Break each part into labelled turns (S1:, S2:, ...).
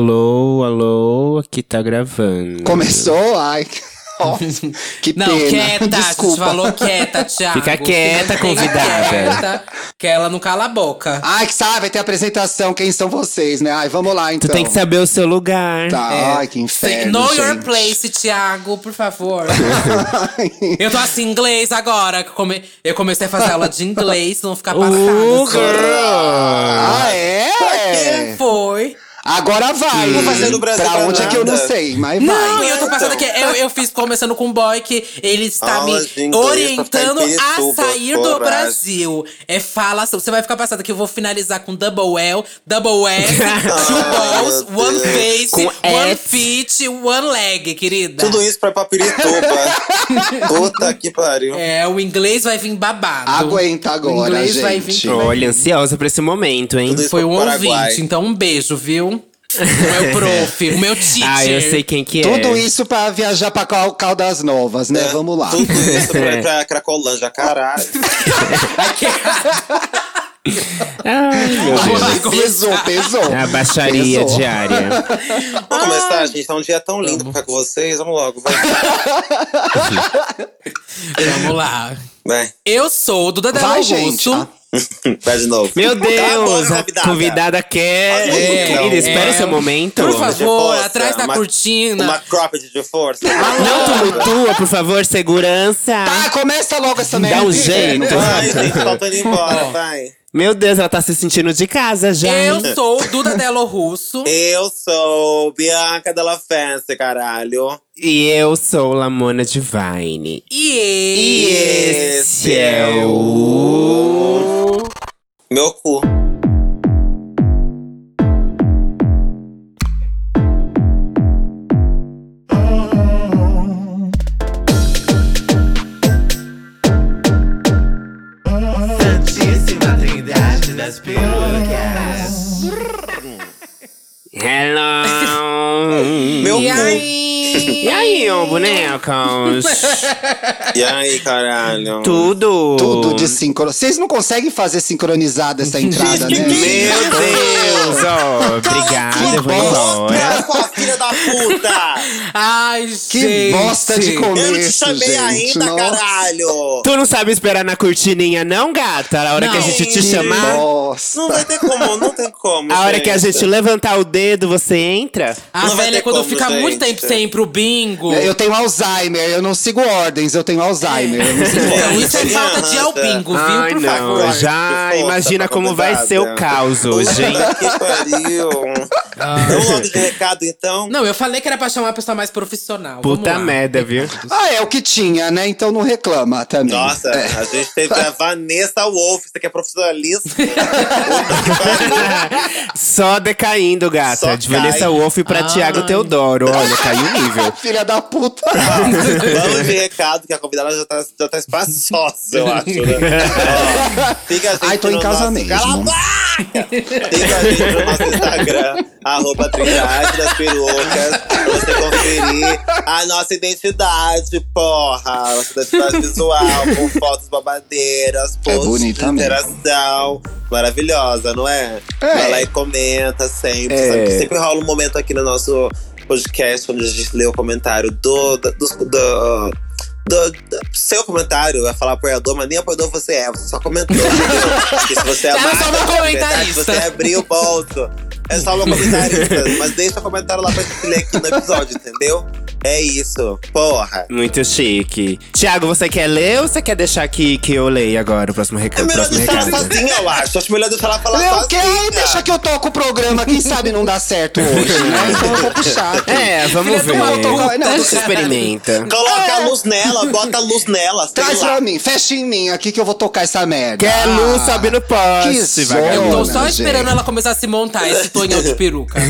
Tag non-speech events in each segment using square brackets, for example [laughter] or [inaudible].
S1: Alô, alô, aqui tá gravando.
S2: Começou? Ai, que- ó, que
S3: Não,
S2: pena.
S3: quieta,
S2: Desculpa.
S3: falou quieta, Thiago.
S1: Fica quieta,
S3: Fica
S1: convidada.
S3: quieta, que ela não cala a boca.
S2: Ai, que sabe, vai ter apresentação, quem são vocês, né? Ai, vamos lá,
S1: Tu
S2: então.
S1: tem que saber o seu lugar.
S2: Tá,
S3: É.
S2: ai, que inferno,
S3: Say- know
S2: gente.
S3: your place, Thiago, por favor. eu tô assim, inglês agora. que eu come- Eu comecei a fazer aula de inglês, não ficar passada.
S1: Uh,
S3: assim.
S1: girl.
S2: [laughs] Ah, é?
S3: Quem foi?
S2: Agora vai.
S4: Vou fazer no Brasil
S2: pra
S4: pra
S2: onde é que eu não
S4: nada.
S2: sei, mas
S3: Não,
S2: vai.
S3: e eu tô
S4: então.
S3: passando aqui. Eu, eu fiz começando com um boy que ele está
S4: Aula de
S3: me
S4: inglês
S3: orientando
S4: pra ficar em
S3: a
S4: Pirituba,
S3: sair do
S4: coragem.
S3: Brasil. É falação. Você vai ficar passada que eu vou finalizar com double L, double
S4: [laughs]
S3: S, two balls,
S4: meu
S3: one
S4: Deus.
S3: face,
S1: Com
S3: one
S1: F.
S3: feet, one leg, querida.
S4: Tudo isso
S2: [laughs]
S4: pra papirituba. Puta que pariu.
S3: É, o inglês vai vir babado.
S2: Aguenta
S3: O
S2: agora,
S3: inglês vai
S2: gente.
S3: vir- é
S1: Olha, ansiosa pra esse momento, hein?
S4: Tudo isso
S3: Foi
S4: pro
S3: um
S4: Paraguai.
S3: ouvinte, então um beijo,
S4: [laughs]
S3: viu? O meu prof, o meu teacher.
S1: Ah, eu sei quem que é.
S2: Tudo isso pra viajar pra Cal- Caldas Novas,
S3: É,
S2: né? Vamos lá.
S4: Tudo isso pra, [laughs] pra Cracolândia, caralho.
S1: Ai, meu Deus.
S2: [laughs]
S1: É
S3: Vai
S2: Pesou,
S3: começar.
S2: pesou.
S1: A baixaria
S2: Pesou.
S1: diária.
S2: Ah!
S4: Vamos começar, gente. Tá um dia tão lindo pra ficar com vocês. Vamos logo, vai.
S3: Vamos lá.
S4: Vai,
S3: Eu sou o Duda Del
S2: Vai,
S3: Augusto.
S2: gente. Ah,
S4: vai de novo.
S1: Meu Deus,
S4: Agora,
S1: a convidada quer.
S4: É,
S1: Querida, espera
S3: é.
S1: o seu momento.
S3: Por favor,
S4: Nossa,
S3: atrás da
S4: uma-
S3: cortina.
S4: é, Uma cropped de força.
S2: Ah,
S1: Não tumultua, por favor, segurança.
S2: Tá, começa logo essa merda.
S1: Ah,
S2: É,
S1: Dá um jeito.
S4: Vai, gente, faltando ir embora, vai.
S1: Meu Deus, ela tá se sentindo de casa já. hein?
S3: Eu sou o Duda Delo Russo.
S4: Eu sou Bianca Della Fence, caralho.
S1: E eu sou Lamona Divine.
S3: E ele.
S1: Esse é o.
S4: Meu cu.
S5: Santíssima Trindade das Perucas.
S3: [laughs]
S1: Hello!
S4: Meu
S3: E
S4: cu.
S3: aí?
S1: é [laughs] E aí, né? ô
S3: [laughs]
S1: bonecos?
S4: E aí, caralho?
S1: Tudo?
S2: Tudo de sincro. Vocês não conseguem fazer sincronizada essa entrada, né?
S1: Meu Deus! ó, obrigada, eu vou embora.
S4: Para com a filha da puta!
S3: Ai,
S2: Que
S3: gente.
S2: bosta de começo,
S4: Eu não te chamei
S2: gente.
S4: ainda,
S2: Nossa.
S4: caralho!
S1: Tu não sabe esperar na cortininha, não, gata? A hora que a
S3: Não.
S1: gente te chamar,
S2: Nossa.
S4: Não vai ter como, não tem como.
S1: a hora que a gente levantar o dedo, você entra?
S3: A
S4: Não vai
S3: velha,
S4: ter
S3: quando
S4: como,
S3: fica
S4: gente.
S3: muito tempo sem ir pro bingo.
S2: É, Eu tenho Alzheimer, eu não sigo ordens, eu tenho Alzheimer. eu não sigo ordens.
S3: Então, isso é falta de ir ao bingo, viu?
S1: Ai,
S3: Por
S1: não,
S3: favor. tá
S1: já imagina como vai ser o caos hoje, hein?
S4: Puta que pariu. Vamos logo de recado, então.
S3: Não, eu falei que era pra chamar uma pessoa mais profissional. Vamos
S1: Puta
S3: lá.
S1: merda, viu?
S2: Ah, é o que tinha, né? Então não reclama também.
S4: Nossa,
S2: É.
S4: a gente teve a Vanessa Wolf, você que é profissionalista. Puta que pariu.
S1: Só decaindo, gata.
S4: Só
S1: de
S4: cai.
S1: Vanessa Wolf pra
S3: Ai.
S1: Tiago Teodoro.
S4: [laughs]
S1: Olha,
S2: Tá
S1: caiu o nível.
S2: Filha da puta. [laughs]
S4: Vamos de recado, que a convidada já tá, já tá espaçosa, eu acho, né? Ó, Fica a gente
S2: Ai, tô em
S4: no
S2: casa
S4: nosso...
S2: mesmo.
S4: Cala a boca! Fica a gente no nosso Instagram, arroba Trindade das Perucas, pra você conferir a nossa identidade, porra! A nossa identidade visual, com fotos babadeiras,
S2: É
S4: posts de
S2: bonita mesmo.
S4: interação. Maravilhosa, não é?
S2: É.
S4: Vai lá e comenta sempre.
S1: É.
S4: Sabe que Sempre rola um momento aqui no nosso podcast onde a gente lê o comentário do. do, do- do- do- do- seu comentário vai falar apoiador, mas nem apoiador você é, você só comentou. Porque se você é
S3: Ela só é uma
S4: marca, na verdade,
S3: comentarista.
S4: Você abriu o bolso. É só uma comentarista. mas deixa o comentário lá pra gente ler aqui no episódio, entendeu? É isso. Porra.
S1: Muito chique. Tiago, você quer ler ou você quer deixar que, que eu leia agora o próximo
S4: É
S1: recado?
S4: melhor
S1: próximo
S4: deixar ela
S1: recado.
S4: sozinha, eu acho. Acho melhor deixar ela falar
S2: Eu
S4: sozinha.
S2: quero, deixa que eu toco o programa, quem sabe não dá certo hoje, né? Então eu vou puxar.
S1: É, vamos
S3: Filha do
S1: ver.
S3: mal, tô-
S1: Não,
S2: não,
S4: [laughs]
S1: você experimenta.
S4: Coloca a luz nela, bota a luz nela. sei
S2: Traz
S4: lá.
S2: pra mim, fecha em mim aqui que eu vou tocar essa merda.
S1: Quer luz,
S2: Ah,
S1: sobe no
S2: que
S1: poste,
S2: zona.
S3: Eu
S1: vagabundo.
S3: tô
S2: Olha,
S3: só esperando
S2: gente.
S3: ela começar a se montar, esse tonhão de peruca.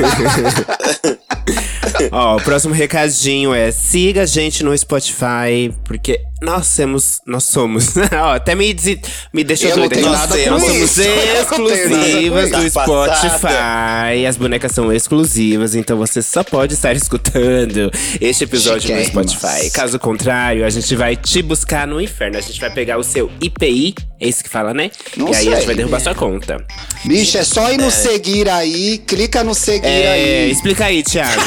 S1: Ó, o próximo recadinho é siga a gente no Spotify, porque Nós somos. Nós somos. [laughs] Ó, até me, desi- me deixou
S2: Eu não
S1: doida.
S2: tenho
S1: Nós
S2: nada
S1: somos-
S2: com
S1: nós
S2: isso.
S1: somos
S2: Eu não tenho
S1: exclusivas
S4: nada com
S1: do
S4: isso. Tá
S1: Spotify. As bonecas são exclusivas, então você só pode estar escutando este episódio no
S2: Chiquérrimas.
S1: Spotify. Caso contrário, a gente vai te buscar no inferno. A gente vai pegar o seu IPI, é isso que fala, né?
S2: Não
S1: e aí a gente
S2: sei.
S1: vai derrubar sua conta.
S2: Bicho, é só ir no seguir aí, clica no seguir
S1: É,
S2: aí.
S1: explica aí,
S2: [laughs]
S1: Thiago.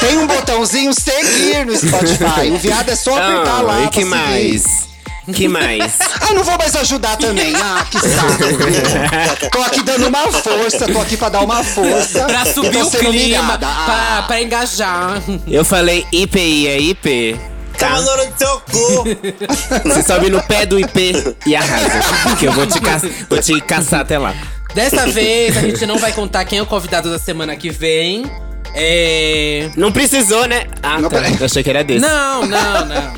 S2: Tem um botãozinho seguir no Spotify. O viado é só apertar
S1: Ah,
S2: lá.
S1: e que
S2: pra seguir.
S1: mais? Que mais?
S2: Ah, não vou mais ajudar também. Ah, que saco. tô aqui dando uma força, tô aqui pra dar uma força.
S3: Pra
S2: Eu
S3: subir
S2: tô
S3: o
S2: sendo
S3: clima,
S2: humilhada. Ah,
S3: pra, pra engajar.
S1: Eu falei IPI, é IP?
S4: Calor Tá
S2: Né?
S4: no teu
S2: [laughs]
S4: cu!
S1: Você sobe no pé do IP e arrasa. Que eu vou te, ca- vou te caçar até lá.
S3: Dessa vez, a gente não vai contar quem é o convidado da semana que vem. É.
S1: Não precisou, né? Ah,
S2: Não,
S1: tá.
S2: peraí.
S1: Eu achei que era [laughs] desse.
S3: Não, não, não.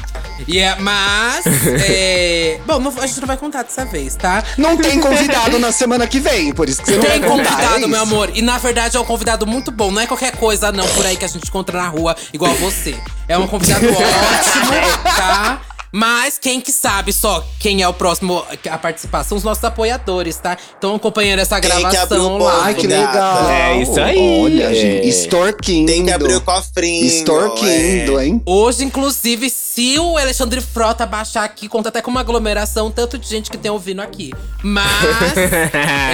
S3: E é-
S2: [laughs]
S3: mas. é, Bom, não- a gente não vai contar dessa vez, tá?
S2: Não tem convidado na semana que vem, por isso que você não
S3: Tem
S2: vai contar, é
S3: convidado,
S2: isso?
S3: meu amor. E na verdade é um convidado muito bom. Não é qualquer coisa, não, por aí que a gente encontra na rua, igual você. É
S2: [laughs]
S3: um convidado ótimo, tá? Mas quem que sabe só quem é o próximo a participar são os nossos apoiadores, tá? Então acompanhando essa
S4: Tem que abrir
S3: gravação
S4: o
S3: lá.
S2: Ai, que legal.
S1: É isso aí.
S2: Olha,
S1: É.
S2: gente, extorquindo.
S4: Tem que abrir o cofrinho.
S2: Extorquindo,
S4: é.
S2: hein?
S3: Hoje, inclusive, se o Alexandre Frota baixar aqui, conta até com uma aglomeração, tanto de gente que tem ouvindo aqui.
S1: [laughs]
S3: Mas.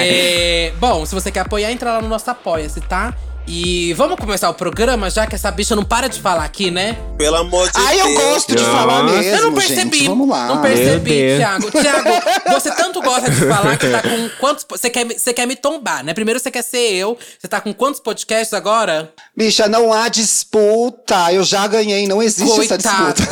S3: é, bom, se você quer apoiar, entra lá no nosso Apoia-se, tá? E vamos começar o programa, já que essa bicha não para de falar aqui, né?
S4: é. Pelo amor de
S2: Ai,
S4: Deus.
S2: eu gosto de falar
S1: Nossa, eu
S2: É mesmo,
S3: eu não percebi.
S2: gente. Vamos lá.
S3: Não
S1: Meu
S3: percebi,
S1: Deus. [laughs]
S3: Thiago. Thiago, você tanto gosta de falar que tá com quantos. po- Você quer, me- você quer me tombar, né? Primeiro você quer ser eu. Você tá com quantos podcasts agora?
S2: Bicha, não há disputa. Eu já ganhei, não existe essa disputa.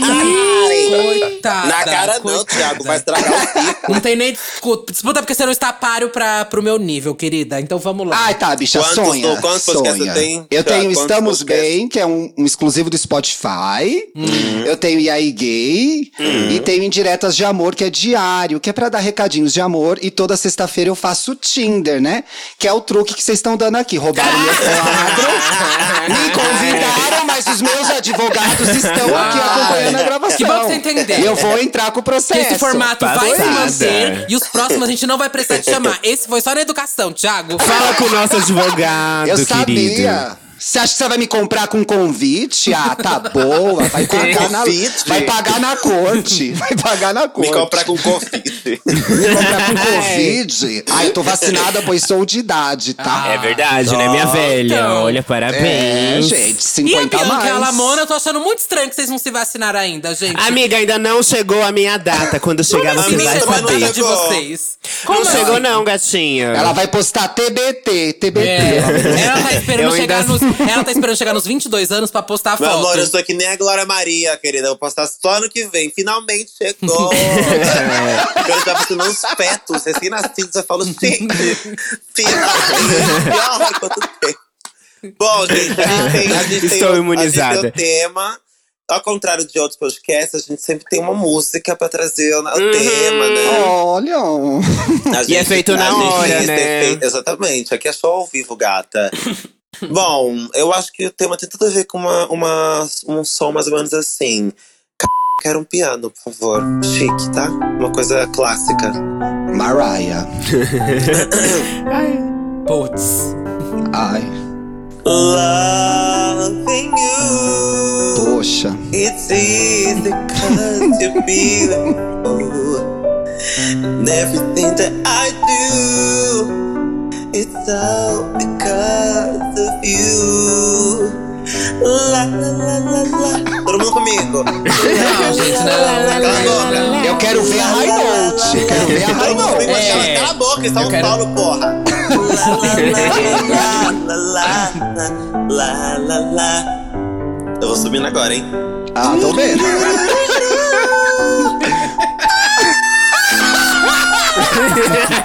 S3: Ai, [laughs] coitada.
S4: Na cara não,
S3: coitada.
S4: Thiago, vai estragar o
S2: [laughs]
S3: [laughs]
S4: pico.
S3: Não tem nem discu- disputa porque você não está páreo pra, pro meu nível, querida. Então vamos lá.
S1: Ah,
S2: Ai, tá, bicha,
S4: Quantos-
S2: sonha.
S4: quantos podcasts
S2: sonha.
S4: você tem?
S2: Eu tenho
S4: Quantos
S2: Estamos
S4: podcasts?
S2: Bem, que é um, um exclusivo do Spotify.
S4: Uhum.
S2: Eu tenho E aí Gay. E tenho Indiretas de Amor, que é diário, que é pra dar recadinhos de amor. E toda sexta-feira eu faço Tinder, né? Que é o truque que vocês estão dando aqui. Roubaram meu
S4: [laughs]
S2: quadro, me convidaram, mas os meus advogados estão aqui
S3: Ai,
S2: acompanhando a gravação.
S3: que bom que você entendeu.
S2: Eu vou entrar com o
S3: que
S2: processo.
S3: esse formato vai se
S1: Passada.
S3: manter e os próximos a gente não vai precisar te chamar. Esse foi só na educação, Thiago.
S1: Fala com o nosso advogado,
S2: Eu sabia.
S1: querido.
S2: Você acha que você vai me comprar com convite? Ah, tá boa. Vai pagar, na,
S4: Convite?
S2: vai pagar na corte. Vai pagar na corte.
S4: Me comprar com confite.
S2: [laughs] Me comprar com Covid? Ai, eu tô vacinada, pois sou de idade, tá?
S1: É verdade, né, minha velha?
S3: Então.
S1: Olha,
S2: É,
S1: parabéns.
S2: gente,
S3: E a
S2: 50 a
S3: Bianca e
S2: mais.
S3: a Lamona, eu tô achando muito estranho que vocês não se vacinaram ainda, gente.
S1: Amiga, ainda não chegou a minha data. Quando chegar,
S3: Como
S1: você
S3: ninguém
S1: vai
S4: mas
S3: sabe
S1: saber.
S4: não
S3: de vocês?
S1: Não
S3: assim?
S1: chegou, não, gatinha. [laughs]
S2: Ela vai postar TBT, TBT.
S3: É, ela tá
S1: Eu
S3: esperando
S1: ainda-
S3: chegar nos. Ela tá esperando chegar nos 22 anos pra postar a
S4: Meu
S3: foto.
S4: amor, eu sou que nem a Glória Maria, querida. Eu vou postar só ano que vem. Finalmente chegou.
S3: [laughs]
S4: Agora tá vacinando os fetos. Recém-nascidos, eu falo, gente, finalmente. Olha quanto tempo. Bom, gente, a gente tem, a gente tem
S1: Estou
S4: o-
S1: imunizada.
S4: A gente tem o tema. Ao contrário de outros podcasts, a gente sempre tem uma música pra trazer o o tema,
S3: É. Uhum.
S4: né?
S2: Olha.
S4: A
S1: E é feito na
S4: a gente
S1: hora,
S4: quis ter
S1: né?
S4: feito- exatamente, aqui é só ao
S1: [laughs]
S4: vivo, gata. Bom, eu acho que o tema tem tudo a ver com uma, uma- um som mais ou menos assim. C- Quero um piano, por favor. Chique, tá? Uma coisa clássica.
S2: Mariah.
S3: Putz.
S2: Ai,
S4: Loving you,
S2: poxa.
S4: it's easy 'cause you're beautiful. And everything that I do, it's all because of you. La la la la la. Todo mundo comigo.
S3: Não, gente, não.
S4: Cala a boca.
S2: Eu quero ver a High Note. Eu quero ver a High
S4: Todo mundo comigo.
S1: É.
S2: Note.
S4: Marcela, Cala a boca, São
S3: Eu quero-
S4: Paulo, [laughs] porra. La la la la la la la la. Eu vou subindo agora, hein?
S2: Ah, tô vendo.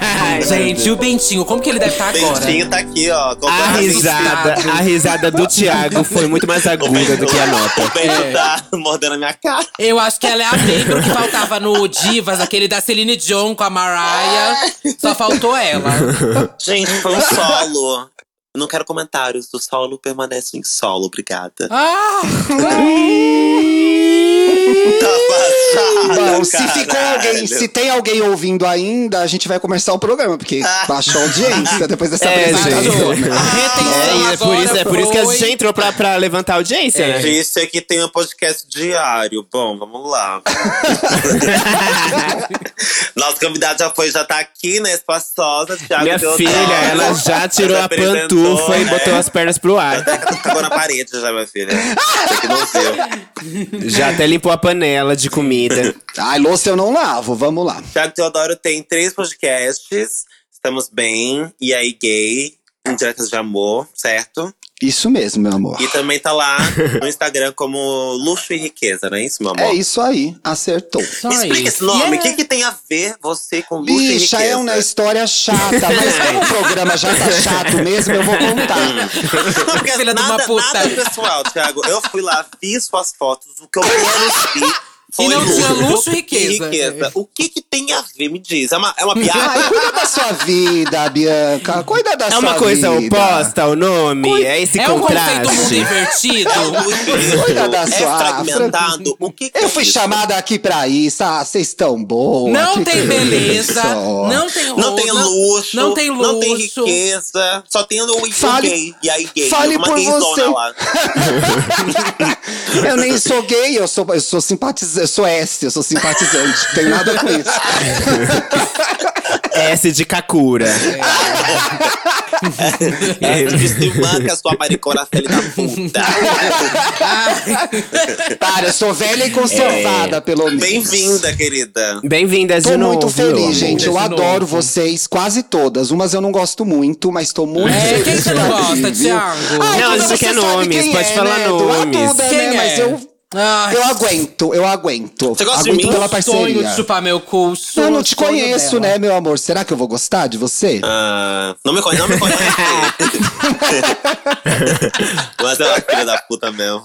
S2: tá
S3: Gente, e o Bentinho, como que ele deve estar agora?
S4: Bentinho tá aqui, ó.
S1: A
S4: comprando
S1: risada,
S3: assustado.
S1: a risada do Thiago foi muito mais
S4: O Bento-
S1: aguda do que é a nota.
S4: O Bento tá mordendo a minha cara.
S3: Eu acho que ela é a membro que faltava no Divas, aquele da Celine Dion com a Mariah. Só faltou ela.
S4: Gente, foi um solo. Eu não quero comentários. O solo permanece em solo, obrigada.
S3: Ah!
S4: Tá passada,
S2: Bom, se ficou alguém,
S4: caralho.
S2: se tem alguém ouvindo ainda, a gente vai começar o programa, porque baixou a audiência depois dessa
S1: É,
S2: apresentação.
S1: gente.
S2: né?
S1: É,
S3: Retenção
S1: e é por
S3: agora
S1: isso, é por isso que a
S3: foi-
S1: gente entrou pra, pra levantar a audiência,
S3: É,
S1: né?
S4: Disse que tem um podcast diário. Bom,
S1: [laughs]
S4: vamos lá. Nosso convidado já foi, já tá aqui na espaçosa.
S3: tá
S4: Thiago
S1: Minha
S4: Teodoro.
S1: filha, ela já tirou
S4: Já
S1: a pantufa e
S4: né?
S1: botou as pernas pro ar.
S4: Acabou na parede já, minha filha. Você que não viu.
S1: Já até limpou a panela de comida.
S2: Ai, louça eu não lavo, vamos lá.
S4: Thiago Teodoro tem três podcasts. Estamos bem. E aí, gay. Indiretas de amor, certo?
S2: Isso mesmo, meu amor.
S4: E também tá lá no Instagram como Luxo e Riqueza, não é isso, meu amor?
S2: É isso aí, acertou.
S3: Só
S4: Me explica esse
S3: isso.
S4: nome. O
S3: E é-
S4: que, que tem a ver você com luxo e riqueza?
S2: Bicha, é uma
S4: [laughs]
S2: história chata, mas como o programa já tá chato mesmo, eu vou contar.
S4: Não, porque
S3: Filha de
S4: nada,
S3: uma puta.
S4: nada é pessoal, Thiago. Eu fui lá, vi suas fotos, o que eu menos vi foi
S3: E não tinha luxo e riqueza.
S4: O que que tem a ver? Me diz. É uma, é uma piada?
S2: [laughs] Ai, cuida da sua vida, Bianca. Cuida da
S1: É
S2: sua vida.
S1: uma coisa oposta ao nome? É esse
S3: é um conceito muito
S1: contraste?
S4: É
S3: invertido.
S4: muito
S2: Cuida da
S4: é
S2: sua-
S4: fragmentado. O que que
S2: Eu
S4: é
S2: fui
S4: isso?
S2: chamada aqui pra isso. Ah, vocês estão boa.
S3: Não
S2: que
S3: tem
S2: que
S3: beleza,
S2: isso?
S3: não tem roupa,
S4: Não tem luxo,
S3: não tem luxo.
S4: não tem riqueza, só tem o o
S2: Fale-
S4: gay. E aí, gay.
S2: fale
S4: uma
S2: por
S4: gaysona
S2: você. [laughs]
S4: lá.
S2: Eu nem sou gay, eu sou, eu sou simpatizante, eu sou S, eu sou simpatizante. não tenho nada com isso.
S1: S de
S3: [laughs]
S1: Kakura.
S4: É, se manca sua maricona filha da
S2: [laughs]
S4: puta.
S2: Para, eu sou velha e conservada, pelo menos.
S4: Bem-vinda, querida.
S1: Bem-vindas de
S2: Tô
S1: novo.
S2: muito
S1: meu amor.
S2: feliz, gente. Eu
S3: De
S2: adoro
S3: novo.
S2: vocês, quase todas. Umas eu não gosto muito, mas tô muito
S3: É,
S2: feliz.
S3: quem que não
S2: tá aqui,
S3: gosta,
S2: viu?
S3: Thiago?
S1: Não,
S2: Ai, quando
S1: a gente
S2: você
S1: quer
S2: sabe
S1: nomes,
S2: quem
S1: pode
S2: é,
S1: falar
S2: né?
S1: nomes.
S2: Duda, né?
S3: Quem é?
S2: Mas eu,
S3: Ai,
S2: eu aguento, eu aguento.
S4: Você gosta de
S2: aguento
S4: mim?
S2: pela
S3: o é sonho de
S2: parceria.
S3: chupar meu cu. sonho-
S2: Eu não te
S3: sonho
S2: conheço,
S3: dela.
S2: né, meu amor? Será que eu vou gostar de você?
S4: Ah, não me conhece, não me
S2: [laughs]
S4: conhece. Mas é uma filha da puta mesmo.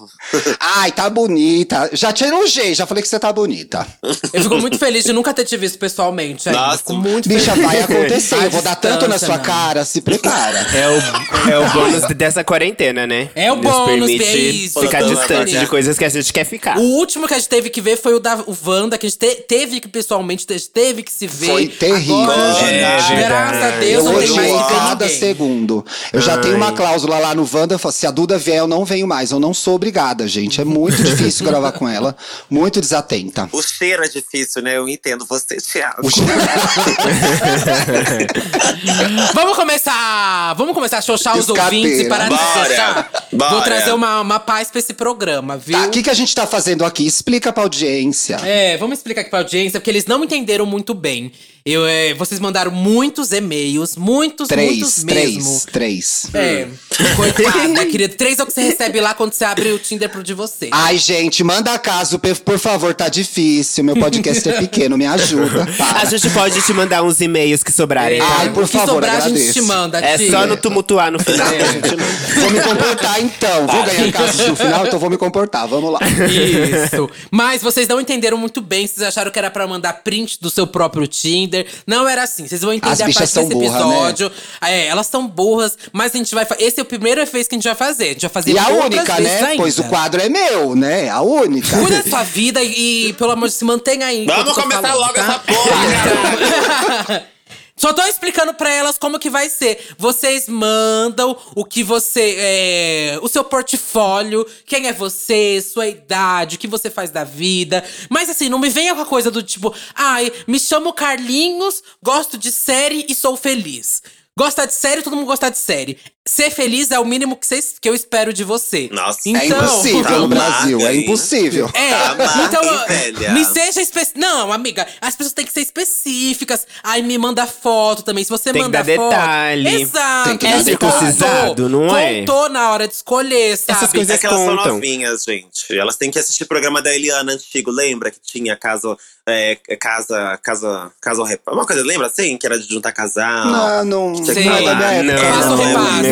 S2: Ai, tá bonita. Já te elogiei, já falei que você tá bonita.
S3: Eu fico muito feliz de nunca ter te visto pessoalmente. Ainda.
S4: Nossa.
S3: Fico muito
S2: Bicha,
S3: feliz.
S2: vai acontecer.
S3: À
S2: Eu vou dar tanto na
S3: distância,
S2: sua
S3: não.
S2: cara, se prepara.
S1: É o, é o bônus dessa quarentena, né?
S3: É o
S1: Nos
S3: bônus,
S1: permite
S3: é isso.
S1: Ficar
S4: Botando né?
S1: distante de
S4: na boca.
S1: coisas que a gente quer ficar.
S3: O último que a gente teve que ver foi o da o Wanda, que a gente te- teve que pessoalmente, te- teve que se ver.
S2: Foi terrível, né,
S3: Agora,
S4: gente. É,
S3: graças a
S1: verdade.
S2: Eu
S3: Deus, não tem mais
S2: odiei
S3: que ver
S2: cada
S3: ninguém.
S2: segundo. Eu já tenho uma cláusula lá no Wanda, eu falo, se a Duda vier, eu não venho mais. Eu não sou obrigada, gente. É muito difícil gravar com ela. Muito
S4: [laughs]
S2: desatenta.
S4: O cheiro é difícil, né? Eu entendo você, Thiago.
S2: O che-
S3: Vamos começar! Vamos começar a xoxar os
S2: Escateira.
S3: ouvintes e parar de
S4: Bora,
S3: xoxar. Vou
S4: bora.
S3: trazer uma, uma paz pra esse programa, viu?
S2: Tá, o que, que a gente tá fazendo aqui? Explica pra audiência.
S3: É, vamos explicar aqui pra audiência, porque eles não entenderam muito bem. Eu, é, vocês mandaram muitos e-mails, muitos,
S2: três,
S3: muitos mesmo.
S2: três, três.
S3: É, coitada, querida. Três é o que você recebe lá quando você abre o Tinder pro de você.
S2: Ai, gente, manda caso, pe- por favor, tá difícil. Meu podcast é pequeno, me
S3: [laughs]
S2: ajuda. para.
S1: A gente pode te mandar uns e-mails que sobrarem. tá?
S2: ai, por
S3: o que
S2: favor,
S3: sobrar a gente
S2: agradeço.
S3: te manda,
S1: É
S3: tia.
S1: só no tumultuar no final.
S3: É.
S1: que a gente manda.
S2: Vou me comportar então.
S3: [laughs]
S2: Vou ganhar casos no final, então vou me comportar. Vamos lá.
S3: Isso. Mas vocês não entenderam muito bem. Vocês acharam que era pra mandar print do seu próprio Tinder. Não era assim. Vocês vão
S2: As
S3: entender a
S2: bichas
S3: partir
S2: são
S3: desse
S2: burra, né?
S3: episódio. É, elas são burras, mas a gente vai. fa- Esse é o primeiro vez que a gente vai fazer. A gente vai fazer
S2: E a
S3: outras
S2: única,
S3: vezes
S2: né?
S3: ainda.
S2: Pois o quadro é meu, né? A única.
S3: Cuida da sua vida e, e, pelo amor de Deus, se mantenha aí. enquanto
S4: Vamos
S3: eu tô
S4: começar
S3: falando,
S4: logo
S3: tá?
S4: essa porra, né?
S3: [laughs] Só tô explicando pra elas como que vai ser. Vocês mandam o que você. é, o seu portfólio, quem é você, sua idade, o que você faz da vida. Mas assim, não me venha com a coisa do tipo, ai, me chamo Carlinhos, gosto de série e sou feliz. Gostar de série, todo mundo gostar de série. Ser feliz é o mínimo que, vocês- que eu espero de você.
S4: Nossa,
S3: então.
S4: é
S2: É impossível
S3: [laughs]
S4: tá
S2: no Brasil,
S4: magra,
S2: é
S4: hein?
S2: impossível.
S3: É,
S4: Tá magra,
S3: então,
S4: hein, velha?
S3: me seja específica. Não, amiga, as pessoas têm que ser específicas. Aí me manda foto também. Se
S1: Tem
S3: você
S1: que
S3: mandar
S1: dar
S3: foto.
S1: detalhe.
S3: Exato.
S2: Tem que dar
S3: Esse
S1: circuncisado,
S3: contou,
S1: não é?
S3: Contou na hora de escolher, sabe?
S1: Essas coisas
S4: É que elas são
S1: contam.
S4: novinhas, gente. Elas têm que assistir o programa da Eliana antigo. Lembra que tinha caso. É, casa. Casa. Casa ao repa- Uma coisa, lembra assim? Que era de juntar casal.
S2: Não, não.
S4: Tinha
S3: Sim.
S2: não é da minha
S1: Ah,
S2: época.
S1: não.
S3: Passa ou
S1: Não,
S3: repassa,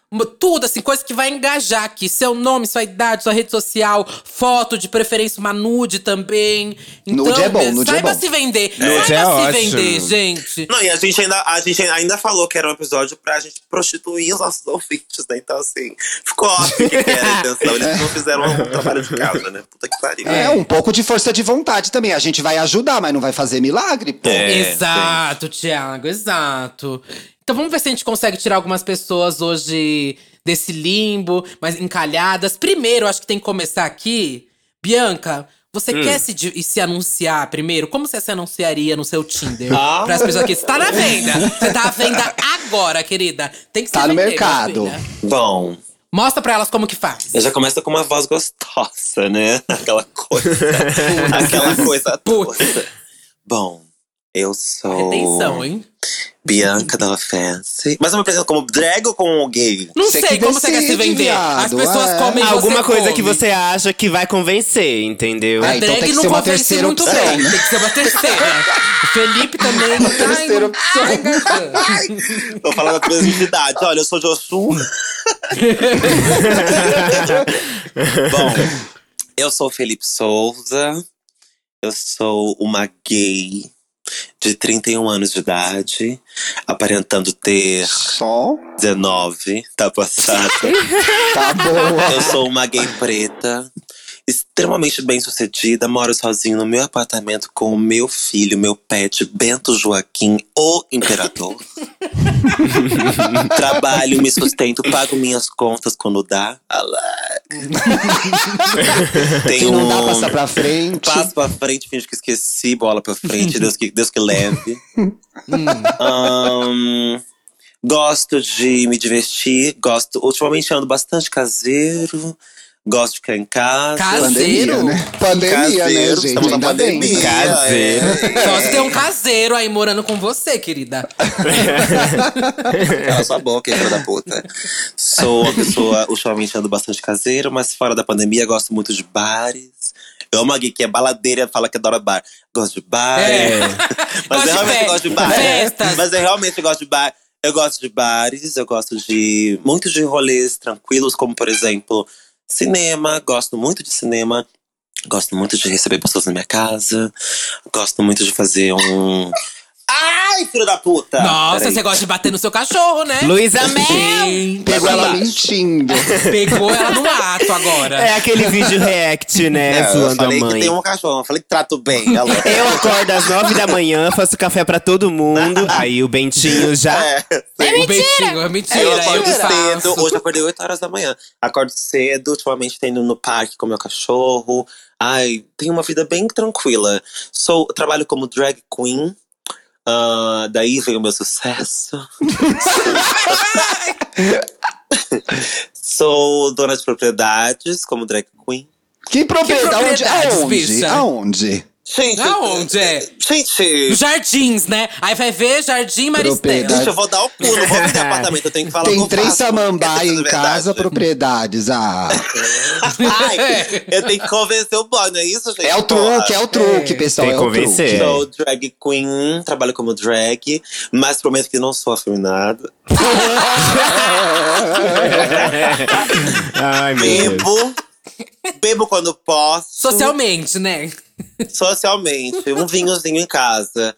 S3: m- tudo, assim, coisa que vai engajar aqui. Seu nome, sua idade, sua rede social, foto, de preferência uma nude também. Então,
S2: Nude é bom,
S3: né,
S2: nude é
S3: saiba
S2: bom.
S3: se vender.
S1: Nude
S3: saiba
S1: é
S3: se
S1: ótimo.
S3: vender, gente.
S4: Não, e a gente, ainda, a gente ainda falou que era um episódio pra gente prostituir os nossos ouvintes, né? Então, assim, ficou óbvio que era a intenção. Eles não fizeram um trabalho de casa, né? Puta que pariu.
S2: É, um pouco de força de vontade também. A gente vai ajudar, mas não vai fazer milagre, pô.
S4: É,
S3: exato, Thiago, exato. Então vamos ver se a gente consegue tirar algumas pessoas hoje desse limbo, mas encalhadas. Primeiro, acho que tem que começar aqui. Bianca, você
S2: Hum.
S3: quer se, di- se anunciar primeiro? Como você se anunciaria no seu Tinder?
S4: Ah.
S3: Para as pessoas que está na venda. Você tá à venda agora, querida. Tem que se
S2: Tá no
S3: vender, minha
S2: mercado.
S3: filha.
S4: Bom,
S3: Mostra pra elas como que faz.
S4: eu já começa com uma voz gostosa, né? Aquela coisa. aquela coisa.
S3: Putz.
S4: toda. Bom, eu
S2: Oh.
S4: sou.
S3: Retenção, hein?
S4: Bianca Della Fancy. Mas eu me apresento como drag ou como gay?
S3: Não
S2: Você
S3: sei
S2: que
S3: como você quer se
S2: decide,
S3: vender. As
S2: viado,
S3: pessoas
S2: é.
S3: comem e você
S1: Alguma coisa
S3: come.
S1: que você acha que vai convencer, entendeu?
S2: Ai,
S3: A
S2: Então
S3: drag
S2: tem que
S3: não
S2: ser uma
S3: convence
S2: terceira
S3: muito
S2: opção,
S3: bem.
S2: né?
S3: Tem que ser uma
S2: [laughs]
S3: terceira. O Felipe também. tá Uma
S2: terceira opção.
S4: Tô falando da presidentidade. Olha, eu sou de Um. Ossum. Bom, eu sou o Felipe Souza. Eu sou uma gay de 31 anos de idade, aparentando ter
S2: Só
S4: 19, tá passado.
S2: tá boa.
S4: Eu sou uma gay preta, extremamente bem sucedida, moro sozinho no meu apartamento com o meu filho, meu pet, Bento Joaquim, o imperador. Trabalho, me sustento, pago minhas contas quando dá. Alá.
S2: Se
S4: Tenho
S2: não dá
S4: um-
S2: passar pra frente.
S4: Passo pra frente, finge que esqueci, bola pra frente, Deus que, Deus que [laughs] leve. Ahn, gosto de me divertir, gosto. Ultimamente ando bastante caseiro, gosto de ficar em casa.
S3: Caseiro?
S2: Pandemia, né? Pandemia, né,
S4: Caseiro,
S2: gente?
S4: estamos na
S2: Ainda bem.
S4: pandemia.
S1: Caseiro.
S3: Só se tem um caseiro aí morando com você, querida.
S2: Ah,
S4: É, cala sua boca, filha da puta. Sou uma pessoa, ultimamente ando bastante caseiro, mas fora da pandemia gosto muito de bares. Eu amo a gay que é baladeira, fala que adora bar. Gosto de bar.
S3: É.
S4: [laughs] Mas
S3: Gosto de
S4: eu realmente
S3: fe-
S4: gosto de bar.
S3: festas.
S4: Mas eu realmente gosto de bar. Eu gosto de bares, eu gosto de muito de rolês tranquilos, como por exemplo, cinema, gosto muito de cinema. Gosto muito de receber pessoas na minha casa. Gosto muito de fazer um. Ai, filho da puta!
S3: Nossa,
S4: Peraí.
S3: você gosta de bater no seu cachorro, né?
S1: Luísa Mel!
S3: Gente,
S2: Pegou
S4: Vai
S2: ela
S4: lá.
S2: mentindo.
S3: Pegou ela no ato agora.
S1: É aquele vídeo react, né?
S4: É, eu
S1: zoando a
S4: falei que
S1: mãe.
S4: tem um cachorro, eu falei que trato bem. Ela...
S1: [laughs] Eu acordo às nove da manhã, faço café pra todo mundo. aí o Bentinho já.
S4: É,
S3: É mentira! É mentira,
S4: eu
S3: eu
S4: acordo
S3: que faço.
S4: cedo. Hoje eu acordei 8 horas da manhã. Acordo cedo, ultimamente tô indo no parque com meu cachorro. Ai, tenho uma vida bem tranquila. Sou, trabalho como drag queen. Ah, daí veio o meu sucesso. Sou dona de propriedades como drag queen.
S2: Que propriedade? Onde?
S3: propriedades,
S2: Aonde?
S3: bicha?
S2: Aonde?
S4: Gente,
S3: Aonde é?
S4: gente,
S3: Os Jardins, né? Aí vai ver Jardim Maristela.
S2: Propriedade.
S4: gente, eu vou dar o cu, não
S2: [laughs]
S4: vou vender apartamento, eu tenho que falar o que
S2: Tem
S4: eu
S2: três
S4: faço. Essa é
S2: samambaias
S4: a
S2: em
S4: verdade.
S2: casa, propriedades. Ah, [laughs]
S4: Ai, [laughs] eu tenho que convencer o boy, não é isso, gente?
S2: é o truque, é o truque, pessoal.
S1: Tem que
S2: é o
S1: convencer.
S2: truque.
S4: Sou drag queen, trabalho como drag, mas prometo que não sou afeminado.
S1: [laughs]
S4: É.
S1: Ai, meu Deus.
S2: [laughs]
S4: Bebo, bebo quando posso,
S3: Socialmente, né?
S4: socialmente, um vinhozinho em casa.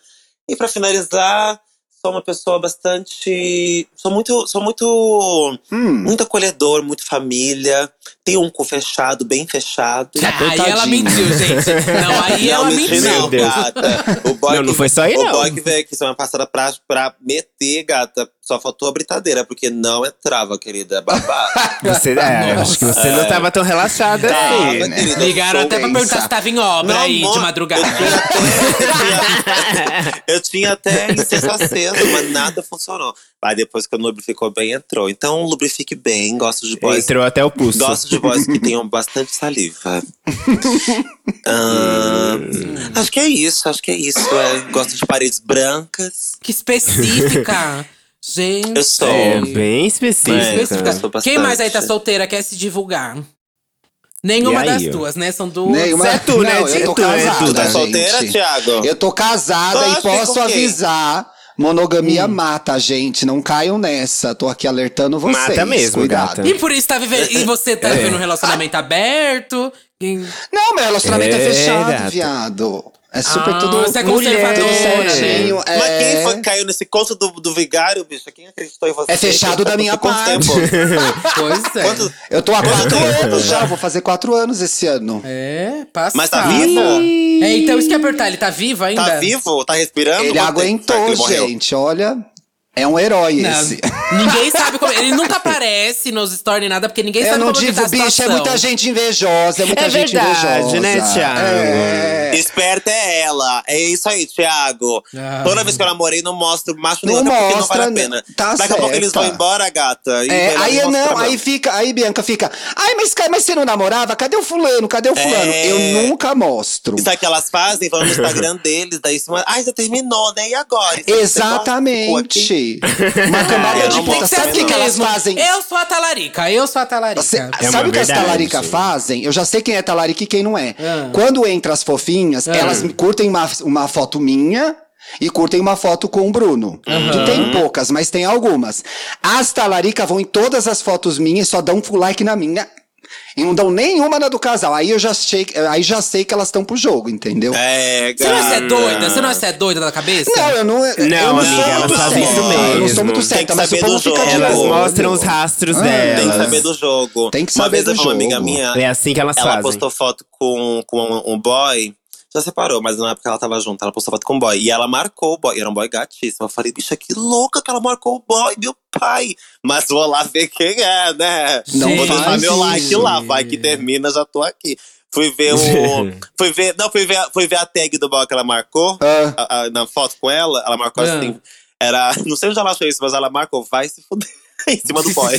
S4: E pra finalizar, sou uma pessoa bastante. Sou muito. Sou muito.
S2: Hum,
S4: Muito acolhedor, muito família. Tenho um cu fechado, bem fechado.
S3: Aí ela
S2: coitadinha.
S3: mentiu, gente. Não, aí é um ela
S4: menti,
S3: mentiu.
S4: não, gata. O boy
S1: Não, não
S4: que-
S1: foi só aí,
S4: o
S1: não.
S4: boy que veio aqui semana passada pra, pra meter, gata. Só faltou a britadeira, porque não é trava, querida.
S1: [laughs]
S4: É babado.
S1: Você, é, eu acho que você não tava tão relaxada assim.
S4: Trava, querida. eu
S3: Ligaram
S4: sou um-
S3: até pra
S4: gay.
S3: perguntar se tava em obra
S4: Não,
S3: aí,
S4: amor,
S3: de madrugada.
S4: Eu tinha até, eu tinha até em sexta-feira, mas nada funcionou. Aí depois que o lubrificou bem, entrou. Então lubrifique bem, gosto de boys
S1: Entrou até o pulso.
S4: Gosto de vozes que tenham
S1: [laughs]
S4: bastante saliva. Ah, acho que é isso, acho que é isso. é. Gosto de paredes brancas.
S3: Que específica! Gente.
S4: Eu sou.
S1: É, bem
S4: É,
S1: específica.
S4: eu sou bastante.
S3: Quem mais aí tá solteira quer se divulgar? Nenhuma
S1: E aí,
S3: das
S1: ó?
S3: duas, né? São duas.
S2: Nenhuma...
S1: é tu, né,
S2: Não, eu
S1: de
S2: tô
S1: tu, é tu,
S2: casada,
S4: Tá
S1: né,
S2: gente.
S4: solteira, Thiago?
S2: Eu tô casada
S4: Só
S2: e
S4: fica
S2: posso
S4: o quê?
S2: avisar Monogamia mata a gente, não caiam nessa. Tô aqui alertando vocês.
S1: Mata mesmo,
S2: cuidado.
S1: gata.
S3: E por isso tá vivendo. E você
S2: É.
S3: tá vivendo um
S2: Ah.
S3: relacionamento aberto. e-
S2: Não, meu relacionamento é,
S1: É,
S2: fechado,
S1: gata.
S2: viado. É super
S3: Ah,
S2: tudo.
S3: você é
S1: mulher,
S2: tudo
S1: conservadora.
S2: certinho. É...
S4: Mas quem foi que caiu nesse conto do, do vigário, bicho? Quem acreditou em você?
S2: É fechado da minha
S4: Quanto
S2: parte. [laughs]
S4: Tempo?
S3: Pois é.
S4: Quanto-
S2: Eu tô há quatro
S4: Quanto-
S2: anos já, vou fazer quatro anos esse ano.
S3: É, passa.
S4: Mas tá vivo?
S3: É, então isso que eu ia perguntar, ele tá vivo ainda?
S4: Tá vivo? Tá respirando?
S2: Ele
S4: Quanto tempo? Será que
S2: aguentou,
S4: ele morreu?
S2: gente. Olha, é um herói
S3: Não,
S2: esse.
S3: Ninguém sabe como. Ele nunca aparece nos stories nem nada, porque ninguém
S2: Eu
S3: sabe
S2: não
S3: como que
S2: digo,
S3: tá a
S2: bicho, é
S3: situação.
S2: muita gente invejosa, é muita
S1: É
S2: gente
S1: verdade,
S2: invejosa.
S1: né, Thiago?
S2: É.
S4: Esperta é ela. É isso aí, Thiago.
S3: Ah.
S4: Toda vez que eu namorei, não mostro macho
S2: Não
S4: nada porque não vale
S2: mostra,
S4: a pena.
S2: tá
S4: Daqui a pouco
S2: certa.
S4: eles vão embora, gata. e
S2: É,
S4: melhor
S2: aí
S4: não mostrar
S2: não, aí
S4: mesmo.
S2: fica, aí Bianca fica, ai, mas, Kai, mas você não namorava? Cadê o fulano? Cadê o fulano?
S4: É.
S2: Eu nunca mostro.
S4: E sabe o é que elas fazem? Vão no Instagram deles, daí se manda. Ai, já terminou, né? E agora? Isso aí, você
S2: Exatamente.
S4: gosta? Ficou aqui?
S2: Uma
S4: É, [laughs]
S2: camada de
S4: não
S2: puta.
S4: mostra
S2: Sabe o que,
S4: mesmo.
S2: que elas fazem?
S3: assim Eu sou a talarica, eu sou a talarica.
S2: Cê-
S1: É uma
S2: sabe o que as
S1: verdade.
S2: talaricas fazem? Eu já sei quem é talarica e quem não é.
S3: Ah.
S2: Quando entra as fofinhas,
S1: Ah.
S2: elas me curtem uma, uma foto minha e curtem uma foto com o Bruno. Que tem poucas, mas tem algumas. As talaricas vão em todas as fotos minhas e só dão full like na minha. E não dão nenhuma na do casal. Aí eu já sei, aí já sei que elas estão pro jogo, entendeu?
S4: É,
S3: Você não é
S4: gata.
S3: doida? Você não é doida da cabeça?
S2: Não, eu não. eu não
S1: amiga,
S2: sou
S1: elas
S2: muito
S1: fazem isso
S2: certa, Eu não
S1: mesmo.
S2: sou muito
S1: Tem
S4: que
S2: certa, mas o
S4: saber
S2: povo
S4: do
S2: fica de
S4: jogo.
S1: Elas
S4: Não,
S2: olho.
S1: mostram os rastros delas.
S4: Tem que saber do jogo.
S2: Tem que
S4: Uma
S2: saber
S4: vez eu
S2: do
S4: vi uma amiga
S2: jogo.
S4: minha.
S1: É assim que elas
S4: Ela
S1: fazem. [laughs]
S4: postou foto com, com um, um boy. Já separou, mas na época ela tava junto, ela postou foto com um boy. E ela marcou o boy. Era um boy gatíssimo. Eu falei, bicha, que louca que ela marcou o boy, meu pai. Mas vou lá ver quem é, né?
S3: Não
S4: vou deixar
S2: faz
S4: meu like
S3: isso.
S4: lá, vai que termina, já tô aqui. Fui
S1: [laughs]
S4: ver o. fui ver. Não, fui ver, a- fui ver a tag do boy que ela marcou.
S2: Ah.
S4: a- a- na foto com ela, ela marcou
S3: Ah.
S4: assim. Era. Não sei onde ela achou isso, mas ela marcou, vai se fuder. [laughs] em cima do
S1: [laughs]
S4: boy.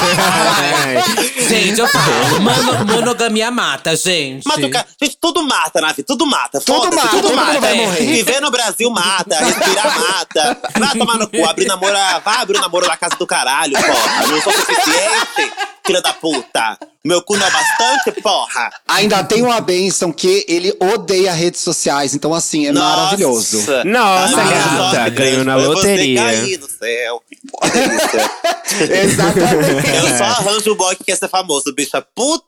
S1: Ai,
S2: é.
S3: Gente, eu falo, mano- monogamia mata, gente.
S4: Mata o cara. Gente, tudo mata na vida, tudo mata.
S2: Tudo
S4: Foda-se,
S2: mata, todo mundo vai
S4: é.
S2: morrer.
S4: Viver no Brasil mata, respirar mata. Vai tomar no cu, abrir namoro, vai abrir o namoro na casa do caralho, porra. Não sou suficiente, filha da puta. Meu cu não é bastante, porra.
S2: Ainda tem uma bênção que ele odeia redes sociais, então assim, é
S4: Nossa.
S2: maravilhoso.
S1: Nossa,
S4: Ai,
S1: gata,
S4: nossa,
S1: ganhou na
S4: eu vou
S1: loteria.
S4: cair do céu. Que delícia.
S2: Exatamente.
S4: Eu só arranjo o boy que quer ser famoso, bicha. Puta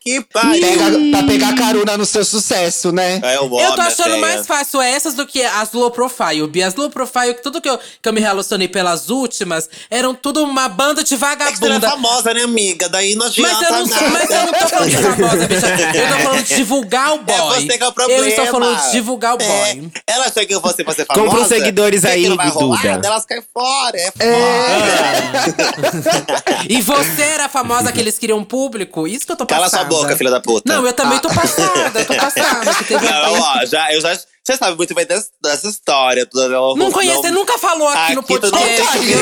S4: que pariu.
S2: Pega, pra pegar carona no seu sucesso, né?
S4: É o
S3: Eu tô
S4: homem,
S3: achando
S4: feia.
S3: mais fácil essas do que as low profile, Bia. As low profile, que tudo que eu, que eu me relacionei pelas últimas, eram tudo uma banda de
S4: É que você não é
S3: vagabunda.
S4: famosa, né, amiga? Daí não adianta
S3: Mas eu, não,
S4: nada.
S3: mas eu não tô falando de famosa, bicha. Eu tô falando de divulgar o boy.
S4: É você que é o problema.
S3: Eu estou falando de divulgar o boy.
S4: É, ela chega em você pra ser famosa.
S1: Compra uns seguidores
S4: vê que
S1: aí,
S4: não vai rolar,
S1: Duda.
S4: daí Elas caem fora, é
S3: E você era famosa que eles queriam um público? Isso que eu tô
S4: Cala
S3: passada.
S4: sua boca, filha da puta. [laughs] Ah.
S3: Não, eu também tô passada, eu tô passada. Que teve um
S4: Não, ó, já, eu já, você sabe muito bem dessa, dessa história. né? Duda, ela-
S3: Não conhece, você nunca falou aqui, no
S4: tu um não
S3: podcast.
S4: se cria.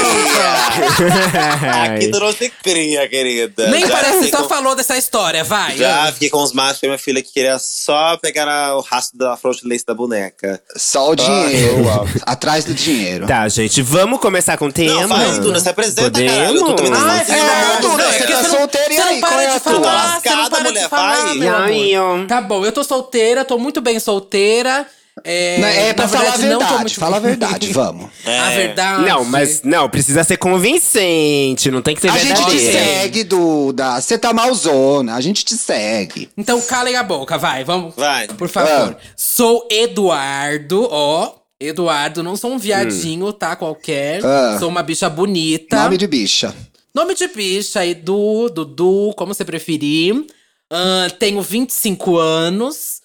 S4: Aqui
S1: ai.
S4: tu não se cria, querida.
S3: Nem
S4: Já
S3: parece que
S4: fiquei
S3: só
S4: com-
S3: falou dessa história, vai. Ah,
S4: Já fiquei com os machos que minha filha que queria só pegar na- o rastro da frouxa de lace da boneca.
S2: Só
S4: Ah,
S2: o dinheiro. Atrás do dinheiro.
S1: Tá, gente, vamos começar com o tema.
S4: Não, fala aí, Duda, se apresenta, caralho. Eu tô também
S1: Podemos?
S4: não-
S3: Ah,
S4: Ai,
S3: filho da
S2: é,
S3: puta,
S2: Duda,
S3: é
S2: você
S3: que
S2: tá
S3: não-
S2: solteira
S3: você
S2: aí,
S3: não para
S2: qual é
S3: de
S2: a tua?
S3: falar, você não
S4: Lascada,
S3: para de
S4: mulher,
S3: falar,
S4: vai.
S3: meu amor.
S1: Ai, ó.
S3: Tá bom, eu tô solteira, tô muito bem solteira. É,
S2: Não, é
S3: na
S2: pra falar a
S3: não tô
S2: verdade.
S3: muito-
S2: Fala a verdade, vamos.
S3: A
S4: É.
S3: verdade.
S1: Não, mas não, precisa ser convincente, não
S3: É
S1: tem que ser
S2: A gente é, te
S1: verdadeiro.
S2: segue, Duda. Você tá malzona. A gente te segue.
S3: Então calem a boca, vai, vamos.
S4: Vai.
S3: Por favor.
S2: Ah.
S3: Sou Eduardo, ó. Eduardo, não sou um viadinho, tá? Qualquer.
S2: Hum. Ah.
S3: Sou uma bicha bonita.
S2: Nome de bicha.
S3: Nome de bicha, Edu, Dudu, como você preferir. Ahn, tenho 25 anos.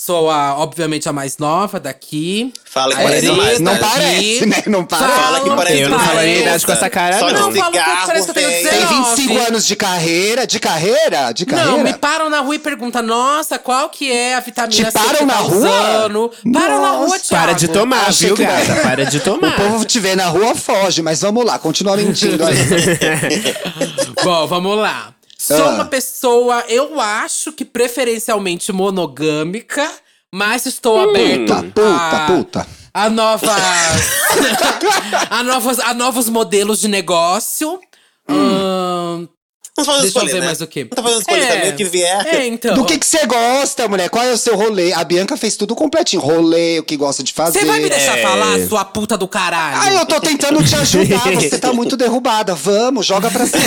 S3: Sou, a, obviamente, a mais nova daqui.
S4: Fala que
S3: Aí,
S4: parece mais.
S2: Não
S4: né?
S3: tá
S2: parece,
S3: aqui.
S2: né? Não
S4: Fala
S2: parece.
S4: que parece
S1: Eu não
S4: mais.
S1: falaria idade com essa cara,
S4: Só de
S1: não.
S3: Não, fala que
S4: cigarro,
S3: parece que eu tenho
S4: velho.
S3: 19.
S2: Tem 25
S3: Nossa.
S2: anos de carreira? De carreira? De carreira?
S3: Não, me param na rua e perguntam: Nossa, qual que é a vitamina
S2: Te
S3: C
S2: param
S3: que
S2: na
S3: tá
S2: rua?
S3: usando? Param na
S2: Nossa,
S3: rua, Thiago.
S1: Para de tomar,
S2: Achei
S1: viu,
S2: que não.
S1: gata? Para de
S2: [laughs] O
S1: tomar.
S2: povo te vê na rua, foge. Mas vamos lá, continua mentindo aí.
S3: [laughs] Bom, vamos lá. Sou
S2: Ah.
S3: uma pessoa, eu acho que preferencialmente monogâmica, mas estou aberto
S2: Hum. Tá Puta, puta,
S3: a,
S2: puta.
S3: a novas, a novas, a novos modelos de negócio. Ahn,
S4: Não tá fazendo
S3: Deixa eu
S4: escolha,
S3: ver
S4: né?
S3: mais o quê.
S4: Não tá fazendo escolha
S3: É.
S4: também, o que vier.
S3: É, então.
S2: Do que que você gosta, mulher? Qual é o seu rolê? A Bianca fez tudo completinho. Rolê, o que gosta de fazer.
S3: Você vai me deixar
S1: É.
S3: falar, sua puta do
S2: Ai,
S3: caralho?
S2: eu tô tentando te ajudar. Você tá muito derrubada. Vamos, joga pra
S3: [laughs]
S2: cima.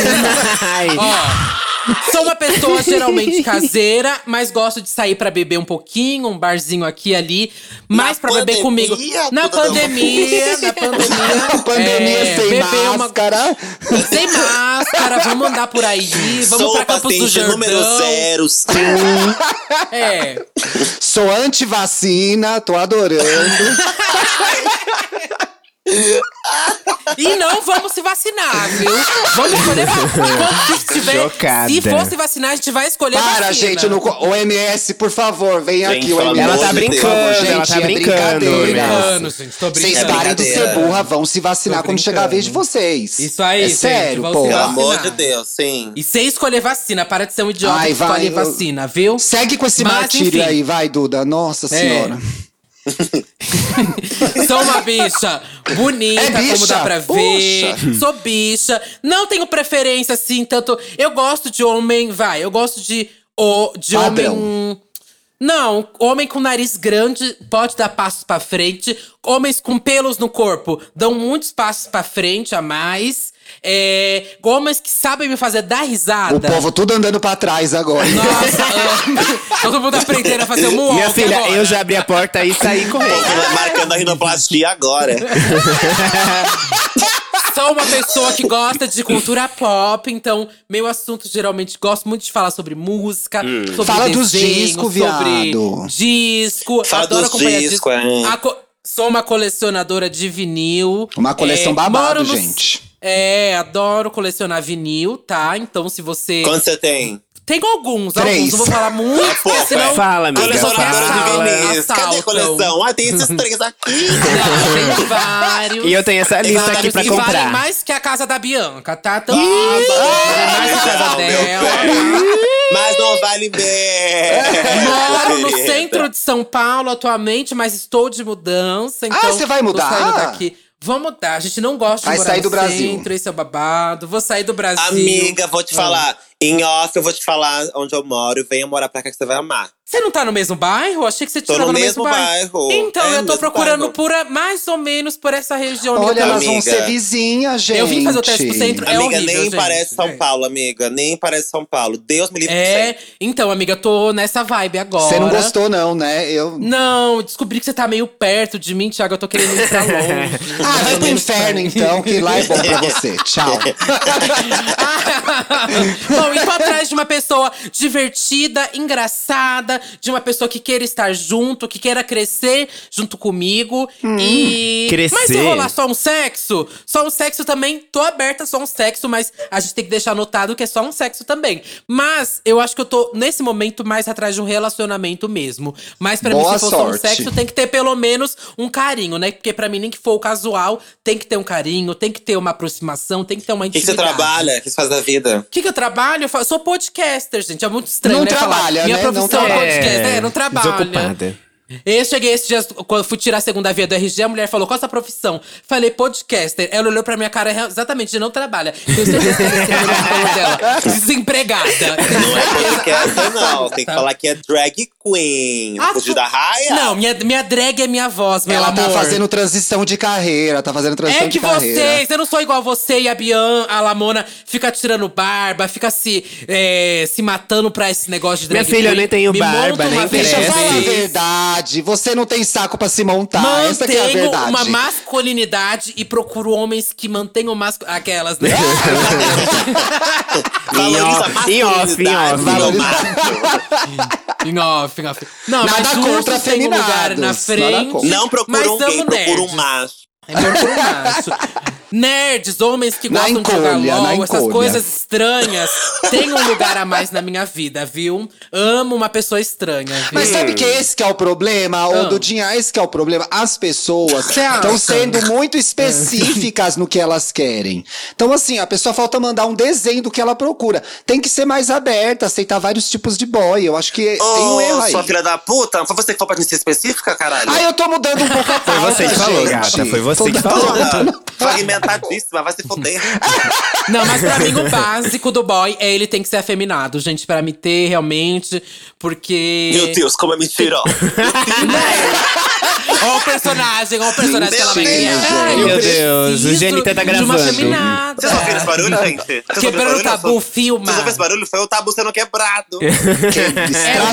S1: Ai,
S3: Ó, sou uma pessoa geralmente caseira, mas gosto de sair pra beber um pouquinho, um barzinho aqui e ali. Mas pra beber
S4: pandemia,
S3: comigo. Na
S4: toda
S3: pandemia, na
S2: A
S3: pandemia.
S2: [laughs] pandemia
S3: é,
S2: sem
S3: beber uma-
S2: máscara.
S3: Sem máscara, vamos andar por aí, vamos
S4: Sou
S3: pra
S4: o
S3: Campos do
S4: paciente
S3: Jordão.
S4: número zero. sim.
S3: É.
S2: Sou anti-vacina, tô adorando.
S3: E não vamos se vacinar, viu? Vamos escolher. Se, tiver,
S1: Chocada.
S3: se for se vacinar, a gente vai escolher
S2: Para,
S3: é vacina.
S2: gente, não... co- OMS, por favor, vem aqui,
S4: pelo
S2: OMS.
S4: amor
S1: Ela tá
S4: de Deus.
S1: brincando, ela
S2: Gente,
S1: tá
S2: é
S1: brincando.
S2: brincadeira.
S1: né?
S3: Brincando, gente, tô brincando.
S2: Vocês
S4: É
S2: parem de ser
S4: brincadeira.
S2: burra, vão se vacinar
S3: Tô
S2: quando chegar a vez de
S3: brincando.
S2: vocês.
S3: Isso aí,
S2: É
S3: gente,
S2: sério,
S3: vão se
S2: pô.
S4: Pelo
S3: vacinar.
S4: amor de Deus, sim.
S3: E sem escolher vacina, para de ser um idiota
S2: Ai,
S3: que
S2: vai,
S3: escolhe
S2: eu-
S3: vacina, viu?
S2: Segue com esse
S3: Mas,
S2: martírio
S3: enfim. É,
S2: aí, vai, Duda. Nossa senhora.
S3: Sou uma bicha bonita,
S2: É bicha?
S3: como dá pra ver. Sou bicha. Não tenho preferência, assim, tanto. Eu gosto de homem, vai, eu gosto de. O, de
S2: Padrão.
S3: homem. um. Não, homem com nariz grande pode dar passos pra frente. Homens com pelos no corpo dão muitos passos pra frente a mais. É, homens que sabem me fazer dar risada.
S2: O povo tudo andando pra trás agora.
S3: Nossa, ah, [laughs] todo mundo aprendendo a fazer um walk
S1: Minha
S2: assim, né,
S1: filha,
S3: agora.
S1: eu já abri a porta e saí correndo.
S4: Marcando a rinoplastia agora.
S3: Sou uma pessoa que gosta de cultura pop, então meu assunto geralmente gosto muito de falar sobre música,
S4: Hum.
S3: sobre
S2: Fala
S3: desenho,
S2: dos discos,
S3: sobre
S2: viado.
S3: disco.
S4: Fala
S3: adoro
S4: dos
S3: acompanhar
S4: discos, é.
S3: A co- Sou uma colecionadora de vinil.
S2: Uma coleção
S3: É,
S2: babado,
S3: moro no-
S2: gente.
S3: É, adoro colecionar vinil, tá? Então se você
S4: Quanto você tem?
S3: tem alguns,
S2: Três.
S3: alguns, não vou falar muito,
S4: Ah, Pô,
S3: porque senão
S1: Fala, amiga,
S4: Colecionadora
S1: fala.
S4: de vinis. Cadê
S3: Assaltam.
S4: a coleção? Ah, tem esses
S3: [laughs]
S4: três aqui.
S3: Não, tem Ah,
S2: [laughs]
S3: vários.
S1: E eu tenho essa lista
S3: Vários
S1: aqui pra
S3: que valem
S1: comprar.
S3: mais que a casa da Bianca, tá? Então,
S4: Ah,
S3: mais que a casa
S4: não, meu
S3: dela.
S4: bem. Mas não vale bem.
S3: Moro no
S4: querida.
S3: centro de São Paulo atualmente, mas estou de mudança. Então
S2: Ah, você vai mudar?
S3: Tô saindo daqui. Vou mudar. A gente não gosta
S2: Vai
S3: de morar
S2: sair do
S3: no
S2: Brasil.
S3: centro, esse é o babado. Vou sair do Brasil.
S4: Amiga, vou te
S3: ah.
S4: falar. Em off, eu vou te falar onde eu moro. Venha morar pra cá que você vai amar.
S3: Você não tá no mesmo bairro? Achei que você
S4: Tô
S3: estava
S4: no
S3: no,
S4: mesmo bairro.
S3: Então,
S4: É,
S3: eu
S4: no
S3: tô
S4: mesmo
S3: procurando
S4: bairro.
S3: por a- mais ou menos por essa região. amiga,
S2: Olha,
S3: também.
S2: elas vão
S4: amiga.
S2: ser vizinhas, gente.
S3: Eu vim fazer o teste pro centro. É
S4: amiga,
S3: horrível,
S4: nem
S3: gente,
S4: parece São
S3: é.
S4: Paulo, amiga. Nem parece São Paulo. Deus me livre do
S3: É,
S4: centro.
S3: então, amiga, tô nessa vibe agora.
S2: Você não gostou, não, né? Eu.
S3: Não, descobri que você tá meio perto de mim, Thiago. Eu tô
S2: [laughs]
S3: querendo ir pra longe. Tá.
S2: Ah, vai pro inferno então, que lá é bom pra você.
S3: [laughs]
S2: Tchau.
S3: Bom, e tô atrás de uma pessoa divertida, engraçada, de uma pessoa que queira estar junto, que queira crescer junto comigo.
S2: Hum.
S3: E.
S1: Crescer.
S3: Mas se rolar só um sexo, só um sexo também, tô aberta a só um sexo, mas a gente tem que deixar anotado que é só um sexo também. Mas eu acho que eu tô, nesse momento, mais atrás de um relacionamento mesmo. Mas pra
S2: Boa
S3: mim, se for só um
S2: sorte.
S3: sexo, tem que ter pelo menos um carinho, né? Porque pra mim, nem que for o casual, tem que ter um carinho, tem que ter uma aproximação, tem que ter uma
S4: O que, que você
S3: intimidade.
S4: trabalha? O que você faz da vida?
S3: O que, que eu trabalho? Eu fa- sou podcaster, gente. É muito estranho,
S2: Não
S3: né?
S2: trabalha,
S3: falar. Minha
S2: né? Não
S3: profissão é
S2: trabalha.
S3: podcast. É, não trabalho. [laughs]
S1: Desocupada.
S3: Eu cheguei esses dias, quando fui tirar a segunda via do RG, a mulher falou, qual a sua profissão? Falei, podcaster. Ela olhou pra minha cara, "Real- exatamente, de não trabalha. Eu sei que essa era a segunda resposta
S2: [laughs]
S3: dela. Desempregada.
S4: Não é podcast, não. Tem que falar que é drag queen.
S3: Ah,
S4: Fugiu
S3: tu-
S4: da raia?
S3: Não, minha, minha drag é minha voz, meu
S2: Ela
S3: amor.
S2: tá fazendo transição de carreira, tá fazendo transição
S3: É que
S2: de carreira.
S3: vocês, eu não sou igual você e a Bian, a Lamona, fica tirando barba, fica se, é, se matando pra esse negócio de drag
S1: Minha filha, eu
S3: queen.
S1: nem tenho
S3: Me
S1: barba,
S3: monta
S1: nem
S3: uma
S2: Deixa eu
S1: Cresce.
S2: falar a
S3: vez.
S2: verdade. Você não tem saco pra se montar. Essa que é a
S3: Mantenho
S2: verdade. [laughs]
S3: uma masculinidade e procuro homens que mantenham mascu... aquelas,
S2: [laughs]
S3: né?
S4: Valoriza a
S1: Em off, em off, em off.
S4: masculinidade,
S3: em off, em off. Não,
S2: Nada
S3: mas
S2: contra
S3: justo tem um
S2: afeminados,
S3: lugar na
S2: nada
S3: frente.
S2: contra.
S4: Não procura
S3: mas
S4: um gay,
S3: amo
S4: procura
S3: nerds.
S4: um macho.
S3: É procura um macho. [laughs] Nerds, homens que
S2: Na
S3: gostam de
S2: encolha,
S3: jogar
S2: na
S3: LOL, essas
S2: encolha.
S3: coisas estranhas, tem um lugar a mais na minha vida, viu? Amo uma pessoa estranha, viu?
S2: Mas sabe que esse que é o problema, ô Dudinha, esse que é o problema. As pessoas
S3: Ah. Você acha?
S2: estão sendo muito específicas no que elas querem. Então, assim, a pessoa falta mandar um desenho do que ela procura. Tem que ser mais aberta, aceitar vários tipos de boy. Eu acho que tem um erro aí.
S4: sua filha da puta, não foi você que falou pra gente ser específica, caralho?
S2: Ah, eu tô mudando um pouco a pauta,
S1: Foi você que falou,
S2: gente.
S1: gata. Foi você
S2: Tô
S1: que
S2: dando-
S1: falou.
S4: Porra, Alimentadíssima, vai se foder.
S3: Não, mas pra mim o básico do boy é ele tem que ser afeminado, gente, pra me ter realmente, porque.
S4: Meu Deus, como é mentira.
S3: Ó o personagem, ó o personagem que ela vai
S4: Meu
S3: criar.
S4: Deus,
S3: Ai, eu
S1: meu Deus, o
S3: preciso
S1: Jenny tá
S3: De uma
S1: gravando.
S3: afeminada.
S4: Vocês ouviram esse barulho, gente? Vocês ouviram
S3: É. Quebrando o
S4: esse barulho?
S3: tabu,
S4: Vocês
S3: filma.
S4: ouviram esse barulho? Foi o tabu
S3: [laughs]
S4: sendo quebrado.
S3: É o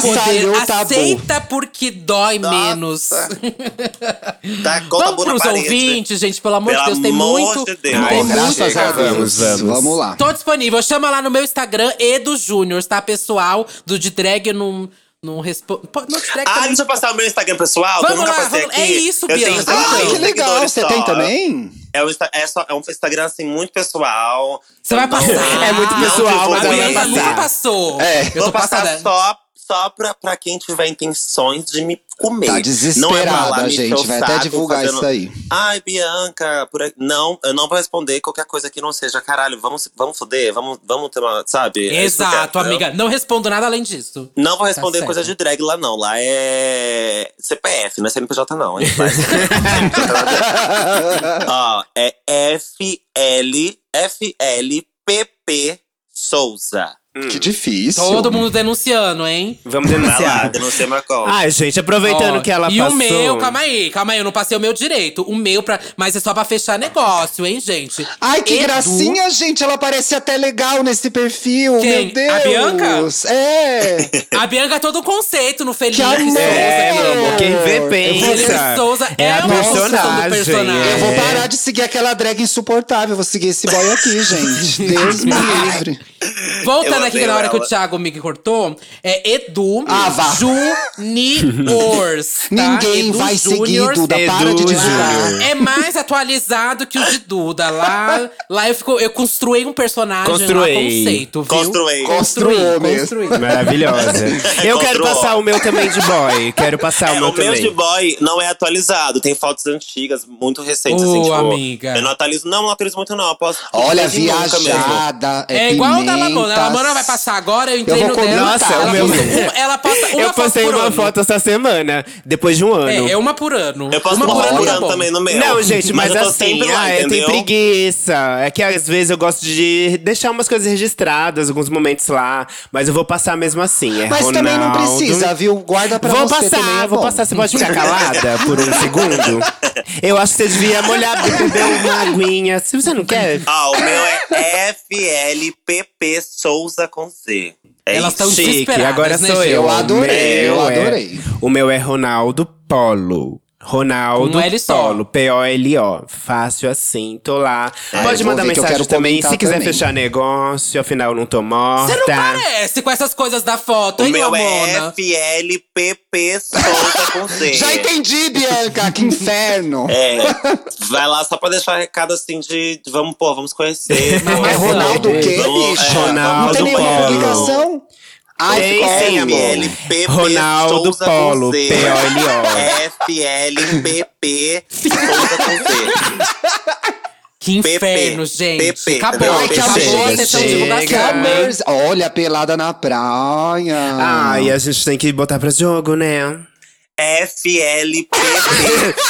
S3: poder.
S2: Estraçalhou tá o tabu.
S3: Aceita porque dói
S4: Nossa.
S3: menos.
S4: Tá com o
S3: Vamos
S4: tabu na
S3: pros
S4: parede.
S3: ouvintes, gente, pelo amor de
S4: Pelo
S3: Deus. Tem
S4: amor
S3: muito.
S4: de Deus.
S3: Tem
S4: Ai,
S3: muito.
S4: graças
S2: Graças
S4: chega.
S2: a Deus.
S1: Vamos,
S2: Vamos,
S1: vamos.
S2: lá.
S3: Tô disponível. Chama lá no meu Instagram e do Júnior, tá, pessoal? Do de drag não. Não responde. No de drag
S4: Ah,
S3: também-
S4: deixa eu passar o meu Instagram pessoal, que eu
S3: Vamos
S4: nunca
S3: lá,
S4: passei
S3: vamos-
S4: aqui.
S3: é isso,
S4: eu tenho
S3: Bianca.
S4: só
S2: Ah, que
S3: Ai,
S2: legal.
S4: 100 seguidores
S2: Você
S4: só.
S2: tem também?
S4: É, um, Insta- é, só, é um Instagram, assim, muito pessoal.
S3: Você vai
S4: Eu não-
S3: passar.
S1: É muito
S3: Não,
S1: pessoal,
S4: divulgo
S1: mas ela vai
S4: mesmo.
S3: Amiga, nunca
S1: passar.
S3: passou.
S2: É.
S3: Eu
S4: Vou
S3: tô
S4: passar
S3: passada.
S4: só, só pra, pra quem tiver intenções de me comer.
S2: Tá
S4: não é pra lá
S2: desesperada,
S4: me encher
S2: gente.
S4: o
S2: Vai até
S4: saco
S2: divulgar
S4: fazendo- assim.
S2: isso aí.
S4: Ai, Bianca, por aqui- não, eu não vou responder qualquer coisa que não seja. Caralho, vamos, vamos foder, vamos, vamos ter uma, sabe? É isso que eu quero,
S3: Exato,
S4: entendeu?
S3: amiga. Não respondo nada além disso.
S4: Não vou
S3: Tá
S4: responder
S3: certo.
S4: coisa de drag lá, não. Lá é CPF, não é CNPJ, não. hein?
S3: [laughs]
S4: Mas- Ó, é FL, FLPP Souza.
S2: Que difícil.
S3: Todo mundo denunciando, hein?
S1: Vamos
S4: Vai lá,
S1: denunciar.
S4: denuncia minha
S3: Ah,
S4: conta.
S1: Ai, gente, aproveitando
S3: Ó,
S1: que ela
S3: E
S1: passou.
S3: o meu, calma aí, calma aí, eu não passei o meu direito. O meu, pra, mas é só pra fechar negócio, hein, gente?
S2: Ai, que
S3: Edu-
S2: gracinha, gente. Ela parece até legal nesse perfil.
S3: Quem?
S2: Meu Deus.
S3: A
S2: É.
S3: A Bianca é todo um conceito no né? Felipe
S2: Que amor!
S3: Souza.
S1: É, meu amor, quem vê pensa.
S3: Felipe Souza é,
S1: É a
S3: uma função do
S1: personagem.
S3: personagem.
S2: Eu vou
S1: É.
S2: parar de seguir aquela drag insuportável. Vou seguir esse boy aqui, gente. Deus me livre.
S3: Voltando
S4: Eu
S3: aqui
S4: odeio
S3: na hora que o
S4: ela.
S3: Thiago me cortou, é Edu
S2: Ah, vá.
S3: Juniors. tá?
S2: Ninguém
S3: Edu
S2: vai seguir,
S3: Juniors.
S2: Duda. Para de
S1: Edu
S2: divulgar.
S1: Júnior.
S3: É mais atualizado que o de Duda. Lá, lá eu, fico, eu construí um personagem,
S1: Construí.
S3: lá, conceito, viu?
S4: Construí.
S3: Construí,
S2: Construou mesmo.
S3: construí. [laughs]
S1: Maravilhosa. Eu quero
S4: Encontrou.
S1: passar o meu também de boy. Quero passar
S4: É,
S1: o meu
S4: o meu
S1: também.
S4: de boy não é atualizado. Tem fotos antigas, muito recentes,
S3: Ô,
S4: assim, tipo.
S3: amiga.
S4: Eu não atualizo, não, não atualizo muito, não. Eu posso.
S2: Olha,
S4: de nunca mesmo.
S2: viajada. É,
S3: É igual o da Lamona.
S2: pimentas.
S3: A Lamona vai passar agora, eu entrei
S2: Eu
S3: no
S2: vou
S3: dela.
S2: comentar. Nossa,
S3: ela,
S2: o meu-
S3: posta uma- ela posta uma
S1: Eu
S3: foto
S1: postei
S3: por
S1: uma
S3: ano.
S1: foto essa semana, depois de um ano.
S3: É, é uma por ano.
S4: Eu posso
S3: uma
S4: uma
S2: por ano
S4: por
S2: tá
S4: ano
S3: bom.
S4: também no meu.
S1: Não, gente, mas,
S4: eu tô
S1: assim,
S4: sempre lá,
S1: ah, é, tem
S4: entendeu?
S1: preguiça. É que às vezes eu gosto de deixar umas coisas registradas, alguns momentos lá, mas eu vou passar mesmo assim. É
S2: Mas também não
S1: Ronaldo.
S2: precisa, viu? Guarda pra
S1: vou
S2: você
S1: passar,
S2: também, é
S1: vou
S2: bom.
S1: passar. Você pode ficar calada por um segundo? Eu acho que você devia molhar, beber uma aguinha. Se você não quer.
S4: Ah, o meu é FLPP Souza com Z. É
S3: Elas
S4: isso.
S3: tão
S1: Chique,
S3: desesperadas,
S1: agora
S3: né,
S1: sou
S3: gente?
S1: eu.
S2: Eu adorei, eu
S1: O meu é-
S2: adorei.
S1: o meu é Ronaldo Polo. Ronaldo
S3: Com L só.
S1: Polo, P-O-L-O. Fácil assim, tô lá.
S2: É,
S1: Pode
S2: eu vou
S1: mandar
S2: ver que eu
S1: mensagem
S2: quero
S1: também, se
S2: comentar
S1: quiser
S2: também.
S1: fechar negócio, afinal não tô
S3: Você
S1: morta.
S3: não parece com essas coisas da foto,
S4: O
S3: hein,
S4: meu é
S3: Lamona?
S4: FLPP Souza com
S1: [laughs]
S4: Z.
S2: Já entendi, Bianca, que inferno.
S4: É, vai lá só pra deixar recado assim de, de vamos, pô, vamos conhecer. pô.
S3: Mas
S2: É Ronaldo o quê,
S4: Vamos-
S2: bicho?
S4: é,
S2: Não
S1: Ronaldo
S2: tem nenhuma
S1: Paulo.
S2: publicação? Ai,
S1: Tem,
S2: qual é,
S1: sim, amor.
S2: Bianca?
S4: FLPP
S1: Ronaldo
S4: Souza
S1: Polo,
S4: com Z.
S1: P-O-L-O.
S4: FLPP Souza com Z.
S3: Que
S4: PP,
S3: inferno, gente.
S4: PP,
S3: Acabou,
S4: entendeu?
S2: Ai, que
S3: acabou a
S2: amor,
S3: sessão de
S1: chega.
S2: que
S3: divulgação.
S2: amor. Olha, pelada na praia.
S1: Ai, a gente tem que botar pra jogo, né?
S4: FLPP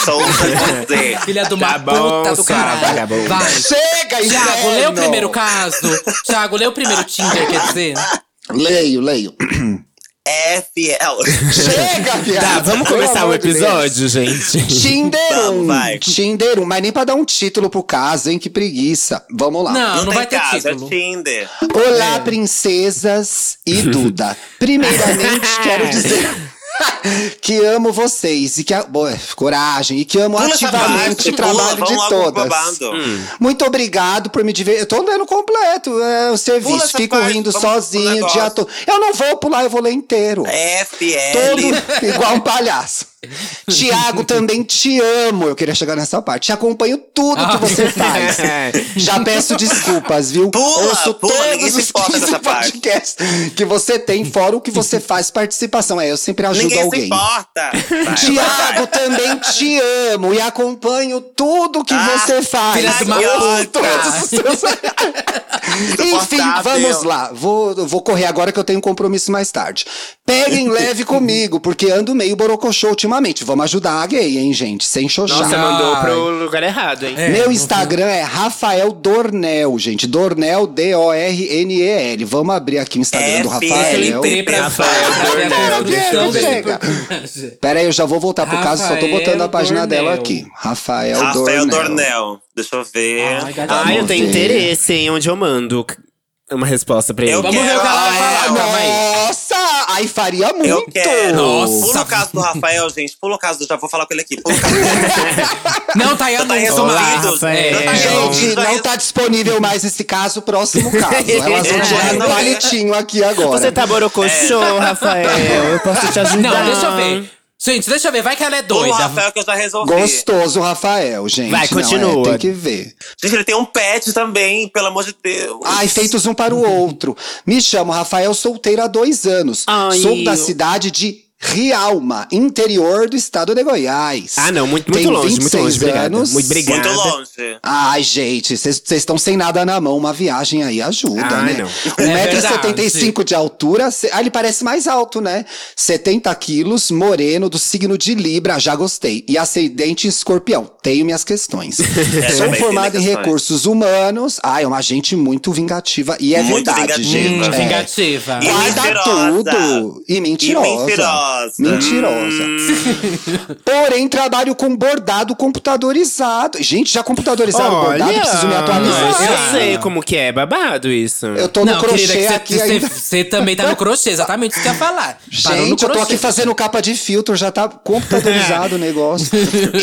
S4: Souza com Z.
S3: Filha de uma
S1: Tá bom,
S3: puta
S1: sua
S3: do caralho.
S1: vagabunda.
S3: Vai.
S2: Chega, inferno.
S3: Thiago, lê o primeiro caso. Thiago, lê o primeiro Tinder, quer dizer.
S2: Leio, leio.
S4: FL.
S2: Chega, viado.
S1: Tá, vamos
S2: Pelo
S1: começar o
S2: amor de
S1: episódio, gente. [laughs]
S2: Deus. Tinder
S4: Vamos,
S2: 1.
S4: vai.
S2: Tinder 1, mas nem pra dar um título pro caso, hein? Que preguiça. Vamos lá.
S3: Não, não, vai ter
S4: caso,
S3: título.
S4: é Tinder.
S2: Olá, princesas e Duda. [laughs]
S4: [laughs]
S2: Primeiramente, quero dizer que amo vocês e que a, boa, coragem e que amo
S4: Pula essa
S2: ativamente
S4: parte,
S2: o trabalho
S4: pula, vamos
S2: de
S4: logo pro
S2: todas. Hum.
S4: babado.
S2: Muito obrigado por me divertir. Eu tô andando completo é, o serviço.
S4: essa
S2: Fico
S4: parte,
S2: rindo
S4: vamos É, pro
S2: sozinho o
S4: negócio.
S2: dia todo. Eu não vou pular, eu vou ler inteiro.
S4: FL.
S2: Todo [laughs] igual um
S4: [laughs]
S2: palhaço. Tiago, também te amo. Eu queria chegar nessa parte. Te acompanho tudo que você
S4: Ah, [laughs] é.
S2: faz.
S1: É.
S2: Já peço desculpas, viu?
S4: Pula,
S2: Ouço
S4: pula, ninguém
S2: todos
S4: se
S2: os
S4: importa
S2: 15
S4: dessa parte.
S2: podcasts que você tem, fora o que você faz participação. É, eu sempre ajudo
S4: Ninguém se
S2: alguém. [laughs]
S4: importa. Vai, vai,
S2: Tiago,
S4: vai.
S2: também te amo e acompanho tudo que
S4: Ah,
S2: você faz.
S3: filha de uma
S2: Ouço
S4: puta.
S2: todos os seus-
S4: [laughs]
S2: Enfim, vamos lá. Vou, vou correr agora que eu tenho um compromisso mais tarde. Peguem leve comigo, porque ando meio borocochô extremamente. Vamos ajudar a gay, hein, gente? Sem xoxar.
S1: Nossa, mandou pro lugar errado, hein?
S3: É.
S2: Meu
S3: não
S2: Instagram é Rafael Dornel, gente. Dornel, D-O-R-N-E-L. Vamos abrir aqui o Instagram
S3: É
S2: do Rafael.
S1: Felipe.
S3: pra
S1: Rafael
S3: saber a
S1: Dornel.
S3: construção desse
S2: Chega.
S3: personagem.
S2: Pera aí, eu já vou voltar pro caso, só tô
S3: Rafael
S2: botando a página
S3: Dornel.
S2: dela aqui. Rafael,
S4: Rafael
S2: É Dornel.
S4: Dornel. Deixa eu ver.
S3: Ai, gata,
S1: Ah, eu
S2: Vamos
S1: tenho
S2: ver.
S1: interesse em onde eu mando uma resposta pra ele.
S4: Eu
S3: Vamos ver o que ela vai
S4: Ah,
S3: falar, calma aí.
S2: Nossa! Aí faria muito!
S4: eu quero.
S3: Nossa.
S4: Pula o caso do Rafael, gente. Pula o caso do. Já vou falar com ele aqui. Pula o caso
S2: [laughs]
S4: do
S3: Não, tá aí a
S4: Tá
S3: anúncio,
S4: resolvido.
S3: Marcos.
S1: Rafael.
S3: É.
S2: Gente, não tá disponível mais esse caso, próximo
S3: [laughs]
S2: caso. Elas vão tirar no palitinho aqui agora.
S1: Você tá borocochô, Rafael. Eu posso te ajudar.
S3: Não, deixa eu ver. Gente, deixa eu ver. Vai que ela é
S4: Pula o
S3: doida.
S4: Rafael que eu já resolvi.
S2: Gostoso, Rafael, gente.
S1: Vai,
S2: Não, é,
S1: continua.
S2: tem que ver.
S4: Gente, ele tem um pet também, pelo amor de Deus.
S2: Ai, feitos um
S1: Uhum.
S2: para o outro. Me chamo Rafael Solteiro há dois anos.
S1: Ai,
S2: Sou da
S1: eu-
S2: cidade de Rialma, interior do estado de Goiás.
S1: Ah, não, muito, muito
S2: Tem
S1: longe, muito longe.
S2: 26
S1: Obrigado.
S2: anos.
S1: Muito obrigado.
S4: Muito longe.
S2: Ai, gente, vocês estão sem nada na mão. Uma viagem aí ajuda,
S1: Ah,
S2: né?
S1: não.
S4: É
S2: 1,75m de altura. cê- Ah, ele parece mais alto, né? 70 quilos, moreno, do signo de Libra, já gostei. E ascendente em escorpião. Tenho minhas
S4: [laughs]
S2: questões. Sou
S4: É, também
S2: formada em
S4: tem questões.
S2: recursos humanos. Ai, é uma gente muito vingativa. E é
S4: Muito
S2: verdade,
S4: vingativa.
S2: gente.
S4: Hum,
S2: é.
S3: Vingativa.
S4: E
S2: Guarda
S4: mentirosa.
S2: tudo. E mentirosa.
S4: E mentirosa.
S2: Mentirosa.
S3: Hum.
S2: Porém, trabalho com bordado computadorizado. Gente, já computadorizaram o bordado? Preciso me atualizar.
S1: Eu sei como que é, babado isso.
S2: Eu tô no
S3: Não,
S2: crochê
S3: querida, que cê-
S2: aqui
S3: cê-
S2: ainda.
S3: Você também tá no crochê, exatamente isso que eu ia falar. Parou no
S2: Gente, eu tô
S3: crochê.
S2: aqui fazendo capa de filtro, já tá
S3: [laughs]
S2: computadorizado o negócio.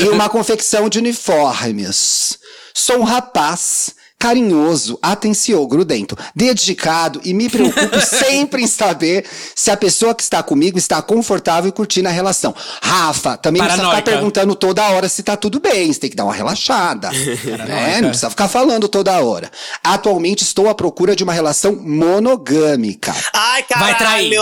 S2: E uma confecção de uniformes. Sou um rapaz carinhoso, atencioso, grudento, dedicado e me
S3: [laughs]
S2: preocupo sempre em saber se a pessoa que está comigo está confortável e curtindo a relação. Rafa, também não precisa ficar
S3: Paranoica.
S2: perguntando toda hora se tá tudo bem, você tem que dar uma
S3: [laughs]
S2: relaxada. né? Não precisa ficar falando toda hora. Atualmente estou à procura de uma relação monogâmica.
S4: Ai, caralho.
S3: Vai trair.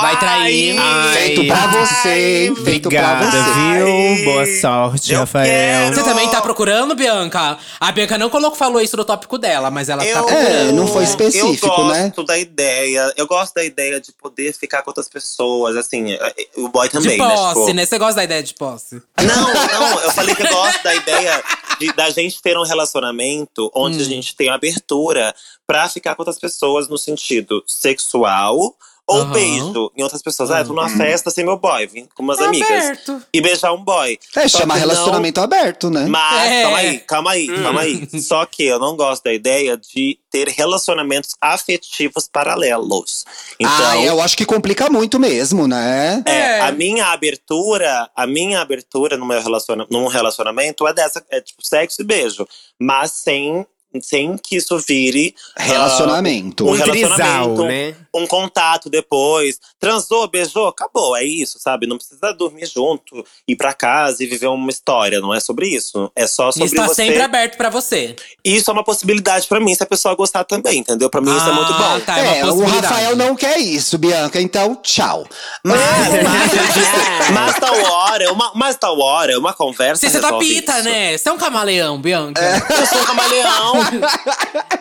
S3: Vai trair.
S4: Ai.
S2: Feito pra você, hein? Feito pra
S1: Obrigada,
S2: você.
S1: viu? Boa sorte,
S4: Eu
S1: Rafael.
S4: quero.
S3: Você também tá procurando, Bianca? A Bianca não colocou, falou isso no tópico dela, mas ela tá
S4: Eu,
S2: É,
S3: procurando.
S2: não foi específico,
S4: eu gosto
S2: né?
S4: da ideia. Eu gosto da ideia de poder ficar com outras pessoas, assim. O boy também,
S3: De
S2: Tipo,
S3: posse,
S4: né?
S3: né? Você gosta da ideia de posse?
S4: tipo. Não, não. Eu falei que eu gosto da ideia de, da gente ter um relacionamento
S3: Hum.
S4: onde a gente tem abertura pra ficar com outras pessoas no sentido sexual ou
S3: Aham. Hum.
S4: beijo em outras pessoas. Ah, eu tô numa festa sem meu boy, vim com umas
S3: Tá
S4: amigas.
S3: aberto.
S4: E beijar um boy.
S2: É,
S4: Só
S2: chamar
S4: que não-
S2: relacionamento aberto, né?
S4: Mas,
S3: É.
S4: calma aí, calma aí, calma
S3: [laughs]
S4: aí. Só que eu não gosto da ideia de ter relacionamentos afetivos paralelos. Então,
S2: ah, eu acho que complica muito mesmo, né?
S4: é,
S3: É.
S4: a minha abertura, a minha abertura no meu relaciona num relacionamento é dessa, é tipo sexo e beijo. Mas sem, sem que isso vire ah,
S2: Relacionamento.
S4: um
S1: Um
S4: relacionamento,
S1: trisal, né?
S4: um contato depois. Transou, beijou, acabou. É isso, sabe? Não precisa dormir junto, ir pra casa e viver uma história. Não é sobre isso. É só sobre
S3: Isso tá
S4: você
S3: sempre aberto pra você.
S4: isso é uma possibilidade pra mim, se a pessoa gostar também, entendeu? Pra mim isso é muito bom.
S3: Tá, é, uma
S2: É, o
S3: possibilidade.
S2: Rafael não quer isso, Bianca, então tchau. [laughs]
S4: Mas,
S2: É.
S4: mas, mas tal hora, uma, mas tal hora, uma conversa.
S3: Você, você tá
S4: resolve
S3: pita,
S4: isso.
S3: né? Você é um camaleão, Bianca.
S2: É.
S4: Eu sou camaleão.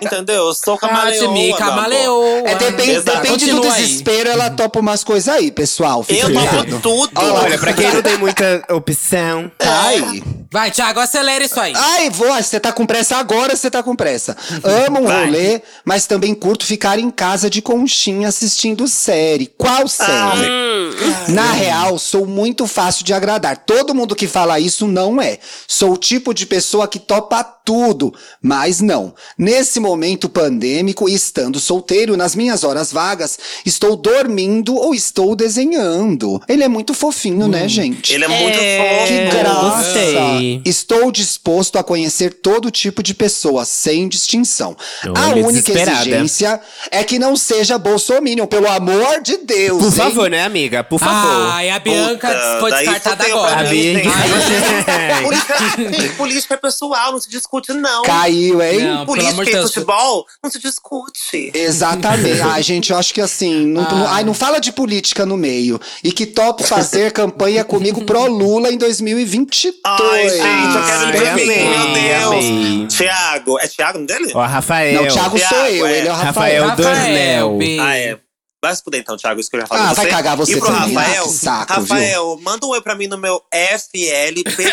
S4: entendeu? Eu sou camaleão.
S3: Mate-me,
S4: meu amor.
S3: camaleão.
S2: É, depen-
S4: exato.
S2: depende do
S3: Continua aí.
S2: desespero, ela topa umas coisas aí, pessoal. Fica
S4: Eu tomo
S2: ligado. Tá
S4: tudo. É.
S2: Olha lá,
S1: Olha, pra quem não tem muita opção.
S2: Ai.
S3: Vai, Thiago, acelera isso aí.
S2: Ai, vou, você tá com pressa agora, você tá com pressa. Amo um
S4: Vai.
S2: rolê, mas também curto ficar em casa de conchinha assistindo série.
S4: Ah.
S2: Qual série?
S4: Hum.
S2: Na real, sou muito fácil de agradar. Todo mundo que fala isso não é. Sou o tipo de pessoa que topa tudo, mas não. Nesse momento pandêmico, e estando solteiro, nas minhas horas vagas, estou dormindo ou estou desenhando. Ele é muito fofinho, né, gente?
S4: Ele é muito
S2: Que
S4: fofo.
S2: graça!
S1: gostei.
S2: Estou disposto a conhecer todo tipo de pessoa, sem distinção. a
S1: Olha,
S2: única
S1: desesperada.
S2: exigência é que não seja bolsominion, pelo amor de Deus.
S1: Por
S2: hein?
S1: favor, né, amiga? Por favor.
S3: Ai, a Bianca
S4: Puta,
S3: foi
S4: daí
S3: descartada
S4: fudeu pra
S3: agora.
S1: A
S4: mim,
S1: Bianca.
S4: Por isso que- Política é pessoal, não se discute, não.
S2: Caiu, hein?
S3: Não. pelo amor de
S4: Política e
S3: Deus.
S4: futebol não se discute.
S2: Exatamente. Ai, gente, eu acho que assim. Não, não-
S4: Ah.
S2: ai, não fala de política no meio. E que top
S4: [laughs]
S2: fazer campanha comigo pro Lula em 2022.
S4: Ai, gente, eu quero ir pra mim,
S1: Amei,
S4: meu
S1: amei.
S4: Deus. Tiago, é Thiago o nome dele?
S1: Ó, Rafael.
S2: Não, o Thiago sou
S4: Thiago,
S2: eu,
S4: é.
S2: ele é o Rafael.
S1: Rafael. Dornel.
S3: B.
S4: Ah, é. Vai se fuder então, Thiago, isso que eu já falei.
S2: Ah,
S4: pra
S3: tá
S2: vai
S4: você.
S2: cagar você
S4: E pro
S2: também,
S4: Rafael,
S2: ah, que saco, viu?
S4: Rafael, manda um oi pra mim no meu
S2: [laughs]
S4: FLPP.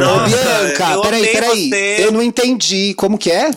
S2: Ô, Bianca, peraí, peraí. Eu não entendi. Como que é?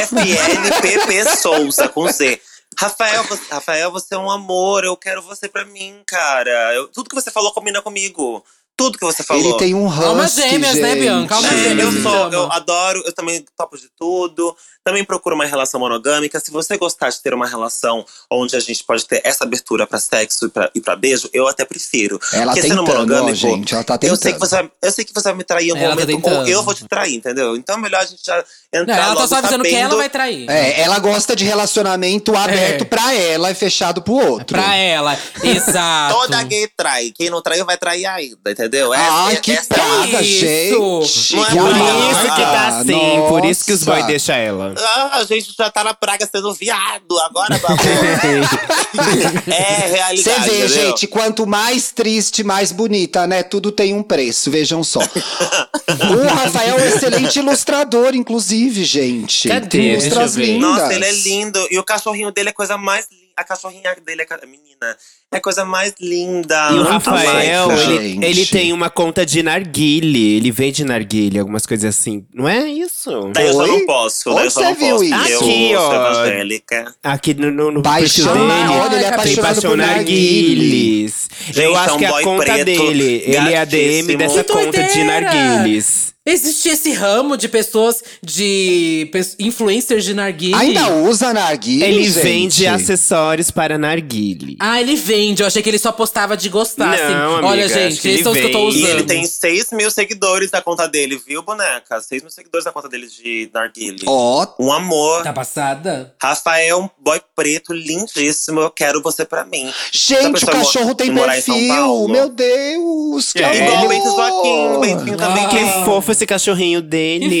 S4: FNPP Souza, com Z. Rafael você, Rafael, você é um amor. Eu quero você pra mim, cara. Eu- tudo que você falou combina comigo. Tudo que você falou.
S2: Ele tem um husky,
S3: Almas gêmeas,
S2: gente.
S3: né, Bianca? Almas
S4: É,
S3: gêmeas.
S4: eu sou,
S3: Chama.
S4: eu adoro, eu também topo de tudo. Também procuro uma relação monogâmica. Se você gostar de ter uma relação onde a gente pode ter essa abertura pra sexo e pra, e pra beijo, eu até prefiro.
S2: Ela tá
S4: Porque sendo
S2: tentando, ó,
S4: monogâmico,
S2: gente. Ela tá tentando.
S4: Eu sei, que você vai, eu sei que você vai me trair em algum
S3: Ela tá
S4: momento, ou
S3: tentando.
S4: eu vou te trair, entendeu? Então é melhor a gente já entrar
S3: Não, ela tá
S4: logo
S3: só avisando que ela
S4: sabendo
S3: vai trair.
S2: É, ela gosta de relacionamento aberto pra ela e fechado pro outro.
S3: Pra ela. Exato.
S4: [laughs] Toda gay trai. Quem não traiu vai trair ainda, entendeu? Essa- é,
S2: Ai, que
S4: essa-
S2: praga,
S3: isso?
S2: gente.
S4: Não é
S2: Que
S4: por
S2: amada.
S1: Por isso que tá
S2: Ah,
S1: assim, por isso que os boys deixam ela.
S4: Ah, a gente já tá na praga sendo viado agora,
S2: [laughs]
S4: babu. [laughs] é
S2: Você
S4: realidade.
S2: vê,
S4: entendeu?
S2: gente, quanto mais triste, mais bonita, né? Tudo tem um preço, vejam
S1: [laughs]
S2: só. o Rafael é um excelente ilustrador, inclusive, gente.
S1: Cadê?
S2: Tem
S1: Deixa
S2: ilustras
S1: eu ver.
S2: lindas.
S4: Nossa, ele é lindo. E o cachorrinho dele é coisa mais linda. A cachorrinha dele é. ca- Menina, é coisa mais linda.
S1: E o
S4: A
S1: Rafael,
S4: Maica.
S1: ele,
S2: gente.
S1: ele tem uma conta de narguile, ele vende narguile, algumas coisas assim. Não é isso?
S4: Daí eu só
S2: Oi?
S4: não posso. daí
S2: Onde
S4: eu só
S2: você
S4: não
S2: viu
S4: posso.
S2: isso?
S4: Eu
S1: Aqui,
S4: sou
S1: ó.
S4: evangélica.
S1: Aqui no, no, no perfil
S2: Paixão,
S1: dele.
S2: olha, ele é
S3: Ai,
S1: Tem
S2: apaixonado
S1: paixão
S2: por narguile.
S1: narguiles.
S4: Gente,
S1: eu acho
S4: é um
S1: que a
S4: boy
S1: conta
S4: preto,
S1: dele, ele é ADM
S4: gatíssimo.
S1: dessa
S3: Que
S1: conta de
S3: doideira!
S1: narguiles.
S3: Existe esse ramo de pessoas, de pe- influencers de narguilha.
S2: Ainda usa narguilha,
S1: Ele
S2: gente?
S1: vende acessórios para narguile.
S3: Ah, ele vende. Eu achei que ele só postava de gostar, assim.
S1: Não, amiga,
S3: Olha,
S1: acho
S3: gente,
S1: que
S3: esses
S1: ele
S3: são os que eu tô
S1: vende.
S3: usando.
S4: E ele tem 6 mil seguidores na conta dele, viu, boneca? 6 mil seguidores na conta dele de Narguile.
S2: Ó,
S4: Um amor.
S3: Tá passada?
S4: Rafael, um boy preto lindíssimo. Eu quero você pra mim. Essa
S2: gente, o
S4: pessoa
S2: cachorro
S4: mora-
S2: tem
S4: morar em São
S2: perfil.
S4: Paulo.
S2: Meu Deus, que
S1: É,
S4: Igual o Bento Joaquim. O
S2: amor.
S4: Bentinho também.
S3: Ah.
S4: que
S1: Que fofo esse cachorrinho dele.
S3: Que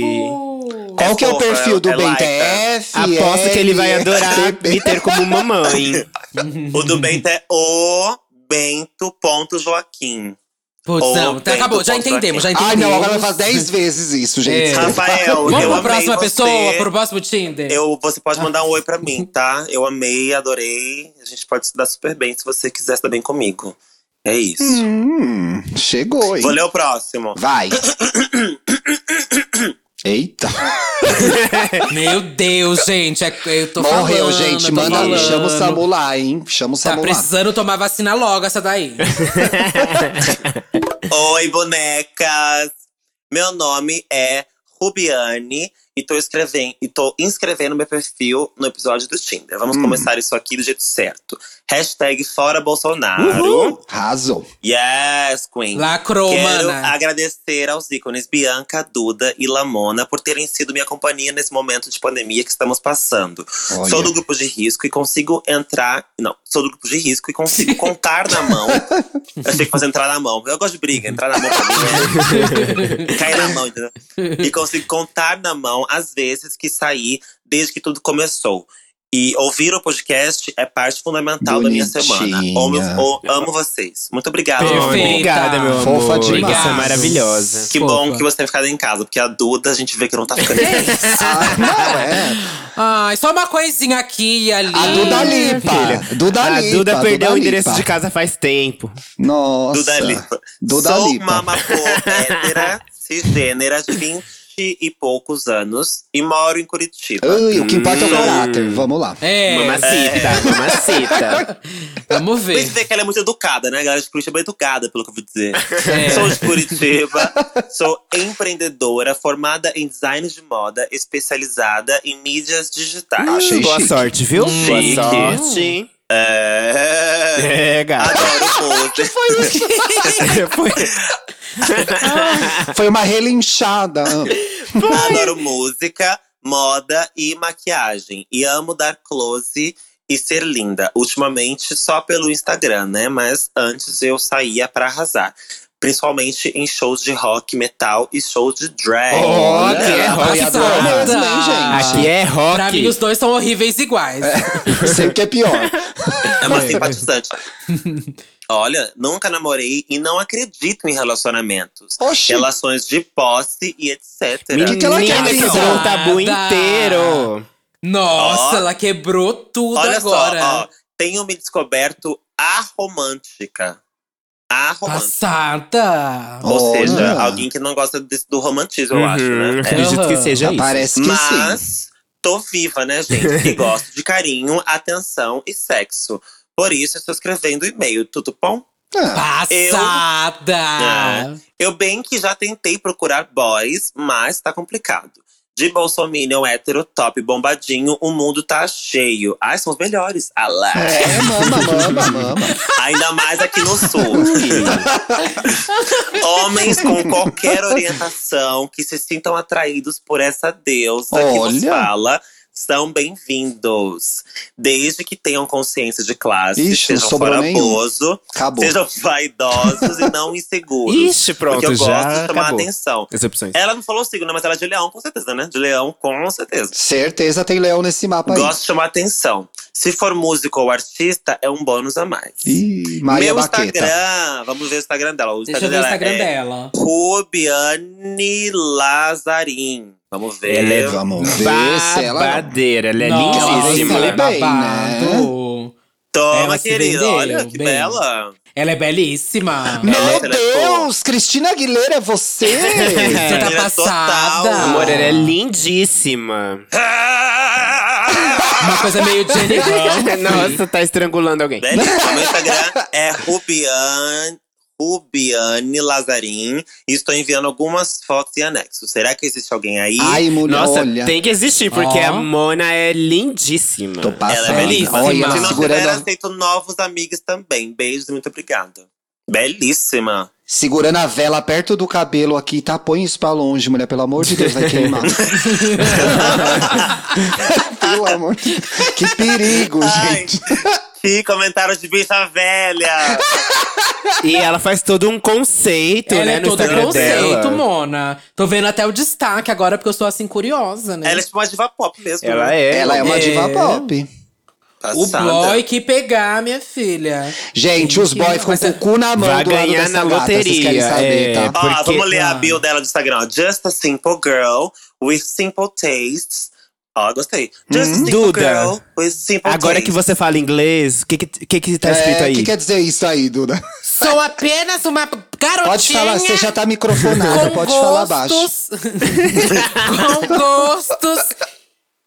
S3: fofo!
S2: Qual que é o
S4: Fofo,
S2: perfil
S4: é-
S2: do
S4: é
S2: Bento?
S4: laica.
S2: É F,
S1: Aposto que ele vai
S2: L,
S1: adorar
S2: TP.
S1: me ter como
S4: [laughs]
S1: mamãe.
S4: O do Bento é o Bento.Joaquim.
S3: Putz,
S4: Ô,
S3: não. tá,
S4: Bento,
S3: acabou, já
S4: posso
S3: entendemos, já entendemos.
S2: Ai, não, agora vai fazer 10 vezes isso, gente.
S3: É.
S4: Rafael,
S3: Vamos
S4: eu
S3: pra
S4: amei
S3: próxima
S4: você.
S3: pessoa, pro próximo Tinder?
S4: Eu, você pode mandar um oi pra mim, tá? Eu amei, adorei. A gente pode se dar super bem se você quiser se dar bem comigo. É isso.
S2: Hum, chegou, hein?
S4: Vou ler o próximo.
S2: Vai. Eita.
S3: Meu Deus, gente, é- eu tô
S2: Morreu,
S3: falando,
S2: gente.
S3: eu tô
S2: Manda,
S3: falando.
S2: chama o Samu lá, hein? Chama o
S3: Tá
S2: Samu lá.
S3: precisando tomar vacina logo essa daí.
S4: Oi, bonecas! Meu nome é Rubiane e tô, escrevendo, e tô inscrevendo meu perfil no episódio do Tinder. Vamos começar isso aqui do jeito certo. Hashtag Fora Bolsonaro.
S2: Arrasou.
S4: Yes, Queen.
S3: Lacrou,
S4: Quero
S3: mana.
S4: agradecer aos ícones Bianca, Duda e Lamona por terem sido minha companhia nesse momento de pandemia que estamos passando.
S2: Olha.
S4: Sou do grupo de risco e consigo entrar. Não, sou do grupo de risco e consigo contar na
S2: [laughs]
S4: mão. Eu achei que fosse entrar na mão. Eu gosto de briga, entrar na mão pra mim. é- Cair na mão, entendeu? E consigo contar na mão as vezes que saí desde que tudo começou. E ouvir o podcast é parte fundamental da minha semana. Amo,
S2: Bonitinha.
S4: o- amo vocês. Muito obrigado.
S1: Oh,
S3: Perfeita.
S1: Obrigada, meu amor.
S2: Fofa demais.
S1: Você é maravilhosa.
S4: Que
S3: Fofa.
S4: bom que você tem ficado em casa, porque a Duda a gente vê que não tá ficando em casa.
S2: Ah, não, é.
S3: Ai, só uma coisinha aqui e ali.
S2: A Duda Lipa. Duda
S1: a
S2: Lipa.
S1: Duda perdeu o endereço
S2: Lipa.
S1: de casa faz tempo.
S2: Nossa.
S4: Duda Lipa.
S2: Duda
S4: Sou
S2: Lipa.
S4: uma mapô
S2: [laughs]
S4: hétera, cisgênera, de 20 e poucos anos, e moro em Curitiba.
S2: Ai, o que importa é
S4: Hum.
S2: o caráter. Vamos lá.
S3: É,
S1: Mamacita, mamacita.
S3: vamos
S4: Por
S3: ver.
S4: isso que ela é muito educada, né? A galera de Curitiba é educada, pelo que eu vou dizer.
S3: É.
S4: Sou de Curitiba, sou empreendedora, formada em design de moda, especializada em mídias digitais.
S2: Achei
S1: Hum, Boa
S2: chique.
S1: sorte, viu?
S4: Chique.
S1: Boa sorte.
S2: [laughs]
S4: É...
S1: É,
S4: [laughs]
S1: gata.
S4: Adoro muito.
S1: Foi- É.
S2: Foi
S1: [laughs]
S2: uma relinchada.
S4: Adoro música, moda e maquiagem. E amo dar close e ser linda. Ultimamente só pelo Instagram, né? Mas antes eu saía pra arrasar. Principalmente em shows de rock, metal e shows de drag.
S1: Ó, que é rock.
S2: Apoiadora mesmo, hein, gente?
S1: Aqui é rock.
S3: Pra mim, os dois são horríveis iguais.
S2: Sei o que é
S4: [laughs]
S2: pior.
S4: É uma
S3: [laughs]
S4: simpatizante. Olha, nunca namorei e não acredito em relacionamentos.
S1: É
S2: Oxi.
S4: Relações de posse e etc.
S1: Menina,
S2: que ela quer,
S1: que
S2: então?
S1: quebrou o tabu
S3: Nada.
S1: inteiro.
S3: Nossa,
S4: Ó.
S3: ela quebrou tudo
S4: Olha
S3: agora.
S4: só, ó. Tenho me descoberto aromântica. Aromântica.
S3: Passada.
S4: Ou
S2: Olha.
S4: seja, alguém que não gosta desse- do romantismo, eu acho,
S1: Uhum,
S4: né? É.
S1: Acredito que
S3: Aham.
S1: seja isso.
S2: Parece que
S4: Mas
S2: sim.
S4: tô viva, né, gente? E gosto de carinho, atenção e sexo. Por isso, estou escrevendo e-mail, tudo bom?
S2: Ah,
S3: Passada.
S4: Eu Ah, bem que já tentei procurar boys, mas tá complicado. De bolsominion, hétero, top, bombadinho, o mundo tá cheio. Ai, são os melhores. Alá.
S2: é, mama, mama,
S4: [laughs]
S2: mama.
S4: Ainda mais aqui no sul. Homens com qualquer orientação que se sintam atraídos por essa deusa que nos
S2: Olha.
S4: fala são bem-vindos. Desde que tenham consciência de classe,
S2: Ixi, não
S4: sejam
S2: sobrou
S4: faraboso,
S2: Acabou.
S4: sejam vaidosos e não inseguros.
S1: Ixi, pronto,
S4: porque eu
S1: já
S4: gosto de chamar
S1: acabou.
S4: atenção.
S1: As opções.
S4: Ela não falou o signo, mas ela é de leão, com certeza, né? De leão, com certeza.
S2: Certeza tem leão nesse mapa aí.
S4: Gosto de chamar atenção. Se for músico ou artista, é um bônus a mais.
S2: Ih, Maria
S4: Meu
S2: é Baqueta.
S4: Instagram, vamos ver o Instagram dela. O
S3: Deixa
S4: Instagram
S3: eu ver o
S4: dela
S3: Instagram
S4: é
S3: dela.
S4: Rubiane Lazarim. Vamos ver.
S1: Ela é
S2: Vamos ver se ela…
S1: Babadeira, ela é
S3: Nossa,
S1: lindíssima.
S3: ela é
S2: Bem, né?
S3: babado.
S4: Toma,
S3: Ela se
S4: querida.
S3: vendeu
S4: Olha que
S3: bem. [laughs]
S4: bela.
S3: Ela é belíssima.
S2: Meu
S4: Ela é- ela é boa.
S2: Deus, Cristina Aguilera é
S4: [laughs]
S2: você!
S3: Você tá
S4: Ela é
S3: passada.
S4: total.
S1: Amor, ela é
S4: [laughs]
S1: lindíssima.
S3: Uma coisa meio Jenny Hunt.
S1: Nossa, tá estrangulando alguém.
S4: Belíssima. Meu Instagram é Rubiane. Rubiane Lazarim. E estou enviando algumas fotos e anexos. Será que existe alguém aí?
S2: Ai, mulher,
S1: Nossa,
S2: olha.
S1: tem que existir, porque
S3: Ó.
S1: a Mona é lindíssima.
S2: Tô
S4: ela é
S2: passando.
S4: belíssima.
S2: olha,
S4: Se
S2: ela
S4: não
S2: segurando,
S4: tiver,
S2: a,
S4: aceito novos amigos também. Beijos, muito obrigada. Belíssima.
S2: segurando a vela perto do cabelo aqui, tá? Põe isso pra longe, mulher. Pelo amor de Deus, vai
S4: [laughs]
S2: queimar. pelo amor de Deus. Que perigo,
S4: Ai,
S2: gente.
S4: que comentário de bicha velha!
S1: [laughs] E ela faz todo um conceito,
S3: Ela
S1: né,
S3: é
S1: no
S3: todo
S1: Instagram
S3: conceito,
S1: dela.
S3: Mona. Tô vendo até o destaque agora, porque eu sou assim curiosa, né?
S4: Ela é tipo uma diva pop mesmo. né?
S1: Ela é.
S2: Ela é uma
S3: É.
S2: diva pop.
S3: O
S4: Passada.
S3: boy que pegar, minha filha.
S2: Gente, os boys ficam
S3: Mas
S2: com o cu na mão
S1: vai
S2: do lado
S1: ganhar na
S2: dessa gata, vocês querem
S1: loteria,
S2: saber,
S1: é.
S2: tá?
S4: Ó,
S1: Porque-
S4: vamos ler a
S3: Ah.
S4: bio dela do Instagram. ó. Just a simple girl with simple tastes. Ó, gostei. Just a simple
S1: Hum? Duda,
S4: girl with simple
S1: Agora que
S4: tastes.
S1: você fala inglês, o que que, que que tá escrito
S2: É,
S1: aí?
S2: que quer dizer isso aí, Duda?
S3: Sou apenas uma garotinha.
S2: Pode falar, você já tá microfonada,
S3: com
S2: pode
S3: gostos,
S2: falar baixo.
S3: [laughs] com gostos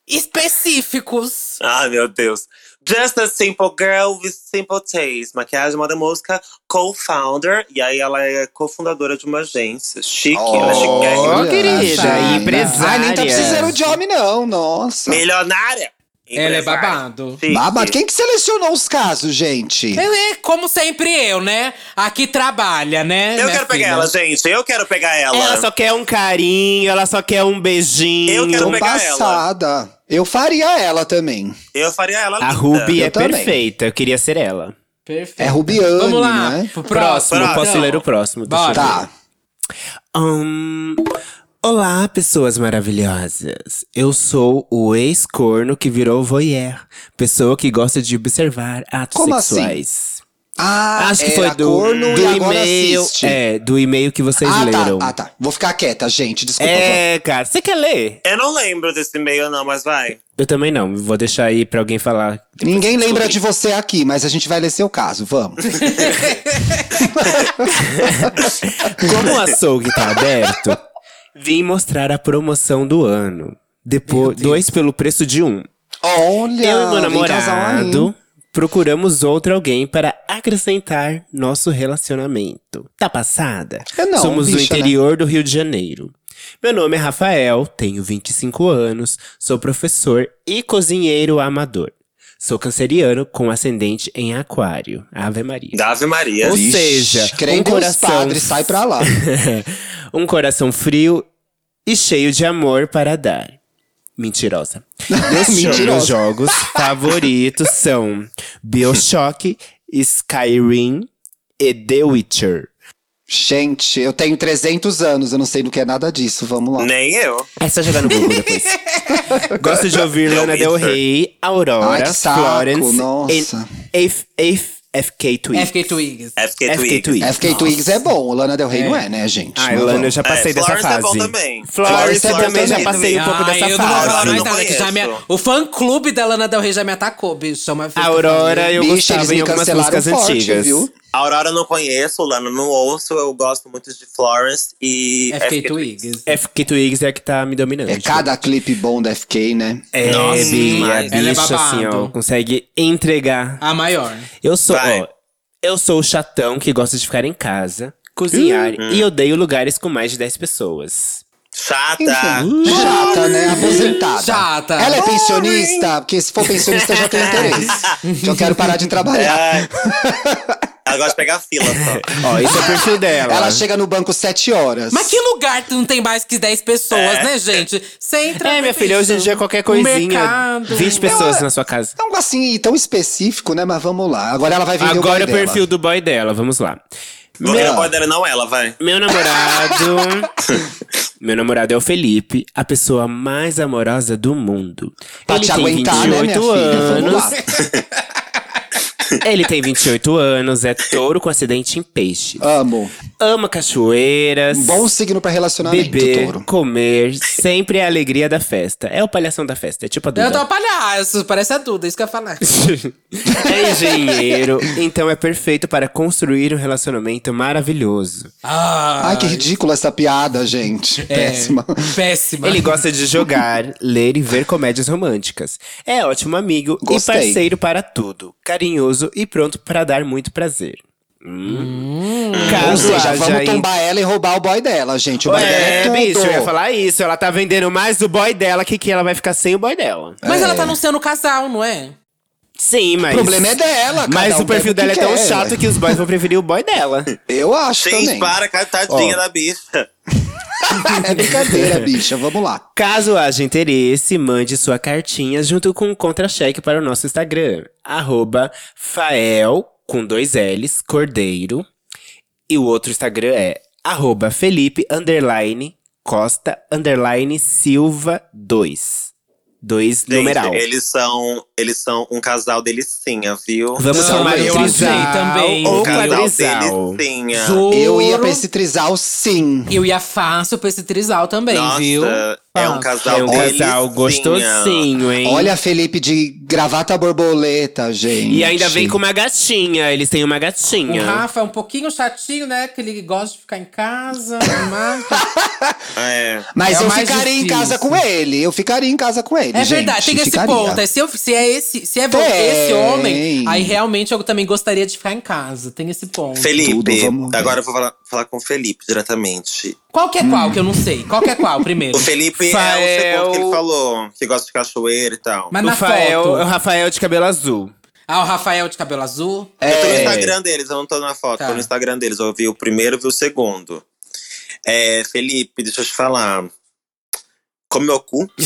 S3: específicos.
S4: Ai, Ah, meu Deus. Just a simple girl with simple tastes. Maquiagem, moda, e música, co-founder. E aí ela é cofundadora de uma agência. Chique, ela é chique.
S1: Ó, querida,
S2: Saina.
S1: empresária.
S2: Ah, nem tá precisando de homem, não, nossa.
S4: Milionária.
S3: Ela é
S4: Empresária.
S3: babado.
S4: Chique.
S2: Babado, quem que selecionou os casos, gente?
S3: É, é, como sempre eu, né? Aqui trabalha, né?
S4: Eu
S3: minha
S4: quero pegar
S3: filha?
S4: ela, gente. Eu quero pegar ela.
S1: Ela só quer um carinho, ela só quer um beijinho.
S4: Eu quero
S2: Tô
S4: pegar ela.
S2: passada. Eu faria ela também.
S4: Eu faria ela
S1: A
S4: linda.
S1: Ruby
S2: Eu
S1: é
S2: também.
S1: perfeita, eu queria ser ela.
S3: Perfeito.
S2: É Rubiane,
S3: Vamos lá.
S2: né?
S3: Pro próximo.
S1: Próximo,
S4: próximo.
S1: posso ler o próximo. deixa
S3: Bora.
S1: eu ver.
S2: Tá.
S1: Ahn, Olá, pessoas maravilhosas. Eu sou o ex-corno que virou voyeur. Pessoa que gosta de observar atos
S2: Como assim?
S1: sexuais.
S2: Ah,
S1: Acho que
S2: era
S1: foi do,
S2: corno
S1: do
S2: e agora
S1: e-mail.
S2: assiste.
S1: É, do e-mail que vocês
S2: ah,
S1: leram.
S2: tá. Ah, tá. Vou ficar quieta, gente. Desculpa. vó.
S1: É, cara, você quer ler?
S4: Eu não lembro desse e-mail, não, mas vai.
S1: Eu também não. Vou deixar aí pra alguém falar.
S2: Ninguém lembra de você aqui, mas a gente vai ler seu caso. Vamos.
S1: Como o açougue tá
S2: [laughs]
S1: aberto, vim mostrar a promoção do ano. Depois, dois pelo preço de um.
S2: Olha,
S1: Eu e meu
S2: vem casar um aí.
S1: namorado procuramos outro alguém para acrescentar nosso relacionamento. Tá passada?
S2: Eu não,
S1: Somos do
S2: bicha, né?
S1: interior do Rio de Janeiro. Meu nome é Rafael, tenho 25 anos, sou professor e cozinheiro amador. Sou canceriano com ascendente em aquário. Ave Maria.
S4: Dave Maria.
S1: Ou
S2: Vixe,
S1: seja,
S2: creio
S1: um
S2: que os
S1: coração.
S2: padres sai
S1: [laughs]
S2: pra lá.
S1: [laughs] um coração frio e cheio de amor para dar. Mentirosa. Meus, jo-
S2: Mentirosa.
S1: meus
S2: [laughs]
S1: jogos favoritos são Bioshock, Skyrim e The Witcher.
S2: Gente, eu tenho 300 anos, eu não sei do que é nada disso. Vamos lá.
S4: Nem eu.
S1: É só jogar no Google
S2: [laughs]
S1: depois. Gosto de ouvir Lana Del Rey, Aurora,
S2: Ai, que saco,
S1: Florence
S2: nossa.
S1: e Eif- Eif- FK Twigs.
S3: FK Twigs.
S4: FK
S1: FK
S4: Twigs.
S1: Twigs.
S2: FK Twigs é bom, o Lana Del Rey não é, né, gente?
S1: Ai,
S2: Não
S1: Ah, Lana, eu
S2: vamos.
S1: já passei
S4: É,
S1: dessa
S4: Florence é
S1: fase.
S4: bom também.
S1: Flores
S4: Florence é bom
S1: também já
S4: também.
S1: passei um pouco
S3: Ai,
S1: dessa
S3: Ah, eu não vou falar
S4: Eu
S1: fase.
S4: não
S3: mais nada, que já me,
S4: conheço.
S3: o fã-clube da Lana Del Rey já me atacou, bicho. É Uma
S1: A Aurora eu
S2: Bicho, eles
S1: gostava em
S2: me
S1: algumas
S2: cancelaram
S1: músicas
S2: forte,
S1: antigas.
S2: viu?
S4: Aurora eu não conheço, Lana não ouço. Eu gosto muito de Florence e é
S3: FK Twigs.
S1: FK Twigs é a que tá me dominando.
S2: É cada clipe bom da FK, né?
S1: É,
S4: Nossa,
S1: Bi, a
S4: demais.
S1: bicha,
S3: Ela é
S1: assim, ó,
S3: babado.
S1: consegue entregar.
S3: A maior.
S1: Eu sou,
S4: Vai.
S1: ó, eu sou o chatão que gosta de ficar em casa, cozinhar e odeio lugares com mais de 10 pessoas.
S4: Chata.
S2: Chata, né? Aposentada.
S3: Chata.
S2: Ela é pensionista, porque se for pensionista eu já tenho
S1: [laughs]
S2: interesse. Já quero parar de [laughs] trabalhar.
S4: É. Ela gosta de pegar fila só.
S1: Ó, esse é o perfil dela.
S2: [laughs] Ela chega no banco sete horas.
S3: Mas que lugar que não tem mais que 10 pessoas,
S4: É.
S3: né, gente? Você entra.
S1: É, minha
S3: no
S1: filha, hoje em
S3: bicho.
S1: dia qualquer
S3: Um
S1: coisinha,
S3: mercado.
S1: 20 pessoas na sua casa.
S2: É algo assim tão específico, né? Mas vamos lá. Agora ela vai vender
S1: Agora
S2: o
S1: o
S2: boy
S1: perfil tá do boy dela, vamos lá.
S4: Vou ver a voz dela, não ela, vai.
S1: Meu namorado. meu namorado é o Felipe, a pessoa mais amorosa do mundo.
S2: Pra
S1: ele
S2: te
S1: tem
S2: aguentar, né, minha
S1: 28
S2: filha? Vamos
S1: anos.
S2: lá.
S1: Ele tem 28 anos, é touro com acidente em peixe.
S2: Amo.
S1: Ama cachoeiras.
S2: Um bom signo pra relacionamento,
S1: Beber,
S2: touro.
S1: comer, sempre é a alegria da festa. É o palhação da festa, é tipo a
S3: Eu tô [laughs]
S1: Duda.
S3: palhaço, parece a Duda, isso que eu
S1: [laughs]
S3: ia falar.
S1: é engenheiro, então é perfeito para construir um relacionamento maravilhoso.
S3: Ah,
S2: Ai, que ridícula essa piada, gente.
S3: é.
S2: Péssima.
S1: Tá,
S3: Péssima.
S1: Ele gosta de jogar, ler e ver comédias românticas. É ótimo amigo
S2: Gostei.
S1: e parceiro para tudo. Carinhoso e pronto para dar muito prazer. Hum.
S2: Ou
S1: Caso
S2: seja,
S1: haja
S2: vamos
S1: in-
S2: tombar ela e roubar o boy dela, gente. O boy
S1: É,
S2: dela é
S1: bicho,
S2: tudo.
S1: eu ia falar isso. Ela tá vendendo mais do boy dela que que ela vai ficar sem o boy dela.
S3: Mas ela
S2: É.
S3: tá anunciando o casal, não é?
S1: Sim, mas.
S2: O problema é dela, cada
S1: Mas
S2: um
S1: o perfil
S2: bebe
S1: dela
S2: o
S1: é
S2: que
S1: tão
S2: quer,
S1: chato
S2: ué.
S1: que os boys vão preferir o boy
S2: [laughs]
S1: dela.
S2: Eu acho
S4: Gente,
S2: também.
S4: para, cara, tadinha
S1: Ó.
S4: da bicha.
S2: [laughs] É brincadeira, bicha. Vamos lá.
S1: Caso haja interesse, mande sua cartinha junto com o contra-cheque para o nosso Instagram. Arroba Fael, com dois L's, Cordeiro. E o outro Instagram é arroba Felipe, underline, Costa, underline, Silva, 2. 2
S4: Gente,
S1: numeral.
S4: Eles são, eles são um casal delicinha, viu?
S1: Vamos
S3: Não,
S1: chamar de
S3: eu
S1: trisal
S3: achei também.
S1: ou
S4: um casal
S1: quadrisal.
S4: delicinha.
S3: Juro.
S2: Eu ia pra esse trisal, sim.
S3: Eu ia fácil pra esse trisal também,
S4: Nossa,
S3: viu?
S4: é
S3: Ah.
S4: um casal
S1: É um casal
S4: delicinha.
S1: gostosinho, hein?
S2: Olha a Felipe de gravata borboleta, gente.
S1: e ainda vem com uma gatinha. Eles têm uma
S3: O
S1: gatinha.
S3: Rafa é um pouquinho chatinho, né? Que ele gosta de ficar em casa, mas...
S4: É.
S2: Mas
S3: É
S2: eu
S3: mais
S2: ficaria em
S3: difícil.
S2: casa com ele. Eu ficaria em casa com ele.
S3: É
S2: gente,
S3: verdade, tem esse
S2: ficaria.
S3: ponto. É, Se, eu- se é esse, se é vo-
S2: Tem.
S3: esse homem, aí realmente eu também gostaria de ficar em casa. Tem esse ponto.
S4: Felipe,
S2: Tudo, vamos ver.
S4: agora eu vou falar, falar com o Felipe diretamente.
S3: Qual que é qual? Que eu não sei. Qual que é qual primeiro?
S4: [laughs] O Felipe é
S1: Fael.
S4: o segundo que ele falou, que gosta de cachoeira e tal.
S3: Mas
S1: O
S3: tá na
S1: Rafael,
S3: foto.
S1: é o Rafael de cabelo azul.
S3: Ah, o Rafael de cabelo azul.
S4: Eu tô no
S1: [laughs]
S2: É.
S4: Instagram deles, eu não tô na foto,
S3: Tá.
S4: tô no Instagram deles. Eu vi o primeiro, vi o segundo. É, Felipe, deixa eu te falar. Come meu cu?
S3: É,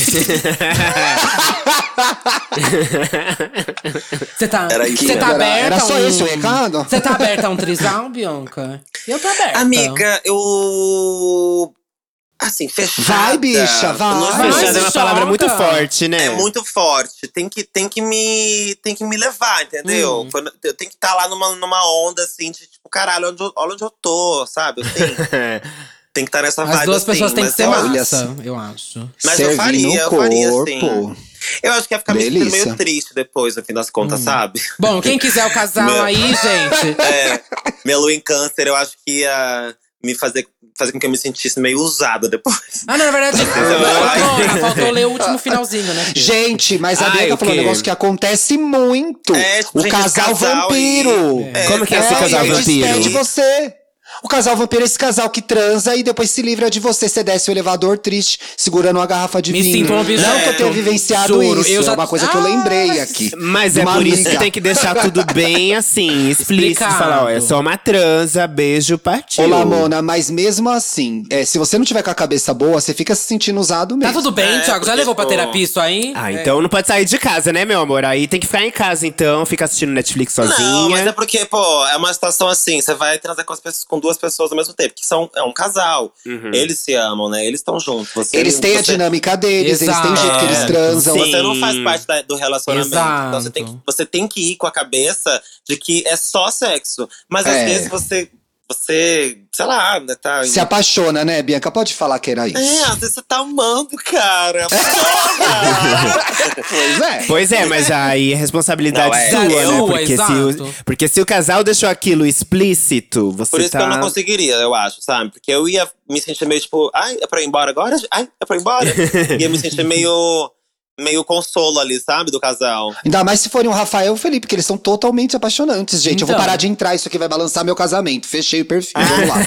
S3: Você tá,
S4: Era isso.
S3: você tá
S2: Era-
S3: aberta
S2: era
S3: a
S2: só é
S3: um-
S2: esse o recado?
S3: Você tá aberta a um trisal, Bianca? Eu tô aberta.
S4: Amiga, eu. Assim, fechada.
S2: Vai, bicha, vai.
S4: Não,
S3: Vai,
S1: Fechada é uma
S3: Nossa,
S1: palavra muito
S3: choca.
S1: forte, né?
S4: É muito forte. Tem que, tem que, me, tem que me levar, entendeu?
S3: Hum.
S4: Quando- Eu tenho que estar lá numa, numa onda, assim, de tipo, caralho, onde eu- olha onde eu tô, sabe? Assim,
S1: [laughs]
S4: tem que estar nessa
S3: As
S4: vibe,
S3: duas
S4: assim,
S3: pessoas têm que
S4: mas
S3: ser
S4: eu-
S2: olha
S3: massa, eu acho.
S4: Mas eu
S2: Servir
S4: faria, eu
S2: no
S4: faria, assim.
S2: corpo.
S4: Eu acho que ia ficar me sentindo
S2: Delícia.
S4: meio triste depois, no fim das contas, sabe?
S3: Bom, quem quiser o casal
S4: Meu-
S3: aí, gente.
S4: É, [laughs] minha lua em câncer, eu acho que ia me fazer, fazer com que eu me sentisse meio usada depois.
S3: Ah, não, na verdade, faltou, faltou ler o último finalzinho, né?
S2: Gente, mas a
S1: Ai,
S2: Bianca
S1: o
S2: falou um
S1: quê?
S2: negócio que acontece muito.
S4: É, tipo,
S2: o
S4: gente,
S2: casal,
S4: esse casal
S2: vampiro.
S4: aí. É,
S1: Como que é esse
S4: é,
S1: casal
S4: e
S2: ele Despede
S1: vampiro?
S2: você. O casal vampiro é esse casal que transa e depois se livra de você. Você desce o elevador triste, segurando uma garrafa de
S3: Me
S2: vinho.
S3: sinto um objeto.
S2: Não que eu tenha vivenciado
S3: Juro,
S2: isso.
S3: eu já-
S2: É uma coisa que eu
S3: Ah,
S2: lembrei aqui.
S1: Mas
S2: de
S1: é
S2: uma
S1: por isso que
S2: amiga.
S1: tem que deixar tudo bem
S3: [laughs]
S1: assim, explícito.
S3: Explicado.
S1: Falar, ó, é só uma transa, beijo, partiu.
S2: Olá, Mona, mas mesmo assim, é, se você não tiver com a cabeça boa, você fica se sentindo usado
S3: Tá
S2: mesmo.
S3: tudo bem,
S4: É,
S3: Thiago? Já
S4: porque,
S3: levou pra
S4: pô,
S3: terapia isso aí?
S1: Ah, então não pode sair de casa, né, meu amor? Aí tem que ficar em casa, então. Fica assistindo Netflix sozinha.
S4: Não, mas é porque, pô, é uma situação assim, você vai transar com as pessoas, com duas pessoas ao mesmo tempo, que são é um casal.
S1: Uhum. Hum.
S4: Eles se amam, né? Eles estão juntos. Você-
S2: Eles têm a
S4: você- É.
S2: dinâmica deles, eles
S3: Exato.
S2: têm o jeito que eles transam.
S1: Sim.
S4: Você não faz parte da- do relacionamento.
S3: Exato.
S4: Então você tem, que, você tem que ir com a cabeça de que é só sexo. Mas às
S2: É.
S4: vezes você. Você, sei lá, né, tá.
S2: Se apaixona, né, Bianca? Pode falar que era isso.
S4: É, às vezes você tá amando,
S2: [laughs]
S4: cara.
S2: tá.
S4: Porra!
S2: Pois é.
S1: Pois é, mas aí é responsabilidade
S4: Não, é.
S1: sua, né?
S3: Sua,
S1: Porque se,
S3: exato.
S1: o, porque se o casal deixou aquilo explícito, você
S4: Por isso
S1: tá.
S4: que eu não conseguiria, eu acho, sabe? Porque eu ia me sentir meio tipo, ai, é pra eu ir embora agora? Ai, é pra eu ir embora? ia me sentir meio. meio consolo ali, sabe? Do casal.
S2: Ainda mais se forem o Rafael e o Felipe, que eles são totalmente apaixonantes, gente. Eu vou
S3: Então.
S2: parar de entrar, isso aqui vai balançar meu casamento. Fechei o perfil, vamos
S3: [laughs]
S2: lá.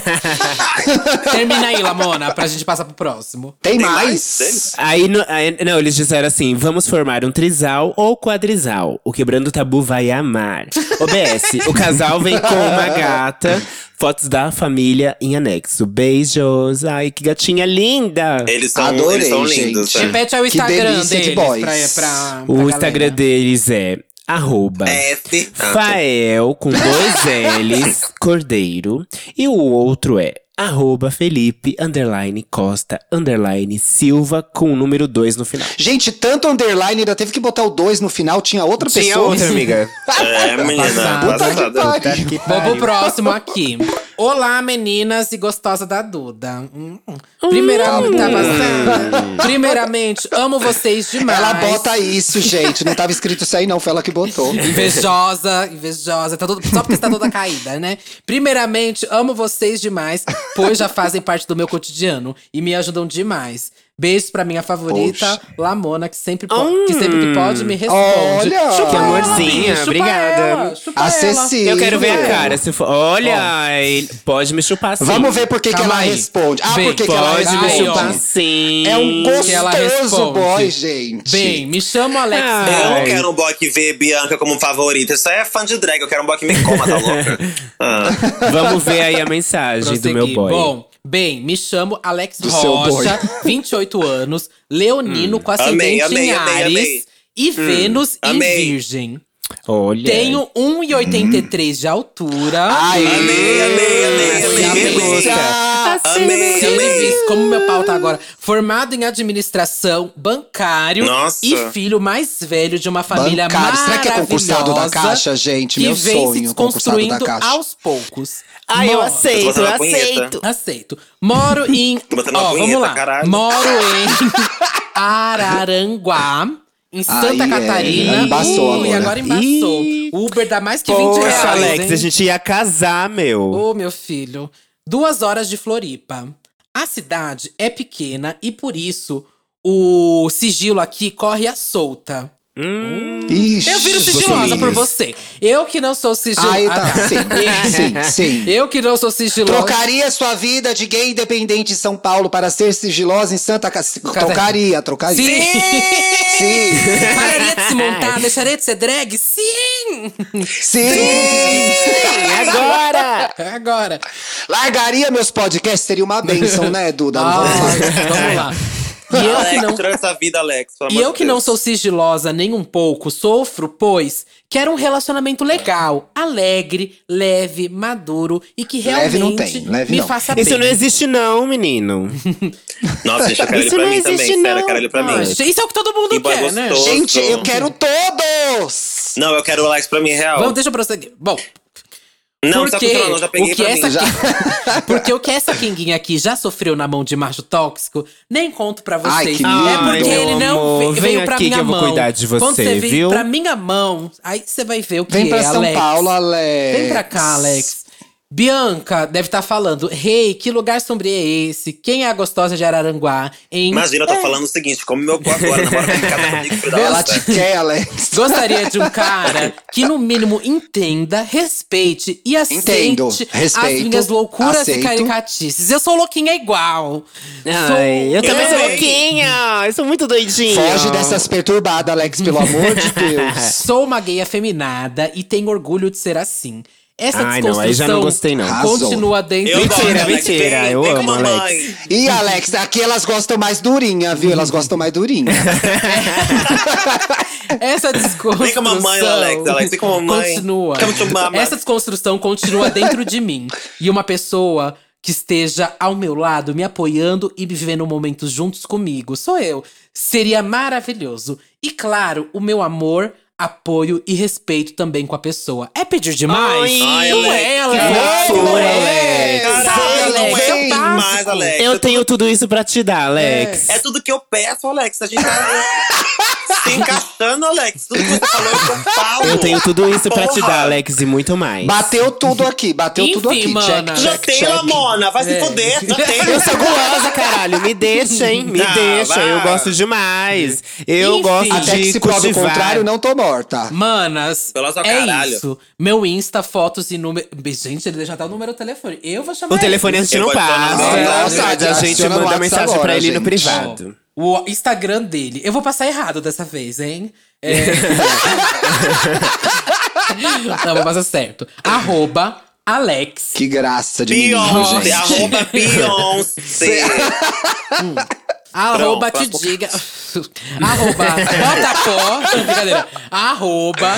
S3: É. Termina aí, Lamona, pra gente passar pro próximo.
S2: Tem,
S4: Tem mais
S2: mais?
S4: deles?
S1: Aí, no- aí- não, eles disseram assim: vamos formar um trisal ou quadrisal. O Quebrando o Tabu vai amar. OBS, o casal vem com uma gata, fotos da família em anexo. Beijos. Ai, que gatinha linda!
S4: Eles são,
S2: Adorei,
S4: eles são lindos,
S2: gente.
S4: né?
S3: Repete aí o
S2: Que
S3: Instagram
S2: delícia de
S3: deles
S2: boys.
S3: pra, pra,
S4: tá
S3: pra
S1: O Instagram
S3: galera.
S1: deles é arroba.
S2: Tipo, é
S4: F.
S1: Fael com
S2: [laughs]
S1: dois L's, Cordeiro. E o outro é arroba Felipe, underline Costa, underline Silva, com o número 2 no final.
S2: Gente, tanto underline, ainda teve que botar o 2 no final, tinha outra
S1: Tinha
S2: pessoa.
S1: outra, amiga.
S4: É, menina.
S3: Passada.
S2: Tá Puta que
S4: passada.
S2: pariu.
S3: Vamos pro próximo aqui. Olá, meninas e gostosa da Duda. Hum, hum. Primeiramente, tá passando. Primeiramente, amo vocês demais.
S2: Ela bota isso, gente. Não tava escrito isso aí, não. Foi ela que botou.
S3: Invejosa, invejosa. Tá todo- só porque está toda caída, né? Primeiramente, amo vocês demais, pois já fazem parte do meu cotidiano e me ajudam demais. Beijos pra minha favorita,
S2: Poxa.
S3: Lamona, que sempre, po- que sempre que pode me responde.
S2: Olha!
S3: Chupa
S2: Que
S3: ela,
S1: Hum. amorzinha,
S3: Bi, chupa
S1: obrigada.
S3: ela, chupa
S2: A
S3: ela.
S2: Ceci.
S1: [laughs] Eu quero ver a
S2: Sim.
S1: cara. Se for, olha, ele- pode me chupar sim.
S2: Vamos ver por que, que
S3: Calma
S2: ela
S3: aí.
S2: responde. Ah,
S3: Bem,
S2: por que, que ela
S1: Pode me
S3: Ai,
S2: responde?
S1: chupar
S3: ó.
S1: sim.
S2: É um
S3: que ela
S2: gostoso
S3: responde.
S2: boy, gente.
S3: Bem, me chama o Alex.
S1: Ah.
S3: Vera.
S4: Eu
S1: Ai.
S4: não quero um boy que vê Bianca como favorita. Isso aí é fã de drag. Eu quero um boy que me coma,
S2: [laughs]
S4: tá louca? Ah.
S1: Vamos ver aí a mensagem do
S3: Prossegui.
S1: meu boy.
S3: Bom, bem, me chamo Alex
S2: Do seu boy.
S3: Rocha, 28 anos, leonino
S1: Hum.
S3: com ascendente
S4: Amei, amei,
S3: em
S4: amei,
S3: Ares
S4: amei.
S3: e Vênus
S4: amei.
S3: e Virgem.
S1: olha.
S3: Tenho
S1: Uhum.
S3: 1,83 de altura.
S2: Ai,
S4: Amei, amei, amei,
S1: Assim
S4: amei,
S1: me
S4: amei.
S1: gusta.
S3: Tá
S4: Amei,
S3: Se eu nem
S4: amei.
S3: visse como meu pau tá agora. Formado em administração, bancário
S4: Nossa.
S3: e filho mais velho de uma família
S2: Bancário.
S3: maravilhosa.
S2: Será que é concursado da Caixa, gente?
S3: Que
S2: Meu
S3: vem se
S2: sonho, concursado da
S3: desconstruindo
S2: Caixa.
S3: aos poucos.
S1: Ai, eu
S3: Mora-
S4: Tô
S1: aceito,
S4: botando
S1: eu
S4: uma punheta.
S1: aceito.
S3: Aceito. Moro
S4: [laughs]
S3: em.
S4: Tô botando uma
S3: Ó, vamos
S4: punheta,
S3: lá.
S4: caralho.
S3: Moro
S4: [laughs]
S3: em Araranguá. Em Santa
S2: Aí é,
S3: Catarina.
S2: embaçou
S3: Ui,
S2: agora.
S3: agora embaçou.
S1: Ih.
S3: Uber dá mais que 20 reais.
S1: Poxa, Alex,
S3: hein?
S1: a gente ia casar, meu.
S3: Ô, meu filho. Duas horas de Floripa. A cidade é pequena e por isso o sigilo aqui corre à solta.
S1: Hum.
S2: Ixi,
S3: Eu viro sigilosa por você. Eu que não sou sigilosa.
S2: é Aí tá,
S3: [laughs]
S2: sim,
S3: é
S2: sim, sim.
S3: Eu que não sou sigilosa.
S2: Trocaria sua vida de gay independente em São Paulo para ser sigilosa em Santa Catarina? Trocaria, trocaria. Sim!
S3: Pararia de se montar, deixaria de ser drag? Sim!
S2: Sim! É
S1: Agora!
S3: É Agora.
S2: Largaria meus podcasts, seria uma benção, né,
S3: [laughs]
S2: Duda? Não vamos
S3: Ai,
S2: lá.
S3: Ah, vamos lá. [laughs] E eu que
S4: Alex,
S3: não,
S4: tira essa vida, Alex. pelo
S3: e
S4: amor
S3: eu
S4: de
S3: que
S4: Deus.
S3: não sou sigilosa nem um pouco, sofro, pois quero um relacionamento legal, alegre, leve, maduro e que realmente
S2: Leve não tem, leve
S3: me
S2: não.
S3: faça bem.
S1: Isso não existe, não, menino.
S4: Nossa, gente, eu quero ele
S1: Isso
S4: pra
S1: não
S4: mim
S1: existe,
S4: também. Sério,
S1: não,
S4: eu quero ele pra
S3: Ah,
S4: mim.
S3: gente, isso é o que todo mundo
S4: Que boy
S3: quer, né?
S4: gostoso.
S2: Gente, eu quero todos!
S4: Não, eu quero o Alex pra mim, real.
S3: Vamos, deixa eu prosseguir. Bom,
S4: não,
S3: porque,
S4: tá funcionando, eu já peguei
S3: o que é
S4: pra
S3: essa
S4: mim.
S3: porque o que [laughs] essa quinguinha aqui já sofreu na mão de macho tóxico, nem conto pra vocês.
S2: Ai, que
S3: é
S2: lindo.
S3: porque
S1: Ai,
S3: ele
S1: meu
S3: não
S1: amor,
S3: ve-
S1: vem
S3: veio pra
S1: aqui
S3: minha
S1: que eu vou
S3: mão.
S1: cuidar de você,
S3: Quando você vir
S1: viu?
S3: pra minha mão, aí você vai ver o que
S2: Vem
S3: é,
S2: pra São
S3: Alex.
S2: Paulo, Alex.
S3: Vem pra cá, Alex. Bianca deve estar falando, hey, que lugar sombrio é esse? Quem é a gostosa de Araranguá? Hein? É.
S4: Imagina, eu tô falando o seguinte: come meu cu agora, namora pra mim, casa comigo, filho da
S2: Ela
S4: puta.
S2: te quer, Alex.
S3: Gostaria de um cara que, no mínimo, entenda, respeite e aceite
S2: Entendo,
S3: as
S2: respeito,
S3: minhas loucuras e
S2: aceito.
S3: caricatices. Eu sou louquinha igual.
S1: Ai, eu também sou um
S4: Ei.
S1: louquinha. Eu sou muito doidinha.
S2: Foge dessas
S3: [laughs]
S2: perturbadas, Alex, pelo amor de Deus.
S3: Sou uma gay afeminada e tenho orgulho de ser assim. Essa
S1: Ai, não,
S3: desconstrução
S1: aí já não gostei, não.
S3: continua dentro
S4: Eu
S3: da-
S1: Mentira,
S4: gosto, Alex.
S1: mentira,
S4: Vem-
S1: eu
S4: vem com
S1: amo,
S4: mamãe.
S1: Alex.
S2: E Alex, aqui elas gostam mais durinha, viu? Elas gostam mais durinha.
S3: Essa desconstrução.
S4: Vem com a mamãe, né, Alex, Alex, vem com a mamãe.
S3: Continua.
S4: Come to mama.
S3: Essa desconstrução continua dentro de mim. E uma pessoa que esteja ao meu lado, me apoiando e vivendo momentos juntos comigo. Sou eu. Seria maravilhoso. E claro, o meu amor. Apoio e respeito também com a pessoa. É pedir demais?
S4: Ai,
S3: não
S4: Alex,
S3: é,
S4: que
S3: Alex.
S4: fofura,
S3: Não é.
S2: Alex.
S3: Sabe,
S4: Caralho,
S3: Alex?
S4: não
S3: É
S4: é
S3: o
S4: mais,
S3: básico.
S4: Alex.
S1: Eu tenho tudo isso pra te dar, Alex.
S4: É tudo que eu peço, Alex. A gente tá se encaixando, Alex. Tudo que você falou, eu falo.
S1: Eu tenho tudo isso pra te
S4: Porra.
S1: dar, Alex, e muito mais.
S2: Bateu tudo aqui, bateu tudo
S3: Enfim,
S2: aqui.
S3: mana.
S4: Tu já
S2: Check, check,
S4: tem,
S2: check.
S4: Lamona. Vai
S3: É.
S4: se foder. Já
S1: Eu sou
S4: tem.
S1: gulosa, caralho. Me deixa, hein? Me
S4: Ah,
S1: deixa.
S4: vá.
S1: Eu gosto demais. Eu
S3: Enfim.
S1: gosto
S2: Até
S1: de
S2: que se prove o
S1: cultivar.
S2: contrário, não tô morta.
S3: Manas,
S4: Pelosa
S3: é
S4: caralho.
S3: isso. Meu Insta, fotos e número. Gente, ele já tá o número do telefone. Eu vou chamar
S1: O telefone a
S3: ele.
S1: gente
S4: Eu
S1: não
S4: vou adicionar
S1: passa.
S4: no
S1: na
S2: WhatsApp.
S1: verdade, a gente
S2: Adiciona no
S1: manda
S2: WhatsApp
S1: mensagem pra
S2: agora,
S1: ele no
S2: gente.
S1: privado.
S3: O Instagram dele. Eu vou passar errado dessa vez, hein? É. não, vou passar certo. Arroba Alex.
S2: Que graça de menino,
S4: Beyoncé.
S2: gente.
S4: Arroba Beyoncé.
S3: Arroba te
S4: Pronto,
S3: diga. arroba Botacó. Brincadeira. Arroba.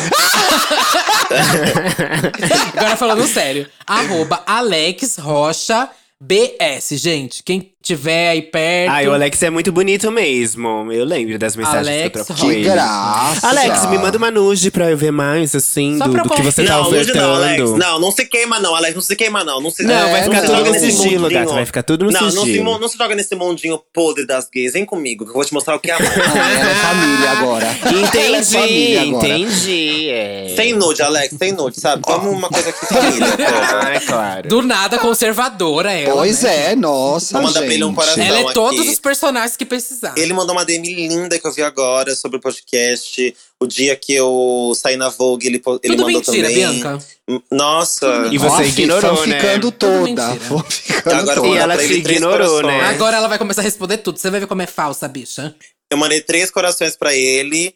S3: Agora falando sério. Arroba Alex Rocha BS. Gente, quem tiver aí perto.
S1: Ai, o Alex é muito bonito mesmo. Eu lembro das mensagens que eu
S3: Alex
S1: troco com
S2: Que
S1: ele.
S2: graça.
S1: Alex, me manda uma nude pra eu ver mais, assim,
S3: Só
S1: do,
S3: pra
S1: do que você tá
S4: não, Lud, não, Alex.
S1: ofertando.
S4: Não, não se queima, não, Alex. Não se queima, não. Não, se,
S1: Não, vai ficar
S4: se
S1: tudo
S4: joga
S1: nesse sigilo,
S4: mundinho.
S1: gata, vai ficar tudo no
S4: não, Não, se,
S1: sigilo.
S4: mon- não se joga nesse mundinho podre das gays. Vem comigo, que eu vou te mostrar
S1: [laughs]
S4: o que é amor.
S2: Ah, ela é família agora. Ela é
S1: Entendi,
S2: família agora.
S1: entendi. É.
S4: Sem nude, Alex. Sem nude, sabe? Vamos uma coisa
S1: [laughs]
S4: aqui, família. pô.
S1: Ah, é claro.
S3: Do nada conservadora ela. né?
S2: Pois é, nossa,
S4: Manda pra
S2: gente.
S4: ele um coração.
S3: Ela é
S4: aqui.
S3: todos os personagens que precisar.
S4: Ele mandou uma DM linda que eu vi agora sobre o podcast. O dia que eu saí na Vogue, ele, po- ele
S3: Tudo
S4: mandou
S3: mentira,
S4: também.
S3: Bianca.
S4: Hum, Nossa.
S1: E você
S2: Ó, fi,
S1: ignorou,
S2: fã
S1: né?
S2: ficando
S3: Tudo
S2: toda.
S3: mentira.
S2: Fã ficando
S4: Então Agora eu
S1: E
S4: vou
S2: toda.
S1: ela
S4: mandar pra
S1: te
S4: ele três
S1: ignorou,
S4: corações.
S1: né?
S3: Agora ela vai começar a responder tudo. Você vai ver como é falsa, bicha.
S4: Eu mandei três corações pra ele.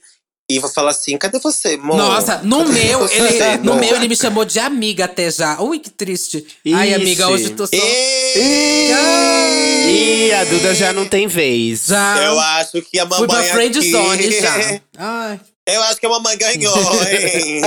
S4: E vou falar assim, cadê você, amor?
S3: Nossa, no
S4: [laughs] Cadê
S3: meu,
S4: você,
S3: ele, no
S4: amor?
S3: meu ele me chamou de amiga até já. Ui, que triste. Ai,
S1: Ixi.
S3: amiga, hoje eu tô só.
S4: E...
S1: Ih, a Duda já não tá. tem vez.
S3: Já.
S4: Eu acho que a mamãe
S3: Fui pra friend
S4: aqui...
S3: zone
S4: [laughs]
S3: já. Ai.
S4: Eu acho que a mamãe
S3: [laughs]
S4: ganhou, hein?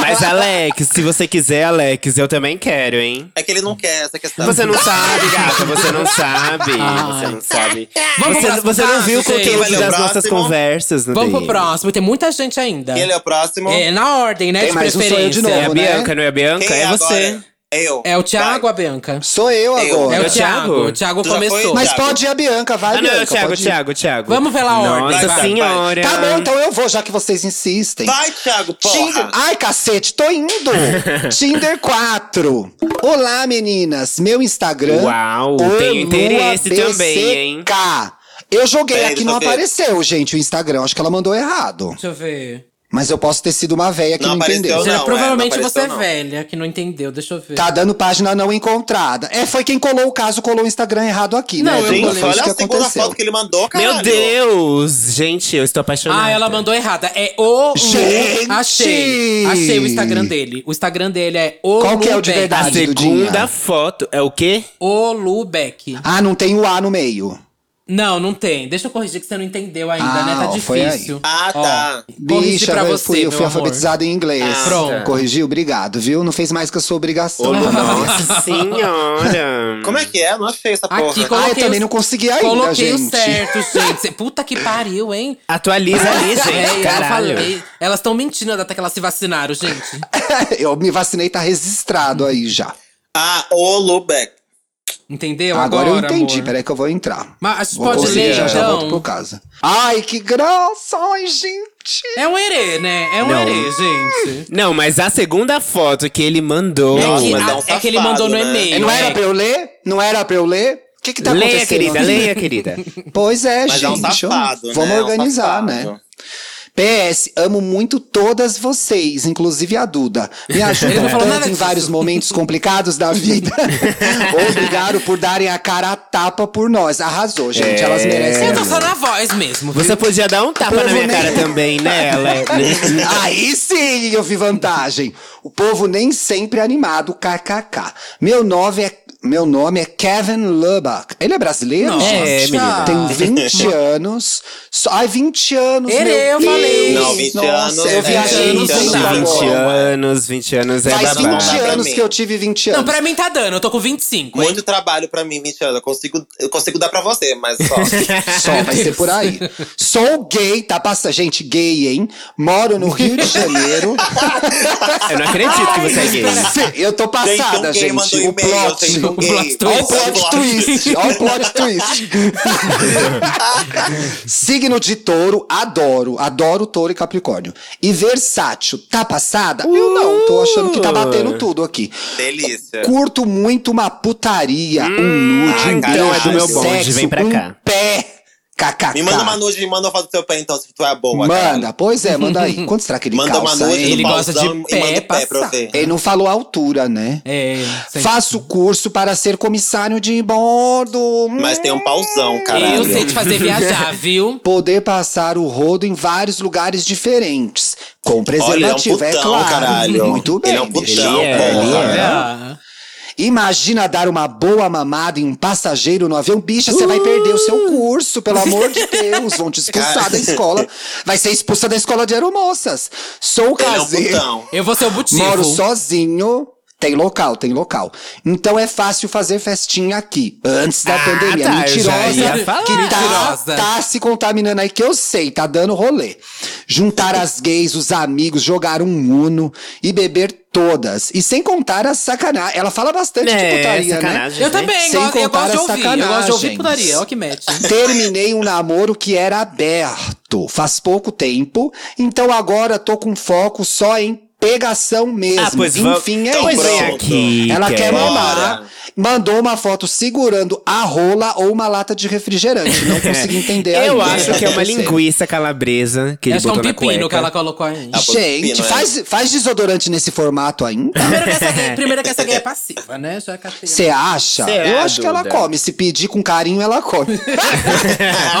S1: Mas, Alex, se você quiser, Alex, eu também quero, hein?
S4: é que ele não quer essa questão.
S1: Você não sabe, gata, você não sabe.
S3: Ai.
S1: Você não sabe.
S3: Vamos
S1: Você,
S3: pro
S1: você não
S3: próximo,
S1: viu o
S3: gente.
S1: conteúdo
S4: Valeu,
S1: das nossas
S4: próximo.
S1: conversas, no
S3: Vamos pro
S1: DM.
S3: próximo. Tem muita gente ainda.
S4: E ele é o próximo?
S3: É, na ordem, né?
S2: Tem
S3: de
S2: mais um sonho de
S3: preferência.
S1: É a
S2: novo, né?
S1: Bianca, não é a Bianca?
S4: Quem
S1: é você.
S4: agora? Eu.
S3: É o Thiago, a Bianca.
S2: Sou eu
S4: Eu.
S2: agora.
S3: É
S1: É
S3: o
S1: o Thiago?
S3: Thiago. O Thiago
S4: Tu já foi,
S3: começou.
S2: Mas
S4: Thiago.
S2: pode ir a Bianca, vai,
S1: Ah, não,
S2: Bianca.
S1: é o Thiago,
S2: pode ir.
S1: Thiago, Thiago.
S3: Vamos pela ordem,
S1: Nossa
S4: vai, vai.
S1: senhora.
S2: Tá bom, então eu vou, já que vocês insistem.
S4: Vai, Thiago,
S2: Tinder.
S4: porra!
S2: Ai, cacete, tô
S1: [laughs]
S2: indo! Tinder 4. Olá, meninas. Meu Instagram.
S1: Uau,
S2: Olua
S1: tem interesse
S2: BCK.
S1: também, hein?
S2: Eu joguei
S4: Peraí,
S2: aqui, não
S4: deixa eu ver.
S2: apareceu, gente, o Instagram. Acho que ela mandou errado.
S3: Deixa eu ver.
S2: Mas eu posso ter sido uma véia que
S4: Não
S2: não,
S4: apareceu,
S2: entendeu.
S4: não.
S3: Já, provavelmente
S4: é, não
S3: você é
S4: apareceu, não.
S3: velha, que não entendeu. Deixa eu ver.
S2: Tá dando página não encontrada. É, foi quem colou o caso, colou o Instagram errado aqui,
S3: Não,
S2: né?
S3: eu
S2: Foi
S4: Gente,
S3: colei.
S2: isso
S4: olha
S2: que
S4: a segunda
S2: aconteceu.
S4: foto que ele mandou, cara.
S1: Meu Deus! Gente, eu estou apaixonada.
S3: Ah, ela mandou errada. É o.
S2: Gente!
S3: Achei. Achei o Instagram dele. O Instagram dele é o.
S2: Qual que é o de
S3: Lubeck.
S1: A
S2: verdade?
S1: segunda
S2: Dudinha.
S1: foto é o quê?
S3: O Lubeck.
S2: Ah, não tem o A no meio.
S3: Não, não tem. Deixa eu corrigir que você não entendeu ainda,
S2: Ah,
S3: né? Tá
S2: ó, foi
S3: difícil.
S4: Ah,
S3: Ó,
S4: tá.
S3: corrigi
S2: Bicha,
S3: pra
S2: eu
S3: você,
S2: fui, eu
S3: meu
S2: fui
S3: amor. [laughs]
S2: alfabetizado em inglês.
S4: Ah,
S3: Pronto.
S2: Corrigiu, obrigado, viu? Não fez mais que a sua obrigação. [laughs] Ah,
S1: Nossa [laughs] senhora!
S4: Como é que é? Eu não achei essa porra.
S3: Aqui,
S2: Ah, eu
S3: Coloquei
S2: também
S3: os-
S2: não consegui ainda,
S3: Coloquei o
S2: gente.
S3: certo, gente. Cê- Puta que pariu, hein?
S1: Atualiza ali,
S3: [laughs] É,
S1: gente,
S3: Eu
S1: caralho.
S3: falei. Elas estão mentindo a data que elas se vacinaram, gente.
S2: [laughs] eu me vacinei, tá registrado aí já.
S4: Ah, o Lubeck.
S3: Entendeu?
S2: Agora, eu entendi,
S3: amor.
S2: peraí que eu vou entrar.
S3: Mas a gente
S2: Vou
S3: pode
S2: conseguir,
S3: ler,
S2: já, já volto pro
S3: então.
S2: casa. Ai, que graça, ai, gente.
S3: É um herê, né? É um
S1: Não.
S3: herê, gente.
S1: Não, mas a segunda foto que ele mandou.
S4: Não,
S3: é, que,
S4: mas
S3: a-
S4: é um
S3: é que ele
S4: safado,
S3: mandou no
S4: né?
S3: e-mail.
S2: não
S3: né?
S2: era pra eu ler? Não era pra eu ler? O que que tá
S1: leia,
S2: acontecendo?
S1: querida, leia, querida.
S2: [laughs] Pois é,
S4: Mas
S2: gente.
S4: é um safado, né?
S2: Vamos
S4: É um
S2: organizar,
S4: safado.
S2: né? PS, amo muito todas vocês, inclusive a Duda.
S3: [laughs]
S2: Me
S3: Ele
S2: ajudam
S3: não falou nada
S2: tanto em
S3: disso.
S2: vários momentos complicados da
S3: [laughs]
S2: vida. Obrigado por darem a cara a tapa por nós. Arrasou, gente. Elas merecem.
S3: É. Eu tô
S2: muito.
S3: tá só na voz mesmo.
S1: Você podia dar um tapa na minha cara também, né,
S2: [laughs]
S1: ela?
S2: Aí sim eu vi vantagem. O povo nem sempre é animado, kkk. Meu nome é, meu nome é Kevin Lubach. Ele é brasileiro?
S3: Nossa.
S1: É, menina.
S2: Tem
S4: [laughs]
S2: 20 anos. Só- Ai, 20 anos,
S3: Ele,
S2: meu
S3: eu
S2: Deus.
S3: falei.
S4: Não, 20
S2: Nossa,
S4: anos,
S2: eu
S4: é,
S2: viajei
S3: 20
S2: sem
S3: anos não dá.
S2: saber.
S1: 20 anos, 20 anos é
S2: Faz
S1: babado.
S2: 20
S4: dá pra
S2: anos
S4: mim.
S2: que eu tive 20
S3: Não,
S2: anos.
S3: pra mim tá dando, eu tô com 25. hein?
S4: Muito trabalho pra mim, 20 anos. Eu consigo, eu consigo dar pra você, mas
S2: [laughs]
S4: só.
S2: Só vai ser por aí. Sou gay, tá? Passa gente gay, hein? Moro no Rio de
S4: [laughs]
S2: Janeiro.
S1: Eu não acredito que você é gay.
S2: Sim, eu tô passada,
S4: Gente, um gay
S2: gente.
S4: mandou
S2: O
S4: e-mail,
S2: plot.
S4: gente, um gay.
S2: Olha o
S4: O
S2: plot
S4: plot.
S2: twist. Olha o plot twist. Signo de touro, adoro. Adoro touro e capricórnio. E versátil, tá passada? Eu não,
S4: Uh.
S2: tô achando que tá batendo tudo aqui.
S4: Delícia.
S2: Curto muito uma putaria, um nude,
S4: ah,
S2: um
S4: cara,
S2: beijo,
S4: é do meu
S2: um
S1: bonde,
S2: sexo,
S1: vem pra
S2: um
S1: cá.
S2: pé. KKK.
S4: Me manda uma nude, me manda uma foto do seu pé, então, se tu é boa. cara.
S2: Manda, pois é, manda
S4: [laughs]
S2: aí. Quanto será que ele
S4: Manda uma
S2: calça?
S4: nude,
S2: hein?
S3: Ele
S4: do
S3: gosta de
S4: pauzão
S3: pé
S4: e manda o pé pra
S3: passado.
S4: eu ver.
S2: Ele não falou a altura, né?
S3: É, sem-
S2: Faço curso para ser comissário de bordo.
S4: Mas tem um pauzão, caralho.
S3: Eu sei te fazer viajar, viu?
S2: Poder passar o rodo em vários lugares diferentes. Com
S4: Olha, ele é um
S2: preservativo, é,
S4: putão,
S2: claro.
S4: caralho.
S2: Muito bem.
S4: Ele é um
S2: bicho.
S4: putão,
S1: Ele é, ele
S4: porra.
S1: é.
S3: Ah.
S2: Imagina dar uma boa mamada em um passageiro no avião. Bicha, você vai perder o seu curso, pelo amor de Deus. Vão te expulsar
S4: Cara.
S2: da escola. Vai ser expulsa da escola de aeromoças. Sou
S4: Ele é um
S2: caseiro.
S4: putão.
S3: Eu vou ser o butico.
S2: Moro sozinho. Tem local, tem local. Então é fácil fazer festinha aqui. Antes da
S1: Ah,
S2: pandemia.
S1: tá, eu já
S2: mentirosa.
S1: ia falar.
S2: Que tá,
S3: Mentirosa.
S2: tá se contaminando aí, que eu sei, tá dando rolê. Juntar as gays, os amigos, jogar um uno e beber todas. E sem contar a sacanagem. Ela fala bastante de Tipo, putaria, né?
S1: É, sacanagem,
S3: Eu
S1: né?
S3: também,
S2: Sem
S3: gosto, eu
S2: contar
S3: gosto de
S2: as
S3: ouvir. Eu gosto de ouvir
S2: sacanagens.
S3: putaria, ó que match.
S2: Terminei um namoro que era aberto faz pouco tempo, então agora tô com foco só em pegação mesmo.
S1: Ah, pois vamos-
S2: Enfim, é
S1: então
S2: isso.
S1: vem aqui, é
S2: Ela quer
S1: Kelly.
S2: mamar. Mandou uma foto segurando a rola ou uma lata de refrigerante. Não consegui entender
S1: Eu
S2: ainda.
S1: acho que é uma linguiça calabresa que ele
S3: Acho que é
S1: botou
S3: um
S1: na
S3: pepino
S1: cueca.
S3: que ela colocou aí.
S2: Tá
S4: Ah,
S2: Gente, faz, faz desodorante nesse formato ainda?
S3: Primeiro que essa gay, primeiro que essa gay é passiva, né? Já catei.
S2: Você acha?
S1: Será,
S2: Eu acho que ela
S1: Duda?
S2: come. Se pedir com carinho, ela come.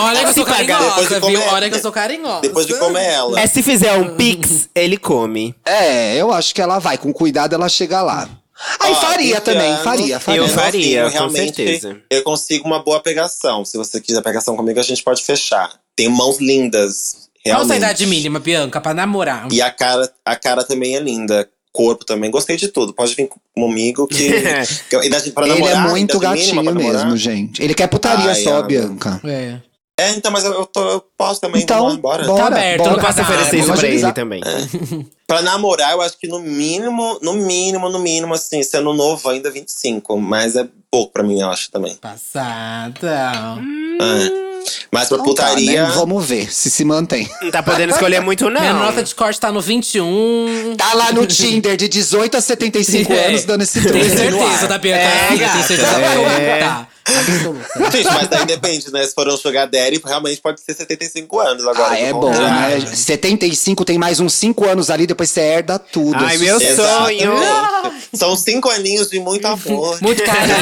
S3: Olha que eu sou
S1: Se pagar
S4: depois de
S3: carinhosa, viu?
S4: comer.
S3: Olha que eu sou carinhosa.
S4: Depois de comer ela.
S1: É se fizer um pix, ele come.
S2: É, eu acho que ela vai. Com cuidado, ela chega lá. Aí
S4: Ó,
S2: faria
S4: 20
S2: também,
S4: anos,
S2: faria, faria.
S1: Eu
S4: anos,
S1: faria,
S4: eu
S1: com
S4: realmente,
S1: certeza.
S4: Eu consigo uma boa pegação. Se você quiser pegação comigo, a gente pode fechar. Tem mãos lindas,
S3: Qual
S4: realmente.
S3: a idade mínima, Bianca, pra namorar?
S4: E a cara, a cara também é linda. Corpo também. Gostei de tudo. Pode vir
S2: [laughs]
S4: comigo que. que a idade pra
S2: Ele é
S4: namorar,
S2: muito
S4: idade mínima
S2: gatinho
S4: pra namorar.
S2: mesmo, gente. Ele quer putaria
S4: Ai,
S2: só,
S4: ama.
S2: Bianca.
S3: É.
S4: É, então, mas eu, eu tô- eu posso também.
S2: Então,
S4: vamos lá, bora.
S2: bora,
S3: Tá aberto,
S2: bora.
S3: não
S1: Posso
S3: passa Ah,
S1: oferecer
S2: vamos
S1: isso pra ele
S2: agilizar.
S1: também.
S4: Pra namorar, eu acho que no mínimo, no mínimo, no mínimo, assim, sendo novo ainda 25. Mas é pouco pra mim, eu acho também.
S3: Passada.
S4: É. Mas
S2: Então
S4: pra
S2: tá,
S4: putaria.
S2: né? Vamos ver se se mantém.
S1: Não tá podendo escolher muito, não.
S3: Minha nota
S1: [laughs]
S3: de corte tá no 21.
S2: Tá lá no Tinder de 18 a 75
S3: É.
S2: anos dando esse truque.
S3: Tenho
S2: no
S3: certeza tá,
S2: ar.
S3: da Bianca.
S1: É,
S3: filha,
S1: gata,
S3: tenho certeza da
S1: é.
S3: Bianca. Tá. Absoluta.
S4: Gente, mas daí depende, né? Se for um sugar daddy, realmente pode ser 75 anos agora.
S2: Ah, é
S4: do
S2: bom,
S4: contrário.
S2: né? 75 tem mais uns 5 anos ali, depois você herda tudo.
S1: Ai,
S2: É
S1: meu
S2: sucesso.
S1: sonho!
S4: [laughs] São cinco aninhos de
S3: [laughs]
S4: muito amor.
S3: Muito carinho.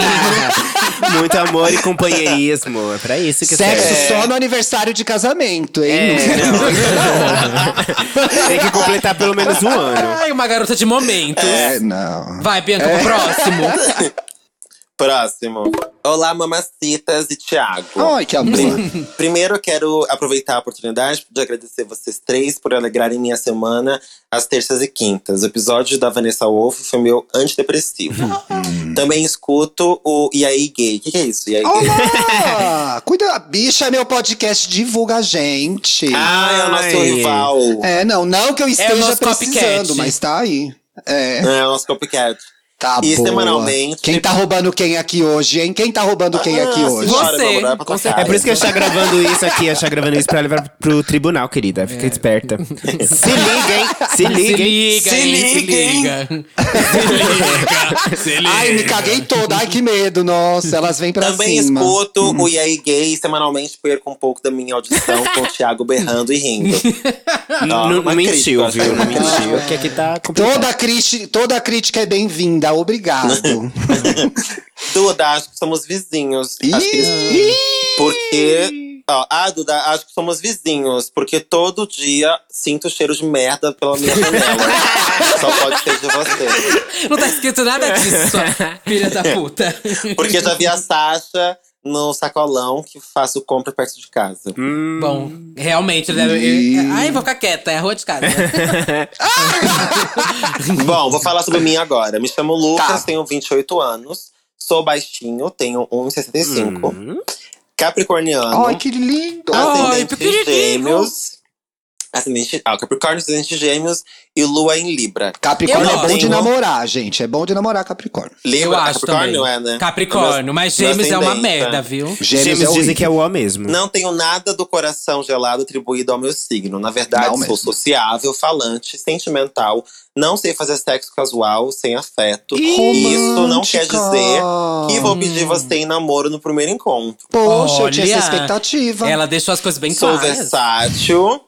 S1: Muito amor e companheirismo. É pra isso que
S2: Sexo
S1: serve.
S2: só no aniversário de casamento, hein?
S1: É, não. Tem que completar pelo menos um ano.
S3: Ai, uma garota de momentos.
S2: É, não.
S3: Vai, Bianca, pro próximo.
S4: Próximo. Olá, mamacitas e Thiago.
S2: Ai, que amor.
S4: Primeiro, eu quero aproveitar a oportunidade de agradecer vocês três por alegrarem minha semana às terças e quintas. O episódio da Vanessa Wolff foi meu antidepressivo. Também escuto o E aí, gay? O que, que é isso? E aí,
S2: Oh,
S4: gay?
S2: Olá! Cuida, bicha, é meu podcast, divulga a gente.
S4: Ah, é o nosso
S1: Ai.
S4: rival.
S2: É, não, não que eu esteja
S3: nosso
S2: precisando,
S3: copycat.
S2: mas tá aí. É.
S4: É o nosso copycat.
S2: Tá
S4: E
S2: boa.
S4: semanalmente-
S2: Quem tá roubando quem aqui hoje, hein? Quem tá roubando quem
S4: Ah,
S2: aqui hoje?
S4: senhora,
S3: Você,
S4: meu amor, vai pra tua
S3: com certeza.
S1: É
S4: casa.
S1: por isso que a gente tá gravando isso aqui, a gente tá gravando isso pra levar pro tribunal, querida. Fica esperta. Se liga, hein? Se liga, hein?
S3: É.
S1: [laughs]
S3: Se liga, se liga. Se liga.
S4: Se liga, hein?
S3: Se liga.
S2: Ai, me caguei toda. Ai, que medo. Nossa, elas vêm pra
S4: Também
S2: cima.
S4: escuto
S2: Uhum.
S4: o E aí Gay e semanalmente perco um pouco da minha audição
S2: [laughs]
S4: com o Thiago berrando e rindo. Ah,
S1: Não, não
S4: uma
S1: mentiu,
S4: crítica,
S1: viu? Não mentiu. O que é que tá
S4: Então,
S1: complicado?
S2: Toda, crítica, toda crítica é bem-vinda.
S4: [laughs]
S2: Obrigado.
S4: Duda, acho que somos vizinhos. Acho que eles-
S2: Ih,
S4: porque. Ó, ah, Duda, acho que somos vizinhos, porque todo dia sinto o cheiro de merda pela
S2: [laughs]
S4: minha janela. Só pode ser de você.
S3: Não tá escrito nada disso, sua filha da puta.
S4: Porque já vi a Sasha no sacolão que faço compra perto de casa.
S3: Bom, realmente, né?
S2: Ih.
S3: Ai, vou ficar quieta, é a rua de casa.
S4: [laughs] Bom, vou falar sobre mim agora. Me chamo Lucas,
S2: Tá.
S4: tenho 28 anos. Sou baixinho, tenho 1,65.
S1: Hum.
S4: Capricorniano.
S2: Ai, que lindo.
S4: Ah,
S3: Ai,
S4: ascendente em
S3: pequenininho.
S4: gêmeos. Ascendente, ah, Capricórnio, ascendente em gêmeos e Lua em Libra.
S2: Capricórnio
S3: Eu
S2: é bom de
S4: tenho-
S2: namorar, gente. É bom de namorar Capricórnio.
S4: Libra,
S3: Eu acho
S4: Capricórnio
S3: também. Tá.
S4: é, né?
S3: Capricórnio, mas gêmeos é uma
S4: ascendente,
S3: merda,
S4: é.
S3: viu?
S2: Gêmeos,
S1: Gêmeos
S2: é
S1: dizem
S2: horrível.
S1: que é o O mesmo.
S4: Não tenho nada do coração gelado atribuído ao meu signo. Na verdade,
S2: Não
S4: sou
S2: mesmo.
S4: sociável, falante, sentimental. Não sei fazer sexo casual, sem afeto.
S3: é
S4: E isso não quer dizer que vou pedir você em namoro no primeiro encontro.
S2: Poxa, eu tinha essa
S3: Olha,
S2: expectativa.
S3: Ela deixou as coisas bem
S4: Sou
S3: claras.
S4: versátil.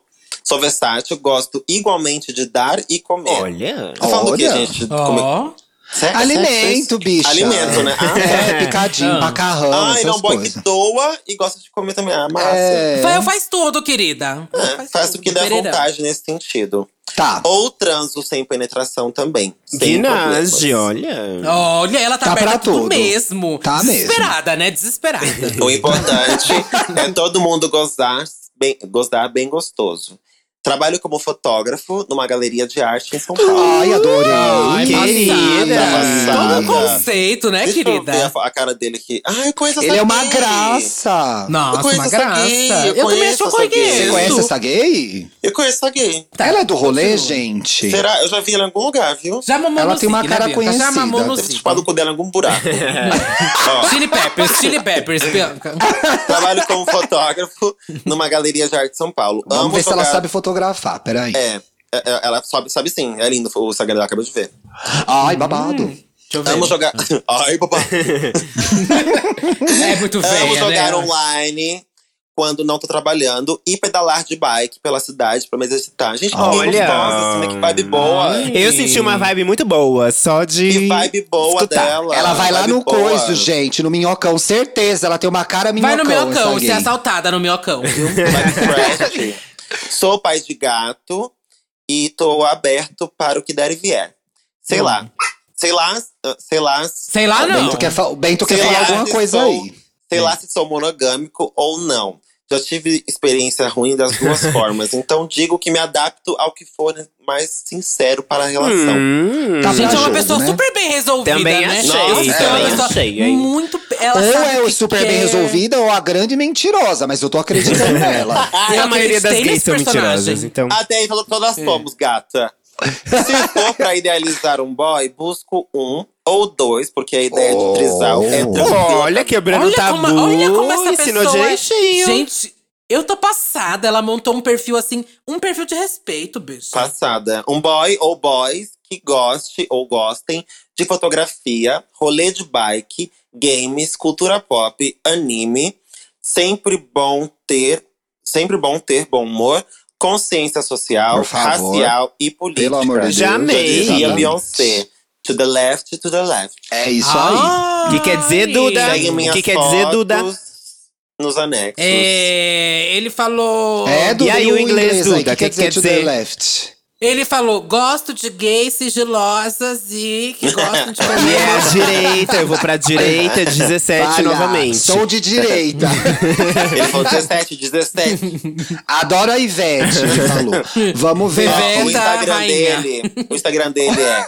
S4: Sou versátil, gosto igualmente de dar e
S1: é.
S4: comer.
S1: Olha.
S4: Tá falando o quê,
S2: Olha.
S4: gente? Como-
S3: Ó,
S4: Sexo,
S2: Alimento, bicho.
S4: Alimento, né? Ah,
S2: [laughs]
S3: [laughs]
S2: É, picadinho,
S3: Ah.
S2: macarrão,
S4: Ai,
S2: essas
S4: não, boy
S2: coisas.
S4: que doa e gosta de comer também. Ah, massa.
S2: É,
S3: Vai- faz tudo, querida.
S4: É, faz o que der
S3: Pereirão.
S4: vontade né? nesse sentido.
S2: tá.
S4: Ou transo sem penetração também. sem
S1: Guinage,
S4: problemas.
S1: olha.
S3: Olha, ela tá,
S2: Tá
S3: aberta
S2: pra
S3: tudo
S2: tudo.
S3: mesmo.
S2: Tá mesmo.
S3: Desesperada, né? Desesperada.
S2: [laughs]
S4: O importante é todo mundo gozar bem, gozar bem gostoso. Trabalho como fotógrafo numa galeria de arte em São Paulo.
S2: Ai, adorei.
S1: Ai, querida.
S4: Passada.
S3: Todo um conceito, né,
S4: Deixa eu ver a,
S3: querida?
S4: fo- a cara dele aqui. Ai, conheço essa
S2: Ele é uma
S4: gay.
S2: graça.
S4: Eu
S3: Nossa,
S4: conheço
S3: uma
S4: essa
S3: graça.
S4: gay, eu
S3: eu também
S4: conheço
S3: acho
S4: essa gay.
S2: Você conhece
S4: Isso.
S3: conheço.
S2: essa gay?
S4: Eu conheço a gay.
S1: Tá.
S2: Ela é do rolê, gente?
S4: Será? Eu já vi ela em algum lugar, viu?
S3: Já mamou
S2: Ela
S3: no
S2: tem uma
S3: Zig, né,
S2: cara
S3: Bianca? Já
S2: conhecida,
S3: mamou no
S2: deve ter
S3: Zig.
S4: Chupado o cu dela em algum
S2: [laughs]
S4: buraco. Ó,
S3: Chili Peppers, Chili
S4: [laughs]
S3: Peppers, É Bianca.
S4: Trabalho como fotógrafo numa galeria de arte de São Paulo.
S2: Vamos
S4: Amo
S2: ver se ela
S4: jogar-
S2: sabe fotografar, peraí.
S4: É, é, é, ela sabe, sabe sim. É lindo o Instagram dela, acabei de ver.
S2: Ai, babado.
S1: Hum.
S3: Deixa eu ver.
S4: Amo jogar. [laughs] Ai, papai.
S2: [laughs]
S3: É muito
S4: Amo
S3: velha,
S4: jogar
S3: né?
S4: online quando não tô trabalhando e pedalar de bike pela cidade pra me exercitar. Gente, que
S1: Olha.
S4: gostosa, assim, né? que vibe boa.
S1: Eu senti uma vibe muito boa, só de.
S4: Que vibe boa
S1: escutar.
S4: dela.
S2: Ela vai lá
S4: vibe
S2: no
S4: boa.
S2: coiso, gente, no minhocão, certeza. Ela tem uma cara
S3: Vai
S2: minhocão.
S3: no minhocão,
S2: essa
S3: ser
S2: gay.
S3: é assaltada no minhocão, viu?
S2: [laughs]
S4: Minecraft. Sou pai de gato e tô aberto para o que der e vier. Sei
S2: Hum.
S4: lá. Sei lá, sei lá.
S3: Sei lá,
S2: O Bento
S3: não.
S2: quer, fa- o Bento quer
S4: Sei
S2: falar
S4: lá,
S2: alguma
S4: se é
S2: coisa
S4: sou-
S2: aí.
S4: Sei lá se sou monogâmico ou não. Já tive experiência ruim das duas
S2: [laughs]
S4: formas, então digo que me adapto ao que for mais sincero para a relação.
S1: Hum.
S2: Tá
S3: Gente, é uma
S2: Corajoso,
S3: pessoa
S2: né?
S3: super bem resolvida,
S1: Também
S3: né?
S1: achei,
S3: Nossa, é uma
S4: também
S3: pessoa
S1: achei, hein?
S3: Muito… Ela
S2: Ou
S3: sabe
S2: é
S3: o
S2: o
S3: que
S2: super
S3: quer.
S2: bem resolvida ou a grande mentirosa, mas eu tô
S4: [laughs]
S2: acreditando nela.
S3: Ah, Eu
S1: a maioria das
S3: acreditei
S1: gays
S3: nesse
S1: são mentirosas,
S3: personagem.
S1: então.
S4: Até aí to- todas somos, gata. Se for pra idealizar um boy, busco um ou dois, porque a ideia de trisal é
S2: Oh.
S4: tranquila.
S1: Olha, quebrando o tabu.
S3: como, olha como essa
S1: tá ensinou
S3: pessoa é-
S1: direitinho.
S3: Gente, eu tô passada. Ela montou um perfil assim, um perfil de respeito, bicho.
S4: Passada. Um boy ou boys que goste ou gostem de fotografia, rolê de bike, games, cultura pop, anime. Sempre bom ter, sempre bom ter bom humor, consciência social,
S2: Por favor.
S4: racial e política.
S2: Pelo amor de Deus.
S1: Já amei.
S4: Diria
S2: Exatamente.
S4: Beyoncé. To the left, to the left.
S2: É isso aí.
S3: Ai.
S1: O que quer dizer, Duda?
S4: Segue
S1: Tá. O
S4: minhas
S1: que quer dizer, Duda?
S4: fotos Nos anexos.
S3: É, ele falou.
S2: É do
S1: E aí, o inglês,
S2: aí,
S1: Duda,
S2: que quer
S1: que quer
S2: dizer to the
S1: dizer?
S2: left?
S3: Ele falou: gosto de gays sigilosas e
S1: [laughs]
S3: que gostam de comer.
S1: E é a direita, eu vou pra direita, 17
S2: Palha,
S1: É, novamente.
S2: Sou
S1: [laughs]
S2: de direita.
S4: Ele falou 17, 17.
S2: Adoro a Ivete, que falou. Vamos ver.
S4: Ó, o
S3: Ivete. Eita,
S4: Instagram
S3: rainha.
S4: dele. O Instagram dele é.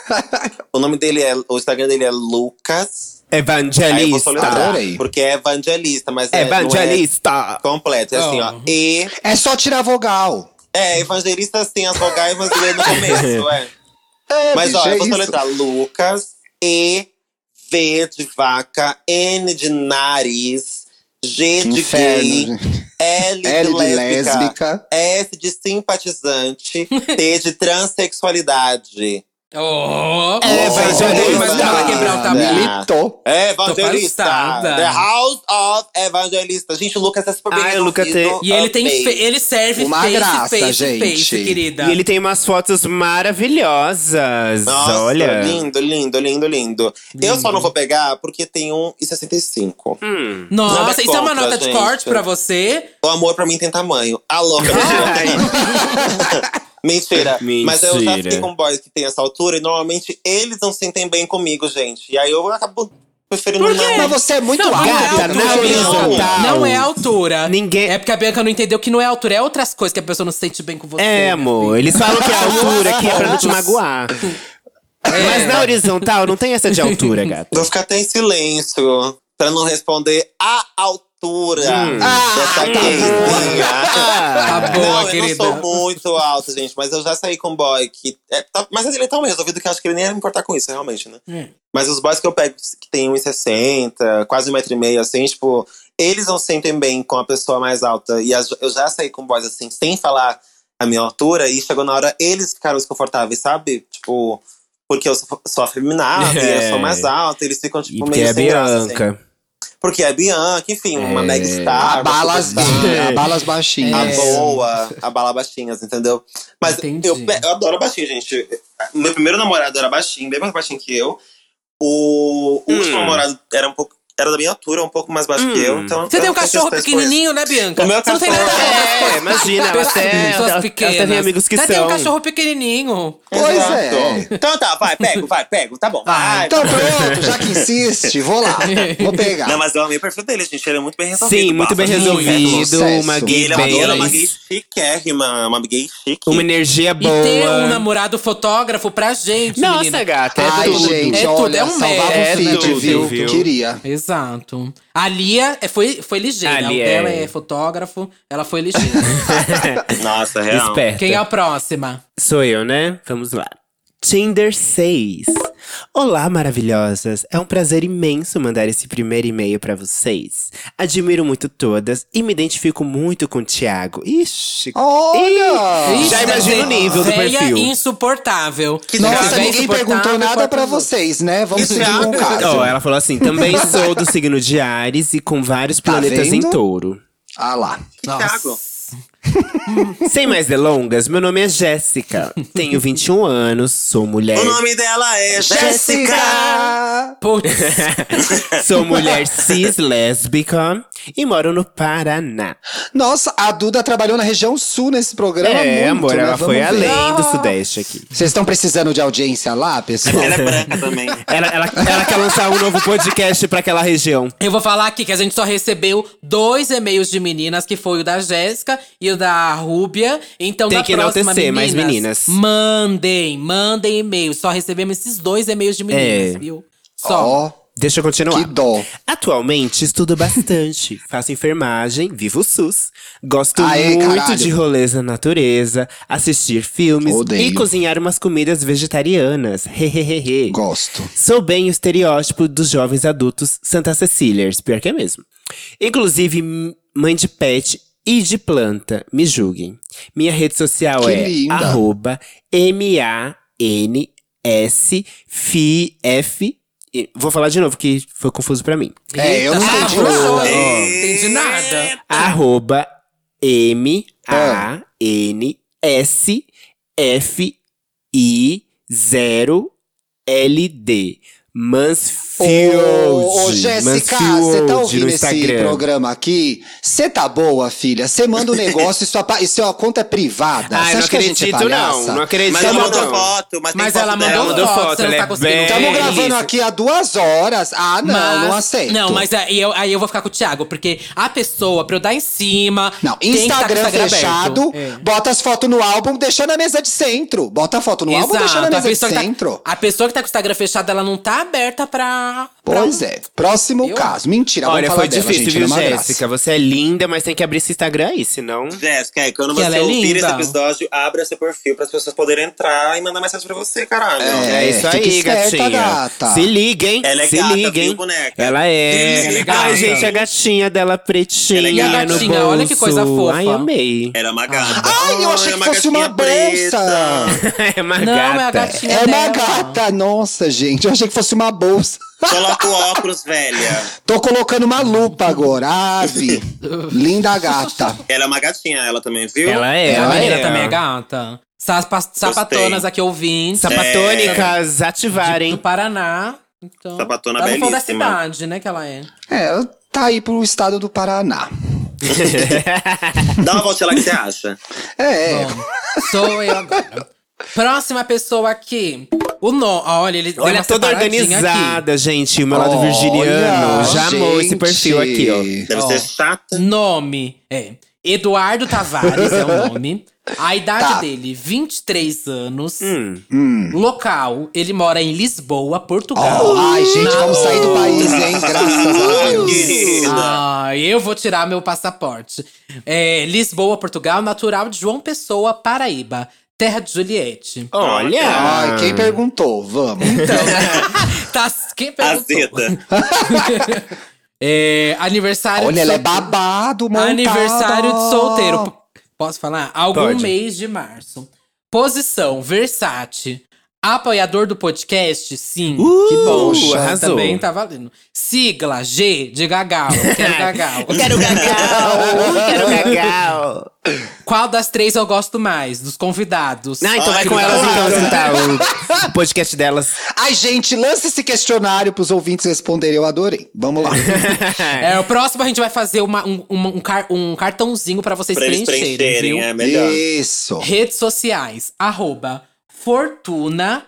S4: O nome dele é. O Instagram dele é Lucas. Aí eu vou
S1: Evangelista.
S4: soletrar,
S2: Adorei.
S4: porque é evangelista, mas é,
S1: Evangelista.
S4: não é completo. É assim,
S3: Oh.
S4: ó. E.
S2: É só tirar vogal.
S4: É,
S2: [laughs]
S4: evangelista sem as vogais, mas ele é no começo, é.
S2: É,
S4: Mas
S2: bicho,
S4: ó,
S2: é
S4: eu vou
S2: isso.
S4: soletrar Lucas E, V de vaca, N de nariz, G de gay,
S2: Inferno.
S4: L de,
S2: L de
S4: lésbica,
S2: lésbica.
S4: S de simpatizante, T de [laughs] transexualidade.
S3: Oh,
S2: É,
S3: oh,
S2: evangelista.
S3: mas dá pra quebrar o um tabu.
S2: Militou.
S4: Evangelista!
S3: passada.
S4: The House of Evangelista. Gente, o Lucas é super bem
S1: Ai, o Lucas
S4: resolvido.
S1: tem-
S3: E ele tem
S4: Amei.
S3: fe- ele serve
S2: Uma
S3: face,
S2: graça,
S3: face, face,
S2: gente.
S1: E
S3: querida.
S1: ele tem umas fotos maravilhosas.
S4: Nossa,
S1: Olha.
S4: lindo, lindo, lindo, lindo. Eu só não vou pegar porque tem 1,65.
S1: Hum.
S4: Nada
S3: Nossa, isso é uma
S4: contra,
S3: nota de
S4: gente.
S3: corte pra você?
S4: O amor pra mim tem tamanho.
S3: [laughs]
S4: A louca.
S1: Ai.
S4: [laughs] Mentira.
S1: Mentira.
S4: Mas eu já fiquei com boys que tem essa altura e normalmente eles não se sentem bem comigo, gente. E aí eu acabo preferindo
S3: Por quê?
S4: não.
S2: Mas você é muito
S3: Não, não é
S2: gata,
S3: altura,
S2: não
S1: na horizontal.
S3: Não é altura.
S1: Ninguém-
S3: É porque a Bianca não entendeu que não é altura, é outras coisas que a pessoa não se sente bem com você.
S1: É, amor. Eles falam
S3: [laughs]
S1: que é a altura aqui é pra não te magoar.
S3: É.
S1: Mas na horizontal não tem essa de altura, gata.
S2: [laughs]
S4: Vou ficar até em silêncio pra não responder a altura
S1: Hum.
S3: Ah,
S4: dessa
S1: Ah.
S4: gayzinha.
S3: Tá boa,
S4: não,
S3: querida.
S4: eu não sou muito alto, gente, mas eu já saí com um boy que. é, tá- mas ele é tão bem resolvido que eu acho que ele nem ia me importar com isso, realmente, né?
S1: É.
S4: Mas os boys que eu pego que tem 1,60, quase 1,5m, assim, tipo, eles não se sentem bem com a pessoa mais alta. E as- eu já saí com boys assim, sem falar a minha altura, e chegou na hora, eles ficaram desconfortáveis, sabe? Tipo, porque eu sou, sou afeminado, e eu
S1: É.
S4: sou mais alta, eles ficam,
S1: E
S4: tipo,
S1: porque
S4: meio
S1: é
S4: sem graça, assim.
S1: Bianca.
S4: Porque é Bianca, enfim, uma
S1: É.
S4: mega star.
S2: A
S4: uma assim.
S2: balas,
S4: superstar.
S2: a balas baixinhas.
S4: A
S3: É.
S4: boa, a bala baixinhas, entendeu? Mas
S3: Entendi.
S4: eu, pe- eu adoro baixinho, gente. Meu primeiro namorado era baixinho, bem mais baixinho que eu. O, o
S1: Hum.
S4: último namorado era um pouco. Era da minha altura, um pouco mais baixo que eu. Então
S3: Você
S4: eu
S3: tem um
S4: não
S3: cachorro
S4: essas coisas.
S3: pequenininho, né, Bianca?
S4: O meu
S3: Você não tem nada
S4: cachorro-
S3: a ver
S1: É, imagina,
S3: com
S1: ela até,
S3: pessoas
S1: ela,
S3: pequenas.
S1: ela até tem amigos que
S3: Já tem
S1: são.
S3: um cachorro pequenininho.
S2: Pois
S4: Exato.
S2: é.
S4: Então tá, vai, pego, vai, pego. Tá bom. vai.
S2: Então pronto, já que insiste, vou lá. Vou pegar.
S4: Não, mas eu amei o perfil dele, gente. Ele é muito bem resolvido.
S1: Sim, muito
S4: bafo.
S1: bem
S3: muito
S1: resolvido.
S2: sucesso.
S1: Uma
S4: E
S1: gay
S4: ele é uma, ele é uma gay
S1: bem.
S4: chiquérrima, uma gay chique.
S1: Uma energia
S3: E ter um
S1: boa.
S3: namorado fotógrafo pra gente, menina.
S1: Nossa, gata, é
S2: Ai,
S1: tudo.
S2: gente,
S3: É tudo,
S2: olha,
S3: é um
S2: salvava
S1: mérito,
S2: o
S1: é
S2: feed,
S1: tudo,
S2: viu?
S1: viu?
S2: Queria.
S3: Exato. A Lia é, foi, foi ligeira.
S1: A
S3: o
S1: Lia
S3: dela
S1: é-
S3: é fotógrafo, ela foi
S1: [laughs]
S3: ligeira.
S4: Nossa, real.
S1: [laughs] Esperta.
S3: Quem é a próxima?
S1: Sou eu, né? Vamos lá. Tinder 6. Olá, maravilhosas! É um prazer imenso mandar esse primeiro e-mail pra vocês. Admiro muito todas e me identifico muito com o Thiago. Ixi,
S2: Olha!
S1: Ih, já imagino o nível do
S3: Véia
S1: perfil.
S3: insuportável.
S4: Que
S2: Nossa,
S4: Cara,
S3: Véia
S2: ninguém
S3: insuportável,
S2: perguntou nada
S3: quatro
S2: pra
S3: anos.
S2: vocês, né? Vamos
S4: Isso
S2: seguir
S4: é
S2: com o
S4: alto.
S2: caso.
S1: Ó, ela falou assim:
S4: [laughs]
S1: também sou do signo de Ares e com vários
S2: Tá
S1: planetas em
S2: vendo?
S1: touro.
S2: Ah lá.
S4: Thiago.
S1: Sem mais delongas, meu nome é Jéssica. Tenho 21 anos, sou mulher.
S4: O nome dela é Jéssica.
S3: Putz.
S1: [laughs] Sou mulher cis lésbica e moro no Paraná.
S2: Nossa, a Duda trabalhou na região sul nesse programa
S1: é,
S2: muito,
S1: amor,
S2: né?
S1: ela
S2: Vamos
S1: foi
S2: ver.
S1: além do Sudeste aqui.
S2: Vocês estão precisando de audiência lá, pessoal?
S4: Ela é branca também.
S1: Ela, ela- ela quer lançar um novo podcast pra aquela região.
S3: Eu vou falar aqui que a gente só recebeu dois e-mails de meninas, que foi o da Jéssica e o da Rúbia. Então,
S1: Tem
S3: na
S1: que
S3: próxima,
S1: enaltecer mais
S3: meninas,
S1: meninas.
S3: Mandem, mandem e-mails. Só recebemos esses dois e-mails de meninas,
S1: É.
S3: viu? Só.
S2: Ó,
S1: Deixa eu
S2: que
S1: continuar.
S2: dó.
S1: Atualmente estudo bastante, faço enfermagem, vivo o SUS. Gosto
S2: Aê,
S1: muito
S2: caralho.
S1: de rolês na natureza, assistir filmes e
S2: Odeio.
S1: cozinhar umas comidas vegetarianas. Hehehehe.
S2: Gosto.
S1: Sou bem o estereótipo dos jovens adultos Santa Cecílias, pior que é mesmo. Inclusive, m- mãe de pet e de planta, me julguem. Minha rede social
S2: Que
S1: é
S2: linda.
S1: arroba M-A-N-S-F-F. e- Vou falar de novo, que foi confuso pra mim.
S2: É, eu não
S3: Eita,
S1: tá
S2: entendi
S3: arrasou,
S2: nada.
S3: hein? Entendi nada.
S1: Arroba M-A-N-S-F-I-0-L-D. Mansfield.
S2: Ô, ô, Jéssica, você
S1: Mansfield
S2: tá
S1: no
S2: ouvindo esse
S1: Instagram.
S2: programa aqui? Você tá boa, filha? Você
S1: [laughs]
S2: manda um negócio e sua, pa- e sua conta é privada.
S1: Ai, Ah,
S2: Você
S1: não
S2: acha que a gente é
S1: acredito, não.
S2: palhaça?
S1: Não acredito,
S4: Mas
S2: Você
S4: ela
S2: mandou
S4: mandou foto, mas, tem
S3: Mas
S4: foto
S3: ela
S4: dela.
S3: mandou,
S1: Ela mandou
S3: foto,
S1: foto,
S3: você não
S1: ela é
S3: tá conseguindo.
S1: bem-
S2: Estamos
S1: É
S2: gravando
S1: isso.
S2: aqui há duas horas. Ah, não, não aceito.
S3: Não, mas aí eu, aí eu vou ficar com o Thiago, porque a pessoa, pra eu dar em cima.
S2: Não,
S3: tem que tá com o
S2: Instagram, fechado,
S3: aberto. É.
S2: bota as fotos no álbum, deixa na mesa de centro. Bota a foto no álbum, deixa na
S3: Exato, a
S2: mesa de
S3: pessoa que tá-
S2: centro.
S3: a pessoa que tá com o Instagram fechado, ela não tá aberta pra. pra
S2: Pois é. Próximo
S3: Eu-
S2: caso. Mentira,
S1: Olha,
S2: vamos falar
S1: foi
S2: dela,
S1: difícil,
S2: gente,
S1: viu,
S2: era uma graça.
S1: Jéssica? Você é linda, mas tem que abrir esse Instagram aí, senão.
S4: Jéssica, é, quando
S3: Que
S4: você
S3: ela é
S4: ouvir
S3: linda.
S4: esse episódio, abra seu perfil para as pessoas poderem entrar e mandar mensagem pra você, caralho.
S2: É.
S1: É, isso
S2: fica
S1: aí,
S2: esperta,
S1: gatinha.
S2: gata.
S1: Se liga, hein?
S4: Ela é
S1: Se
S4: gata,
S1: liga, hein?
S4: viu, boneca?
S1: Ela é.
S4: Se liga, é
S1: Ai,
S4: gata.
S1: gente, a gatinha dela pretinha.
S4: E a
S1: no
S3: gatinha,
S1: bolso.
S3: olha que coisa fofa.
S1: Ai, amei. [laughs]
S4: Era uma gata.
S2: Ai, eu achei
S4: era
S2: que fosse
S4: gatinha
S2: uma bolsa.
S1: É uma
S3: Não,
S1: gata.
S3: é a gatinha
S2: É uma
S3: dela.
S2: gata, nossa, gente. Eu achei que fosse uma bolsa.
S4: Coloca o óculos, velha.
S2: Tô colocando uma lupa agora.
S3: [laughs]
S2: Ave. Linda gata.
S4: Ela é uma gatinha, ela também, viu?
S1: Ela é,
S3: Ela,
S1: ela,
S3: menina
S1: é.
S3: também é gata. Sapa- sapatonas aqui ouvintes.
S4: É.
S1: Sapatônicas
S3: Do
S1: ativarem.
S3: Paraná. Então,
S4: Sapatona
S3: ela não falou da
S4: belíssima.
S3: cidade, né, que ela é.
S2: É, tá aí pro estado do Paraná.
S1: [laughs]
S4: Dá uma voltinha lá que você acha.
S2: É,
S3: Bom, sou eu agora. Próxima pessoa aqui. O nome. Olha, ele tá deu
S1: Olha,
S3: uma
S1: toda
S3: separadinha
S1: organizada, gente. O meu lado
S2: Olha,
S1: virginiano já amou esse
S2: gente.
S1: perfil aqui, ó.
S4: Deve
S3: Ó.
S4: ser chata.
S3: aqui. Nome. É. Eduardo Tavares
S2: [laughs]
S3: é o nome. A idade
S2: Tá.
S3: dele, 23 anos.
S1: Hum.
S3: Local, ele mora em Lisboa, Portugal.
S2: Ó, Oh. ai, gente,
S3: Na-
S2: vamos sair do país,
S3: Uhum.
S2: hein? Graças a Deus.
S4: Querida.
S3: Ah, eu vou tirar meu passaporte. É, Lisboa, Portugal, natural de João Pessoa, Paraíba, terra de Juliette.
S1: Olha.
S2: Ai, quem perguntou? Vamos. [laughs]
S3: Então, [laughs] tá, quem perguntou?
S4: Azeda.
S3: [laughs] É, aniversário
S2: Olha,
S3: de
S2: ela é
S3: solteiro.
S2: babado, montada.
S3: Aniversário de solteiro. P- Posso falar? Algum
S1: Pode.
S3: mês de março. Posição, versátil. Apoiador do podcast? Sim.
S1: Uh,
S3: que bom.
S1: poxa, arrasou.
S3: Também tá valendo. Sigla, G, de Gagal.
S4: [laughs]
S3: Quero Gagal.
S1: Quero gagal, quero gagal.
S3: Qual das três eu gosto mais? Dos convidados.
S1: Ah, então vai com elas então, sentar o podcast delas.
S2: Ai, gente, lança esse questionário pros ouvintes responderem. Eu adorei. Vamos
S3: [laughs]
S2: lá.
S3: É, o próximo a gente vai fazer uma- um, uma- um car- um cartãozinho pra vocês
S4: Pra eles
S3: preencherem,
S4: preencherem,
S3: viu?
S4: é melhor.
S2: Isso.
S3: Redes sociais, arroba Fortuna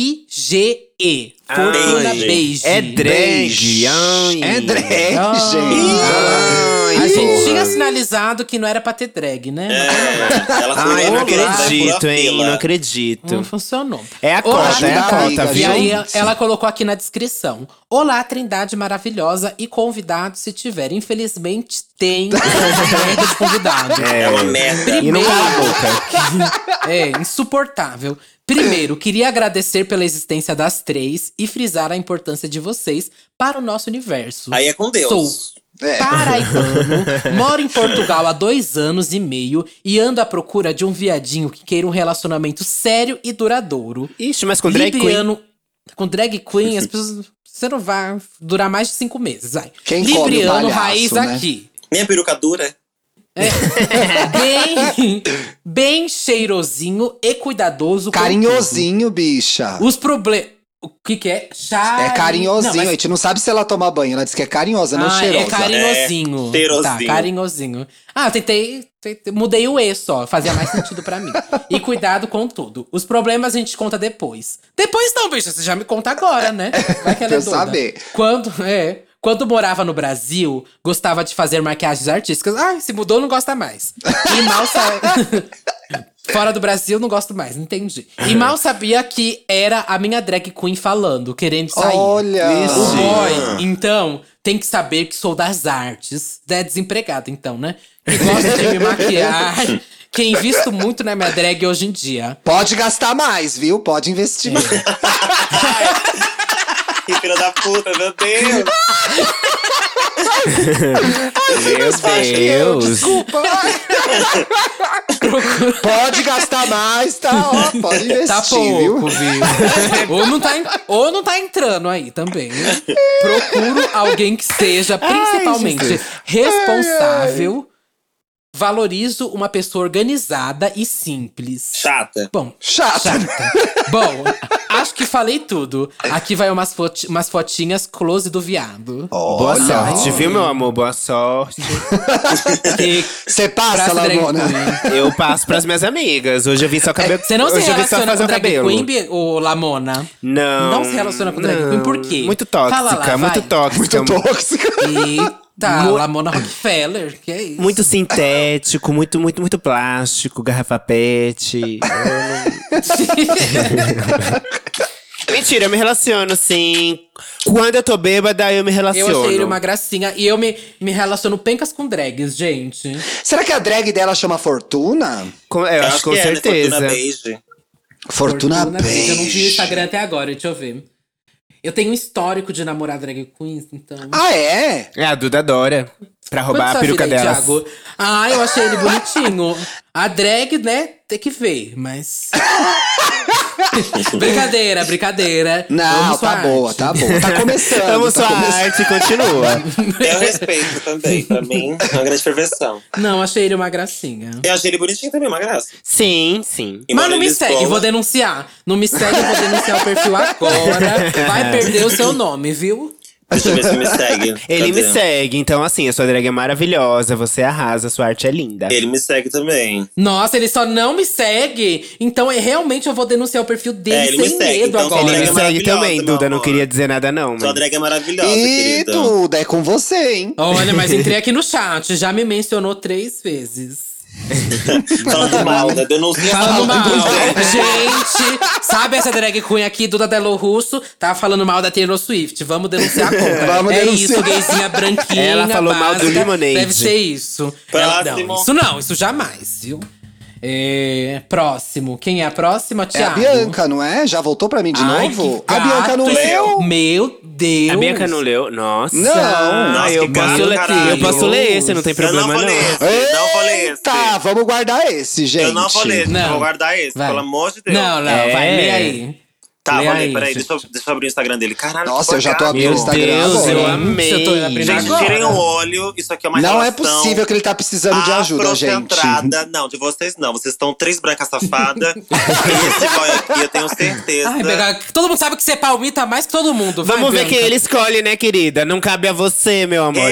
S3: B-E-I-G-E. Fortuna
S1: Ai,
S3: Beige.
S1: É drag.
S2: Beijo.
S1: ai.
S2: É drag,
S3: Ai.
S2: gente.
S1: Ai,
S3: A gente
S1: porra.
S3: tinha sinalizado que não era pra ter drag, né?
S4: É, ela foi
S1: Ai, eu não
S4: uma grande, vai
S1: acredito,
S4: por uma
S1: hein?
S4: fila.
S1: Não
S3: Mas Não
S1: acredito.
S3: funcionou.
S1: É a cota, é a
S2: Ajuda aí,
S1: cota,
S2: Gabi.
S3: E
S1: viu?
S3: aí, ela colocou aqui na descrição. Olá, Trindade maravilhosa e convidado, se tiver. Infelizmente,
S1: [laughs]
S3: tem merda de convidado.
S4: É uma merda.
S1: E não cala a boca.
S3: É, insuportável. Primeiro, queria agradecer pela existência das três e frisar a importância de vocês para o nosso universo.
S4: Aí é com Deus.
S3: Sou
S2: É.
S3: paraibano, moro em Portugal há dois anos e meio e ando à procura de um viadinho que queira um relacionamento sério e duradouro.
S1: Ixi, mas com drag queen.
S3: Libriano, com drag queen, as pessoas. Você não vai durar mais de cinco meses. Vai.
S2: Quem come o
S3: Libriano
S2: palhaço,
S3: raiz
S2: né?
S3: aqui.
S4: Minha peruca dura. [laughs]
S3: bem, bem cheirosinho e cuidadoso. com
S2: É Carinhosinho, bicha.
S3: tudo. Os problemas. O que, que é? Chari...
S2: É carinhosinho.
S3: Não, mas-
S2: A gente não sabe se ela toma banho. Ela disse que é carinhosa, não
S3: Ah,
S2: cheirosa.
S3: É carinhosinho.
S4: É, cheirosinho.
S3: Tá, carinhosinho. Ah, eu tentei, tentei- Mudei o E só. Fazia mais sentido pra mim. E cuidado com tudo. Os problemas a gente conta depois. Depois não, bicho. Você já me conta agora,
S2: [laughs]
S3: né? Vai que
S2: Pra
S3: ela é
S2: eu
S3: doida.
S2: saber.
S3: Quando, é, quando morava no Brasil, gostava de fazer maquiagens artísticas. Ah, se mudou, não gosta mais. E mal sabe. [laughs] Fora do Brasil, não gosto mais, entendi. E mal sabia que era a minha drag queen falando, querendo sair.
S2: Olha.
S1: Isso.
S3: O
S1: Sim.
S3: boy, então, tem que saber que sou das artes. É desempregado, então, né? Que gosto de me maquiar. Que invisto muito na minha drag hoje em dia.
S2: Pode gastar mais, viu? Pode investir. mais.
S4: Que filha da puta, meu Deus.
S1: Meu Deus.
S2: Desculpa. pode gastar mais, tá? Ó, pode investir,
S3: [laughs] Tá
S2: viu?
S3: pouco, viu? ou, não tá, en- ou não tá entrando aí também. né? Procuro alguém que seja principalmente responsável. Valorizo uma pessoa organizada e simples.
S4: Chata.
S3: Bom,
S2: Chata.
S3: Chata. Bom, acho que falei tudo. Aqui vai umas, foti- umas fotinhas close do viado.
S1: Boa
S2: Olha.
S1: sorte, viu, meu amor? Boa sorte.
S3: [laughs] Que
S2: Você
S3: pra
S2: passa,
S3: drag
S2: Lamona. [laughs]
S3: queen.
S1: Eu passo pras minhas amigas. Hoje eu vim só cabelo.
S3: É, Você não se
S1: Hoje eu vim só
S3: relaciona
S1: fazer
S3: com
S1: o
S3: drag
S1: cabelo.
S3: queen, Bi- ô Lamona?
S1: Não.
S3: Não se relaciona com drag queen,
S1: não.
S3: por quê?
S1: Muito
S3: Fala lá,
S1: tóxica,
S3: vai.
S1: muito tóxica.
S2: Muito
S3: Então-
S2: tóxica.
S3: Eita,
S1: Mu-
S3: Lamona Rockefeller, que é isso? [laughs]
S1: Muito sintético, muito, muito, muito
S3: [laughs]
S1: plástico, garrafa pet. Eu não- Mentira, eu me relaciono, sim. Quando eu tô bêbada, eu me
S3: Eu
S1: relaciono.
S3: achei ele uma gracinha. E eu me, me relaciono pencas com drags, gente.
S2: Será que a drag dela chama Fortuna?
S1: Com- eu, acho, com
S4: que é, né?
S1: certeza.
S4: Fortuna Beige.
S2: Fortuna,
S3: Beige. Eu não vi o
S2: Beige.
S3: Instagram até agora, deixa eu ver. Eu tenho um histórico de namorar drag queens, então.
S2: Ah, é?
S1: é, a Duda adora. Pra roubar
S3: Quanto
S1: a
S3: sua
S1: peruca
S3: vida aí,
S1: dela.
S3: Thiago? Ah, eu achei ele bonitinho. A drag, né? Tem que ver, mas. brincadeira, brincadeira.
S2: Não,
S3: Amo
S2: tá
S3: sua
S2: boa,
S3: arte.
S2: tá boa. Tá começando.
S1: Amo
S2: tá
S1: sua
S2: começando.
S1: arte,
S3: é
S1: continua.
S3: [laughs]
S4: Eu respeito também, pra mim. É uma grande perfeição.
S3: Não, achei ele uma gracinha.
S4: Eu achei ele bonitinho também, uma graça.
S1: sim, sim.
S4: E
S3: Mas
S4: mora
S3: não
S4: em
S3: me
S4: Lisboa.
S3: segue, vou denunciar. Não me segue, eu vou denunciar o perfil agora. Vai perder o seu nome, viu?
S4: Deixa eu ver se me segue.
S1: [laughs] Ele me
S4: Cadê?
S1: segue, então assim, a sua drag é maravilhosa, você arrasa, sua arte é linda.
S4: Ele me segue também.
S3: Nossa, ele só não me segue. Então, é, realmente, eu vou denunciar o perfil dele
S4: É, ele me
S3: sem
S4: segue,
S3: medo
S4: então,
S3: agora.
S1: Ele
S4: sua
S1: me
S4: drag é
S1: segue
S4: maravilhosa,
S1: também,
S4: meu
S1: Duda, não
S4: amor.
S1: queria dizer nada não.
S4: Sua
S1: mas-
S4: drag é maravilhosa,
S2: E
S4: querida.
S2: tudo, é com você, hein?
S3: Olha, mas entrei aqui no chat, já me mencionou três vezes.
S4: Falando mal, né? Denuncia
S3: Falando mal.
S4: né?
S3: Gente, sabe essa drag queen aqui, Duda Delo Russo? Tá falando mal da Taylor Swift. Vamos denunciar
S2: [laughs]
S3: contra.
S2: Vamos
S3: é
S2: denunciar.
S3: isso, gayzinha branquinha.
S1: Ela falou mal do
S3: básica.
S1: Lemonade.
S3: Deve ser isso. Ela-
S4: Próximo.
S3: não, isso não, isso jamais, viu? É, próximo. Quem é a
S2: É
S3: próxima,
S2: a
S3: Thiago?
S2: Bianca, não é? Já voltou pra mim de
S3: Ai,
S2: novo?
S3: que
S2: A Bianca não
S3: gato.
S2: leu?
S3: Meu Deus.
S1: A Bianca não leu? Nossa!
S2: Não.
S4: Nossa,
S1: eu,
S4: que
S1: posso
S4: gato,
S1: ler,
S4: caralho.
S1: eu posso ler esse, não tem
S4: Eu não
S1: problema
S4: vou
S1: não.
S4: ler esse. Não falei esse.
S2: Tá, vamos guardar esse, gente.
S4: Eu não vou ler,
S3: Não.
S4: vou guardar esse,
S3: Vai.
S4: pelo amor de Deus.
S3: Não, não,
S1: É.
S3: vai, lê aí.
S4: Tá,
S3: Lê
S4: vou
S3: aí,
S4: ler, peraí,
S3: gente.
S4: deixa eu, deixa eu abrir o Instagram dele. Caralho,
S2: Nossa,
S4: que
S2: eu já tô
S4: bagaço.
S2: abrindo
S1: Meu
S2: o Instagram
S1: Deus,
S2: agora.
S1: eu
S3: Gente,
S1: amei.
S3: eu tô abrindo
S4: Gente,
S3: agora.
S4: tirem o olho, isso aqui é uma
S2: Não é
S4: relação
S2: possível que ele tá precisando de ajuda, gente.
S4: afrocentrada. Não, de vocês não, vocês estão três
S2: [laughs]
S4: brancas safadas. Esse boy aqui, eu tenho certeza.
S3: Ai, Bianca, todo mundo sabe que você palmita mais que todo mundo. Vai,
S1: Vamos ver
S3: Bianca.
S1: quem ele escolhe, né, querida? Não cabe a você, meu amor.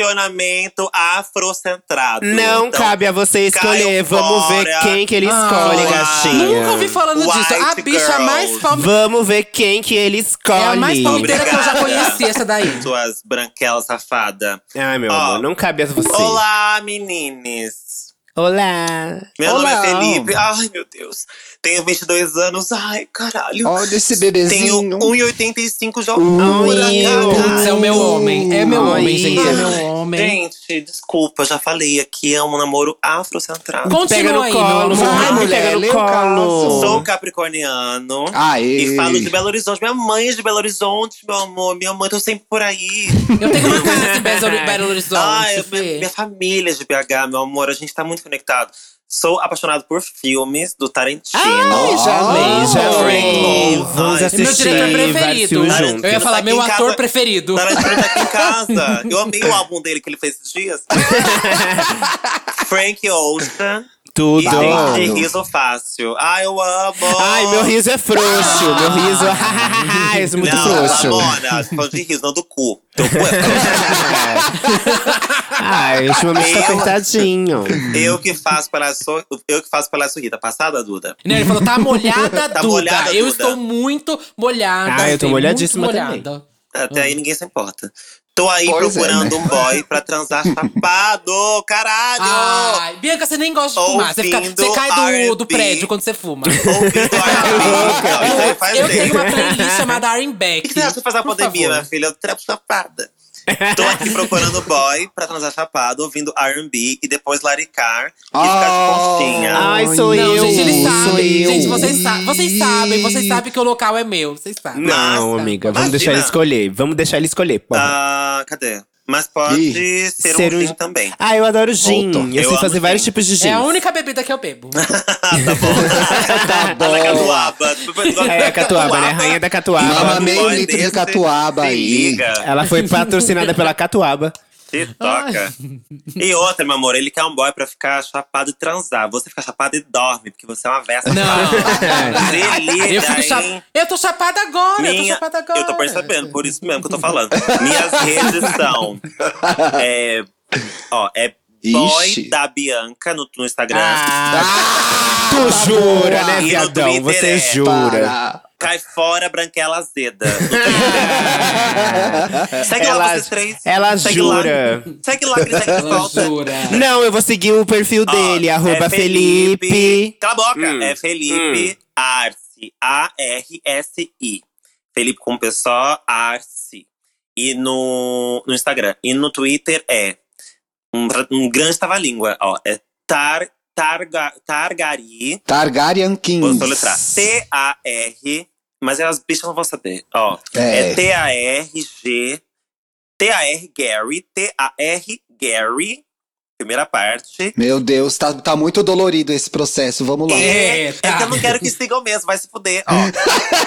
S4: Relacionamento afrocentrado.
S1: Não
S4: Então,
S1: cabe a você escolher.
S4: caiam
S1: Vamos ver
S4: fora.
S1: quem que ele
S3: Ah,
S1: escolhe,
S4: uai.
S1: gatinha.
S3: Nunca ouvi falando
S4: White
S3: disso. A bicha
S4: girl.
S3: mais palmita.
S1: Vamos ver quem que ele escolhe.
S3: É a mais palmiteira que eu já
S4: Obrigada.
S3: conheci, essa daí.
S4: Suas branquelas safada.
S1: Ai, meu
S4: Ó.
S1: amor, não cabe a você.
S4: Olá, menines.
S1: Olá.
S4: Meu
S2: Olá.
S4: nome é Felipe. Ai, meu Deus. Tenho 22 anos. Ai, caralho.
S2: Olha esse
S4: Tenho
S2: bebezinho.
S4: 1,85 já.
S1: Ai,
S2: um
S3: Putz, é o meu homem. É meu
S1: Ai.
S3: homem, gente. É meu homem.
S4: Gente, desculpa, já falei aqui. É um namoro afrocentrado.
S1: Pega no
S3: Continua aí, meu
S1: colo,
S3: amor.
S2: Vai,
S1: vai,
S2: mulher,
S1: pega
S2: lê
S1: no
S2: o caso.
S1: colo.
S4: Sou capricorniano.
S2: Aê.
S4: E falo de Belo Horizonte. Minha mãe é de Belo Horizonte, meu amor. Minha mãe, tô sempre por aí.
S3: Eu tenho uma assim, casa em Belo- Belo
S4: Ai,
S3: Horizonte,
S4: eu- minha, minha
S3: Fê.
S4: família é de BH, meu amor. A gente tá muito conectado. Sou apaixonado por filmes do Tarantino.
S1: Ai, já amei, já
S4: Oh.
S1: amei. Vamos
S4: Ai.
S3: É meu
S1: assistir
S3: diretor
S1: vários
S3: preferido.
S1: filmes
S4: Cara,
S1: juntos.
S3: Eu ia falar,
S4: Tá Aqui
S3: meu
S4: em casa-
S3: ator preferido.
S4: Tarantino tá aqui em
S3: [laughs]
S4: casa. Eu amei o álbum dele que ele fez esses dias. Frank Ocean.
S1: Tudo.
S4: E
S2: babado.
S4: gente, riso fácil. Ai, eu amo.
S1: Ai, meu riso é frouxo. Meu riso é [laughs] muito
S4: não,
S1: frouxo.
S4: Ramona, tô falando de riso, não do cu. Teu cu é
S3: [laughs]
S1: [laughs] Ai, ultimamente tá
S4: Eu-
S1: apertadinho.
S4: frouxo. eu que faço pela sua, eu que faço pela sorrida. Passada, Duda?
S3: Né, Ele
S4: [laughs]
S3: falou, tá molhada,
S4: Tá
S3: Duda.
S4: molhada,
S3: eu
S4: Duda.
S3: estou muito molhada.
S1: Ah, eu tô
S3: Fê,
S1: molhadíssima
S3: muito
S1: também.
S3: molhada.
S4: Até aí ninguém se importa. Tô aí
S2: Pois é,
S4: procurando um boy pra transar chapado, caralho!
S3: Ai, Bianca, você nem gosta de fumar. Você, fica-
S4: Ouvindo
S3: você cai do, do
S4: R&B.
S3: prédio quando você fuma. [laughs]
S4: Ouvindo a Não, isso aí [laughs] faz
S3: Tá Eu tenho
S4: tempo.
S3: uma playlist chamada Iron
S4: O
S3: Back.
S4: que você acha de fazer a
S3: Por
S4: pandemia, né?
S3: favor.
S4: minha filha? Eu trapo chapada. Tô aqui procurando um boy pra transar chapado, ouvindo R&B e depois laricar e ficar de
S2: Oh.
S4: pontinha.
S1: Ai, sou
S3: Não,
S1: eu.
S3: gente, eles
S1: sou
S3: sabem.
S1: eu.
S3: Gente, vocês, sa- vocês sabem, vocês sabem que o local é meu. Vocês sabem.
S1: Não,
S3: Basta.
S1: amiga, vamos
S4: Imagina.
S1: deixar ele escolher. Vamos deixar ele escolher. pô.
S4: Ah, cadê? Mas pode ser, um fim também.
S1: Ah, eu adoro gin.
S2: Voltou.
S1: Eu,
S4: Eu
S1: sei
S4: amo
S1: fazer
S4: gin.
S1: vários tipos de gin.
S3: É a única bebida que eu
S4: [laughs]
S3: bebo.
S4: tá bom.
S2: Tá bom.
S4: Olha a catuaba.
S1: É, a catuaba, né? Rainha da
S2: Mama
S1: catuaba.
S4: Mamãe.
S2: meio
S4: Boy
S2: litro de
S4: desse,
S2: catuaba
S4: se
S2: aí.
S4: liga,
S1: Ela foi patrocinada pela catuaba.
S4: se toca. E outra, meu amor, ele quer um boy pra ficar chapado e transar. Você fica chapado e dorme, porque você é uma
S3: [laughs]
S4: versa.
S3: Não.
S4: Delícia,
S3: Eu, fico cha-
S4: hein?
S3: eu tô chapada agora, eu tô
S4: Minha,
S3: chapada agora.
S4: eu tô percebendo, por isso mesmo que eu tô falando.
S3: [laughs]
S4: Minhas redes são. É, ó, é boy
S2: Ixi.
S4: da Bianca no, no Instagram.
S1: Ah, tu
S2: tá
S1: jura,
S2: boa.
S1: né,
S4: E no
S1: viadão?
S4: Twitter
S1: Você
S4: é
S1: jura.
S2: Para.
S4: Cai fora, branquela azeda. no
S3: [laughs]
S4: Twitter. segue
S1: Ela-
S4: lá vocês três.
S1: ela
S4: segue
S1: jura.
S4: Lá. Segue lá, que tá segue
S3: Ela
S4: falta.
S3: jura.
S1: Não, eu vou seguir o perfil
S4: Ó,
S1: dele,
S4: é
S1: arroba Felipe.
S4: Cala a boca.
S1: Hum.
S4: É Felipe Arce. A-R-S-I. Felipe com P só, Arce. E no, no Instagram. E no Twitter é um, um grande tava-língua, ó. É tar, targa, Targari.
S2: Targaryen
S4: Vou
S2: Kings.
S4: soletrar. T-A-R. Mas as bichas não vão saber. Ó,
S2: É.
S4: é T-A-R-G. T-A-R Gary. T-A-R Gary. Primeira parte.
S2: Meu Deus, tá, tá muito dolorido esse processo. Vamos lá.
S4: E- É,
S3: Eita.
S4: que eu não quero que sigam mesmo, vai se fuder. Ó,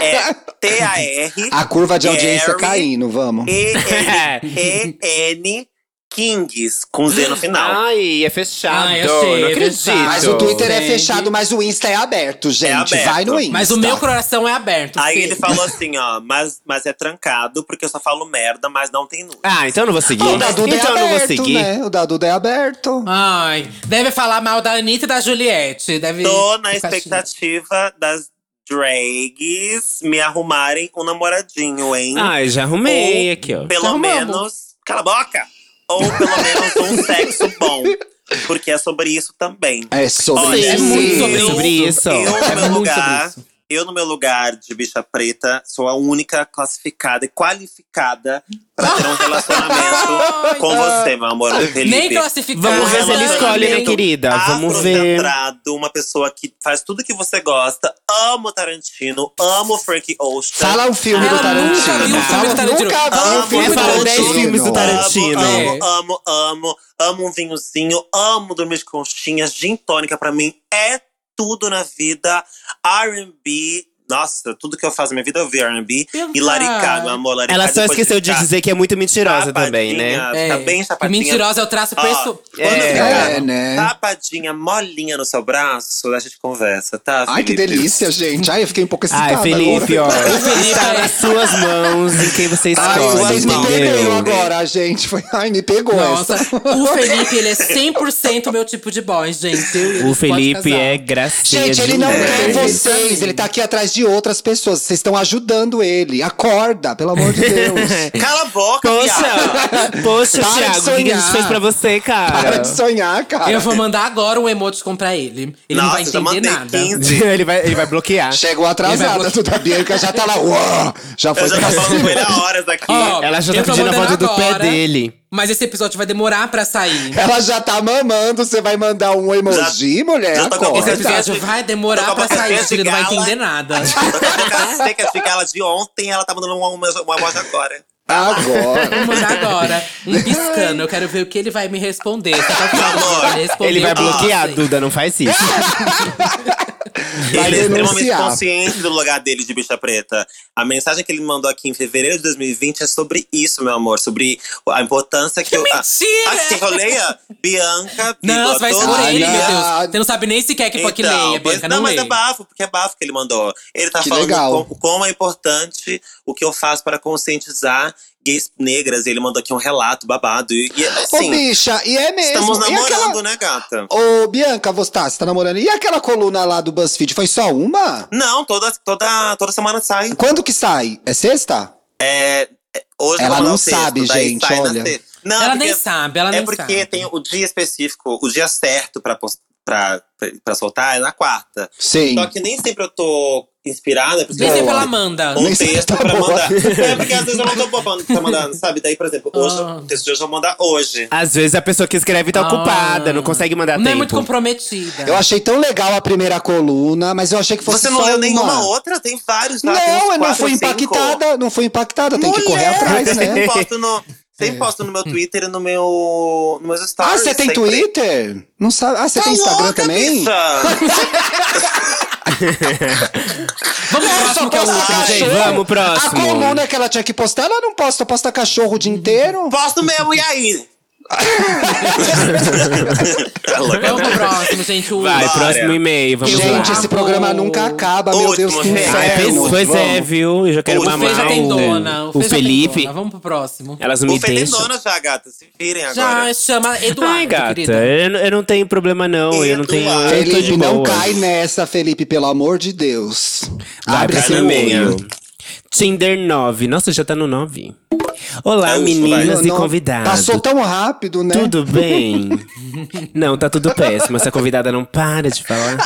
S4: é T-A-R.
S2: A curva de audiência
S4: Gary-
S2: caindo, vamos.
S4: E-N Kings, com Z no final.
S1: Ai, é fechado.
S3: Ah, eu sei,
S1: não
S3: é
S1: acredito.
S3: fechado.
S2: Mas o Twitter é
S3: Segue.
S2: fechado, mas o Insta é aberto, gente.
S4: aberto.
S2: Vai no Insta.
S3: Mas o meu coração é aberto.
S4: Tá. Aí
S3: filho.
S4: ele falou assim, ó, mas, mas é trancado porque eu só falo merda, mas não tem nude.
S1: Ah, então eu não vou seguir.
S2: O da Duda
S1: então eu
S2: é
S1: não vou
S2: aberto,
S1: seguir.
S2: né? O da Duda é aberto.
S3: Ai, deve falar mal da Anitta e da Juliette. Deve
S4: Tô na
S3: ficar
S4: expectativa das drags me arrumarem um namoradinho, hein?
S1: Ai, Ah, já arrumei aqui, ó.
S4: né? Pelo
S3: Então vamos.
S4: menos. Cala a boca! Ou pelo menos [laughs] um sexo bom. Porque é sobre isso também.
S2: É sobre
S4: Olha,
S1: Sim,
S2: isso.
S3: é muito sobre
S4: eu-
S1: isso.
S4: Eu, no
S3: É
S4: meu
S3: muito
S4: lugar,
S3: sobre
S4: eu, no meu lugar de bicha preta, sou a única classificada e qualificada
S1: [laughs]
S4: pra ter um relacionamento com
S1: tá.
S4: você, meu amor. Felipe. Um
S3: Nem classificar.
S1: Vamos ver se ele escolhe, né, querida? Vamos ver.
S4: Afrocentrado, uma pessoa que faz tudo que você gosta. Amo Tarantino, amo Frank Ocean.
S2: Fala o filme
S3: Ela
S2: do Tarantino.
S3: nunca viu o filme
S2: Fala-
S3: do Tarantino.
S2: Nunca viu
S4: Amo
S2: o filme
S1: Tarantino.
S2: do Tarantino.
S1: Dez filmes do Tarantino.
S4: Amo, amo, amo, amo um vinhozinho, amo dormir de conchinhas, gin tônica pra mim é tudo na vida. R&B, nossa, tudo que eu faço na minha vida é eu vi R&B e laricado, meu amor, laricado.
S1: Ela só
S4: depois
S1: esqueceu de
S4: ficar
S1: dizer que é muito mentirosa
S4: tapadinha,
S1: também,
S3: assim,
S1: né?
S4: Tá bem chapadinha.
S3: Mentirosa é o traço
S4: Ó,
S3: perso...
S4: quando
S1: É.
S4: ficar
S2: É, né?
S4: Tapadinha, molinha no seu braço, a gente conversa, tá?
S2: Ai, que
S4: Felipe?
S2: delícia, gente. Ai, eu fiquei um pouco excitada
S1: Ai, Felipe,
S2: [laughs] agora.
S1: ó.
S3: Felipe,
S1: Está
S3: é.
S1: nas suas mãos em quem você
S2: Ai,
S1: escolhe.
S2: vocês me pegaram
S1: entendeu?
S2: agora, gente. Foi, ai, me pegou
S3: Nossa,
S2: essa.
S3: o Felipe, ele é 100% meu tipo de boy, gente. Eu e ele
S1: O
S3: pode
S1: Felipe
S3: casar.
S1: é gracinha
S2: Gente, ele não
S1: demais.
S2: quer
S3: É isso
S2: vocês.
S3: aí.
S2: Ele tá aqui atrás de outras pessoas. Vocês estão ajudando ele. Acorda, pelo amor de Deus.
S4: Cala a boca, viado.
S1: Poxa, poxa,
S2: Para de
S1: Thiago, o que que a gente
S2: sonhar.
S1: fez pra você,
S2: Para
S1: cara?
S2: de sonhar, cara.
S3: Eu vou mandar agora um emoticon pra ele. Ele não
S4: Nossa,
S3: vai
S4: já
S3: entender
S4: mandei
S3: nada.
S4: 15.
S1: ele, vai, ele vai bloquear.
S2: Chegou atrasada, tudo da Bianca já tá lá. uó, já foi
S4: Eu já tô
S2: pra
S4: falando com ele
S2: cima.
S4: há horas aqui.
S3: Ó,
S1: Ela já
S3: eu
S1: tá
S3: tô
S1: pedindo a
S3: mandando
S1: foto do pé
S3: agora,
S1: dele.
S3: Mas esse episódio vai demorar pra sair.
S2: Ela já tá mamando. Você vai mandar um emoji, mulher?
S4: já tô
S3: Esse
S4: com Olha,
S2: Acorda.
S4: vontade.
S3: episódio vai demorar
S4: Tô com a
S3: pra sair,
S4: boca cheia de
S3: ele não vai
S4: gala.
S3: entender nada.
S4: [laughs] Eu sei que de gala de ontem, ela tá mandando uma, uma, uma voz agora.
S2: Agora.
S3: Vou
S4: [laughs]
S3: mandar agora. Um piscando, eu quero ver o que ele vai me responder. Se até o final do
S4: Amor,
S3: episódio responder,
S1: Ele vai
S3: eu assim. posso
S1: bloquear,
S3: ir.
S1: Duda, não faz isso.
S2: Vai
S4: ele é extremamente
S2: denunciar.
S4: consciente do lugar dele de bicha preta. A mensagem que ele mandou aqui em fevereiro de 2020 é sobre isso, meu amor. Sobre a importância que… eu, a-
S3: mentira!
S4: Ah, você roleia? Bianca,
S3: Não,
S4: Bigotola.
S3: você vai
S2: Ah,
S3: expor ele, meu
S2: não.
S3: Deus. Você não sabe nem sequer que foi que
S4: Então,
S3: leia,
S4: pois-
S3: Bianca, não,
S4: mas
S3: leia.
S4: é bafo, porque é bafo que ele mandou. Ele tá
S2: Que
S4: falando
S2: legal.
S4: como, como é importante o que eu faço para conscientizar gays negras. E ele mandou aqui um relato babado. E, e
S2: Ô,
S4: assim,
S2: bicha, e é mesmo.
S4: estamos
S2: e
S4: namorando,
S2: aquela...
S4: né, gata?
S2: Ô, Bianca, você tá, você tá namorando. E aquela coluna lá do BuzzFeed, foi só uma?
S4: Não, toda, toda, toda semana sai.
S2: Quando que sai? É sexta?
S4: É, é, hoje
S2: Ela
S4: eu vou
S2: não
S4: mandar o texto,
S2: sabe,
S4: daí
S2: gente,
S4: sai na
S2: olha.
S4: sexta. Não,
S3: Ela
S4: porque-
S3: nem sabe, ela
S4: É
S3: nem
S4: porque
S3: sabe.
S4: tem o dia específico, o dia certo pra, post- pra, pra, pra soltar é na quarta.
S2: Sim.
S4: Só que nem sempre eu tô inspirada. Porque
S3: Vem
S4: eu
S3: sempre
S4: mando
S3: pela Amanda.
S4: Um
S2: Nem sempre
S4: texto
S2: tá
S4: pra
S2: boa.
S4: mandar. É porque às vezes eu não tô bobando pra mandar, sabe? Daí, por exemplo, hoje,
S3: Ah.
S4: o texto de hoje eu vou mandar hoje.
S1: Às vezes a pessoa que escreve tá
S3: Ah.
S1: ocupada, não consegue mandar
S3: Não
S1: tempo.
S3: é muito comprometida.
S2: Eu achei tão legal a primeira coluna, mas eu achei que fosse
S4: Você não
S2: só
S4: leu
S2: uma.
S4: nenhuma outra? Tem vários já. tem uns
S2: Não, eu não
S4: quatro,
S2: fui
S4: cinco.
S2: impactada, não fui impactada, tem que
S4: Mulher,
S2: correr
S4: [laughs]
S2: atrás,
S4: Sempre
S2: né? É.
S4: posto no, sempre posto no meu Twitter e no meu, nos meus stories.
S2: Ah, você tem
S4: Tá sempre.
S2: Twitter? Não sabe. Ah, você
S4: Tá
S2: tem Instagram
S4: louca,
S2: também?
S4: [laughs] bicha?
S3: Vamos pro próximo, que é o
S2: posta
S3: último, gente.
S2: cachorro. Ah,
S1: Vamos, próximo.
S2: A coluna é que ela tinha que postar, ela não posta, posta cachorro o dia inteiro.
S4: Posto mesmo, e aí? Tá louca,
S3: Vamos
S4: né?
S3: pro próximo, gente. O
S1: Vai,
S4: Bora.
S1: próximo e-mail, vamos
S2: Gente,
S1: lá.
S2: esse programa nunca acaba, meu
S4: Último,
S2: Deus, que
S4: Fê.
S1: Ai,
S4: é,
S1: pois-
S2: inferno.
S1: pois é,
S2: Vamos.
S1: viu? Eu já quero
S4: O Fê
S3: O Fê
S1: mamar
S3: já tem dona.
S1: o,
S3: O, Fê já tem
S1: Felipe.
S3: dona. Vamos pro próximo.
S1: Elas
S6: um
S1: não
S4: O
S1: me
S4: Fê tem
S1: deixam.
S4: dono já, gata. Se virem agora.
S3: Já é chama Eduardo,
S1: Ai, gata, é.
S3: querida.
S1: eu, não- eu não tenho problema não, eu não tenho...
S4: Eduardo.
S1: eu tô
S2: Felipe,
S1: de
S2: não
S1: boa.
S2: cai nessa, Felipe, pelo amor de Deus.
S1: Vai,
S2: Abre
S1: próximo
S2: seu olho.
S1: e-mail. Tinder 9. Nossa, já tá no 9. Olá,
S4: É isso,
S1: meninas
S4: vai.
S1: e convidados.
S2: Passou tão rápido, né?
S1: Tudo bem? não, tá tudo péssimo. Essa convidada não para de falar.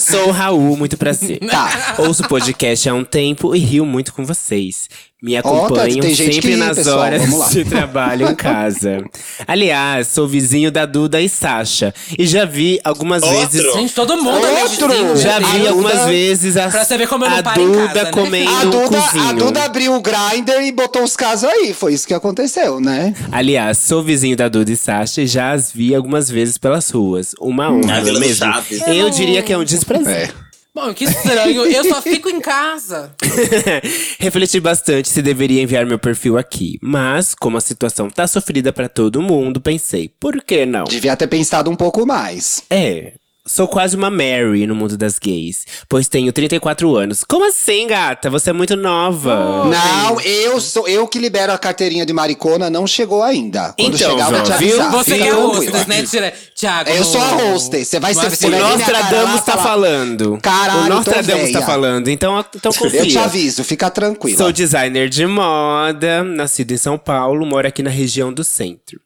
S1: Sou o Raul, muito
S2: [laughs]
S1: prazer.
S2: Tá.
S1: Ouço o podcast há um tempo e rio muito com vocês. Me
S2: tá,
S1: acompanham
S2: tem gente
S1: sempre
S2: que ri,
S1: nas
S2: pessoal,
S1: horas
S2: vamos lá.
S1: de trabalho em casa. Aliás, sou vizinho da Duda e Sasha. E já vi algumas
S6: Outro.
S1: vezes.
S3: Gente, todo mundo é meu
S2: Outro!
S3: vizinho.
S1: Já
S3: meu
S1: vi
S3: Deus.
S2: Duda-
S1: algumas vezes a,
S3: Pra você ver como eu não
S1: a
S3: paro em
S1: Duda
S3: casa, né?
S1: comendo
S2: A
S1: um
S2: Duda,
S1: cozinho.
S2: a Duda abriu o grinder e botou os casos aí. Foi isso que aconteceu, né?
S1: Aliás, sou vizinho da Duda e Sasha e já as vi algumas vezes pelas ruas. Uma honra
S6: Na Vila do
S1: mesmo.
S6: Chaves.
S1: Eu diria que é um desprazer.
S3: Bom, que estranho. Eu só fico em casa.
S1: [laughs] Refleti bastante se deveria enviar meu perfil aqui. Mas, como a situação tá sofrida pra todo mundo, pensei, por que não?
S2: Devia ter pensado um pouco mais.
S1: É, sou quase uma Mary no mundo das gays, pois tenho 34 anos. Como assim, gata? Você é muito nova.
S2: Não, eu sou eu que libero a carteirinha de maricona, não chegou ainda. Quando
S1: Então,
S2: chegar, eu vou te
S1: Vó, viu?
S2: avisar.
S3: Você
S2: Fica
S3: que é
S2: tranquila.
S3: hostess, né, Tira- Thiago?
S2: Eu sou a
S3: no-
S2: hostess, você vai
S3: no
S2: ser- você
S3: avião.
S2: vai
S1: O
S2: olhar minha cara
S1: Nostradamus
S2: lá,
S1: tá
S2: falar,
S1: falando.
S2: "Caralho,
S1: o
S2: tô
S1: Nostradamus tá
S2: velha."
S1: falando, então, então confia.
S2: Eu te aviso, fica tranquila.
S1: Sou designer de moda, nascido em São Paulo, moro aqui na região do centro.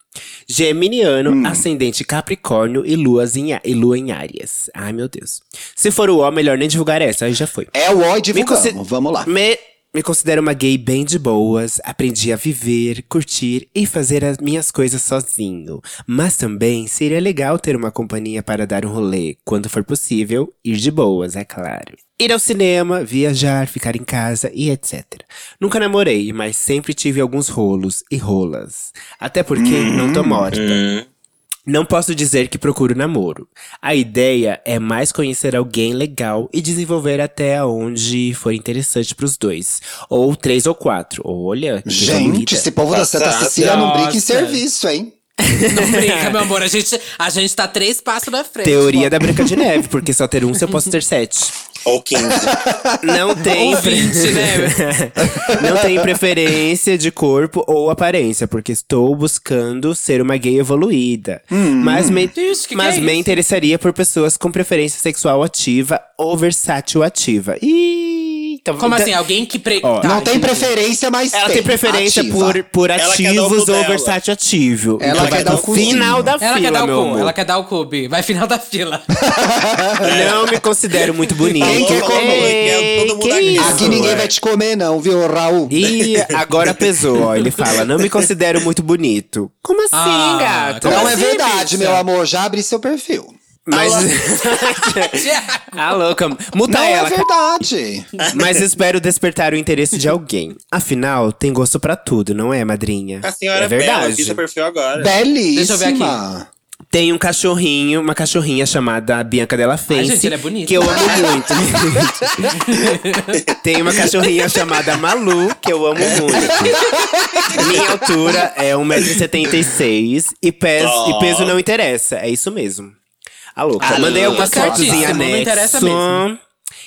S1: Geminiano, ascendente Capricórnio e, luas em, a- e lua em Áries. Ai, meu Deus. Se for o O, melhor nem divulgar essa, aí já foi.
S2: É o oi de
S1: consi-
S2: Vamos lá.
S1: Me, me considero uma gay bem de boas, aprendi a viver, curtir e fazer as minhas coisas sozinho. Mas também seria legal ter uma companhia para dar um rolê, quando for possível, ir de boas, é claro. Ir ao cinema, viajar, ficar em casa e etc. Nunca namorei, mas sempre tive alguns rolos e rolas. Até porque não
S2: Hum,
S1: tô morta. Não posso dizer que procuro namoro. A ideia é mais conhecer alguém legal e desenvolver até onde for interessante pros dois. Ou três ou quatro. Olha, que
S2: Gente,
S1: evoluída.
S2: esse povo da Santa
S4: Passada.
S2: Cecília não brinca em
S3: Nossa.
S2: serviço, hein?
S3: Não brinca, meu amor. A gente, a gente tá três passos na frente.
S1: Teoria
S3: pô.
S1: da Branca de Neve, porque só ter um se eu posso ter sete.
S6: Ou 15.
S2: [laughs]
S1: Não tem.
S3: Ou 20, né?
S1: [laughs] Não tem preferência de corpo ou aparência, porque estou buscando ser uma gay evoluída.
S2: Hum.
S1: mas me,
S3: Ixi, que
S1: mas
S3: que é
S1: me
S3: isso?
S1: interessaria por pessoas com preferência sexual ativa ou versátil ativa. Ih, então,
S3: Como
S1: então-
S3: assim? Alguém que. Pre...
S1: Ó,
S3: Tá,
S2: não tem
S3: entendi.
S2: preferência, mas
S1: Ela tem, preferência
S2: Ativa.
S1: por, por
S6: Ela quer dar o cu
S1: ativos ou
S6: dela.
S1: versátil ativo.
S2: Ela
S1: então
S2: quer
S1: vai
S2: dar
S1: pro
S2: o cuzinho.
S1: final da
S3: Ela
S1: fila,
S3: quer dar
S1: meu
S3: o cu,
S1: amor.
S3: ela quer dar o cu, Bi. Vai final da fila.
S1: Não me considero muito bonita.
S2: Quem quer comer? né?
S1: Ei,
S6: Todo mundo
S1: que
S6: aqui.
S1: isso? é.
S2: Aqui ninguém vai te comer, não, viu, Raul?
S1: Ih, agora pesou, ó. Ele fala, não me considero muito bonito. Como assim,
S3: Ah,
S1: gata?
S3: como
S2: Não é
S3: assim,
S2: verdade,
S3: bicha?
S2: meu amor. Já abri seu perfil.
S1: Mas. [laughs]
S3: Tiago.
S1: A Tá louca. Muta
S2: não
S1: ela,
S2: é verdade.
S1: cara. Mas espero despertar o interesse de alguém. Afinal, tem gosto pra tudo, não é, madrinha?
S6: A senhora
S1: é
S6: é
S1: verdade.
S6: bela, aqui seu perfil agora.
S2: Belíssima.
S3: Deixa eu ver aqui.
S1: Tem um cachorrinho, uma cachorrinha chamada Bianca Della Fence.
S3: gente, ela é bonita.
S1: Que eu amo
S3: [laughs]
S1: muito. Tem uma cachorrinha chamada Malu, que eu amo muito. Minha altura é 1,76m e, pes- e peso não interessa. É isso mesmo. A louca.
S6: Ah,
S1: Mandei
S6: não,
S1: algumas
S3: tá
S1: fotos em
S3: certíssimo, não interessa
S1: anexo.
S3: mesmo.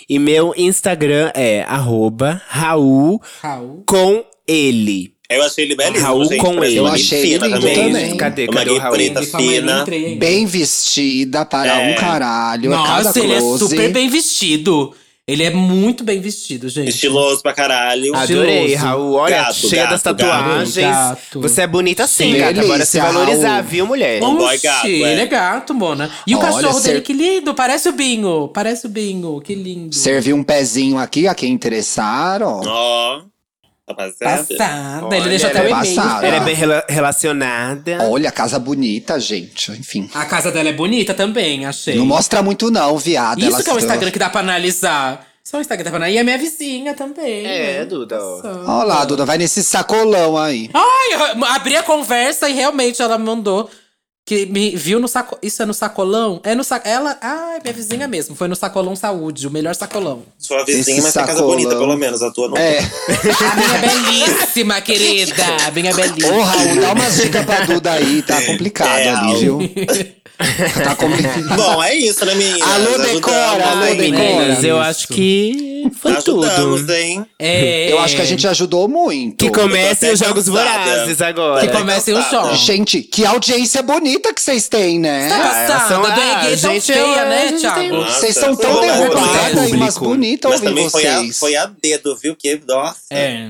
S1: E meu Instagram é arroba Raul
S3: Raul.
S1: com ele.
S6: Eu achei ele belíssimo,
S1: Raul
S6: gente,
S1: com
S6: pra
S1: ele.
S6: mim.
S1: Eu
S6: Uma
S2: achei
S6: fina
S2: lindo
S6: também.
S2: também.
S1: Cadê?
S6: Uma
S1: Cadê o
S6: gay
S1: Raul?
S6: preta
S3: Calma aí, eu não
S6: fina.
S3: entrei ainda.
S2: Bem vestida para
S6: É.
S2: um caralho. a
S3: Nossa,
S2: cada
S3: ele é
S2: close.
S3: super bem vestido. Ele é muito bem vestido, gente.
S6: Estiloso pra caralho.
S1: Adorei,
S3: Estiloso.
S1: Raul. Olha,
S6: Gato,
S1: cheia
S6: gato,
S1: das tatuagens.
S3: gato. Gato.
S1: Você é bonita sim,
S2: Sim.
S1: gata. Agora se
S2: Delícia,
S1: valorizar,
S2: Raul.
S1: viu, mulher?
S6: Um boy
S3: Oxi,
S6: gato, é.
S3: ele é gato, Mona. E o
S2: Olha,
S3: cachorro
S2: ser-
S3: dele, que lindo. Parece o Binho. Parece o Binho. Que lindo.
S2: Serviu um pezinho aqui a quem interessaram.
S6: Ó. Rapaziada.
S3: Passada.
S1: Olha,
S3: ele deixa até
S1: ela
S3: o
S1: é
S3: e-mail.
S2: é passada.
S1: Ela é bem rela- relacionada.
S2: Olha, casa bonita, gente. Enfim.
S3: A casa dela é bonita também, achei.
S2: Não mostra muito, não, viado.
S3: Isso
S2: Elas
S3: que é um
S2: tão-
S3: Instagram que dá pra analisar. Isso é um Instagram que dá pra analisar. E a minha vizinha também.
S1: É,
S3: né?
S1: Duda, ó.
S3: Passada.
S2: Olha lá, Duda, vai nesse sacolão aí.
S3: Ai, eu abri a conversa e realmente ela me mandou. Que me viu no saco. Isso é no sacolão? É no saco. Ela. Ai, minha vizinha mesmo. Foi no sacolão saúde, o melhor sacolão.
S6: Sua vizinha,
S2: Esse
S6: mas tem casa
S2: sacolão.
S6: bonita, pelo menos. A tua não.
S2: É.
S3: A [laughs] minha é belíssima, querida. A minha é belíssima.
S2: Ô, Raul, dá umas dicas pra Duda aí, tá complicado
S6: É,
S2: ali, viu? Tá
S4: [laughs]
S2: combinado.
S4: Bom, é isso, né, meninas?
S2: Alô, Decora, alô,
S4: Ai, meninas.
S2: Decora.
S1: Meninas, eu acho que foi
S4: Ajudamos, né?
S1: tudo.
S4: hein? é
S3: É,
S2: Eu acho que a gente ajudou muito.
S1: Que comecem os É, Jogos
S4: cansada.
S1: Vorazes agora.
S3: Que comecem os
S4: cansada.
S3: jogos.
S2: Gente, que audiência bonita que vocês têm,
S3: tá
S2: né?
S1: Ah, elas
S3: Passada,
S1: são- ah,
S3: ganhei é tão
S1: gente,
S3: feia,
S1: eu- a
S3: né,
S1: gente tem-
S3: Thiago?
S4: Nossa,
S2: Vocês são tão
S4: foi uma
S2: derrubadas,
S1: horrorosa.
S2: mas bonita
S4: Mas
S2: ouvir
S4: também Então, foi a,
S2: vocês.
S4: foi a dedo, viu? Que, nossa.
S3: É.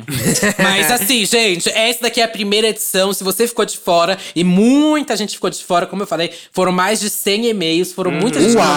S3: Mas assim, gente, essa daqui é a primeira edição. Se você ficou de fora, e muita gente ficou de fora, como eu falei, foram mais de 100 e-mails, foram muita gente que
S2: Uau.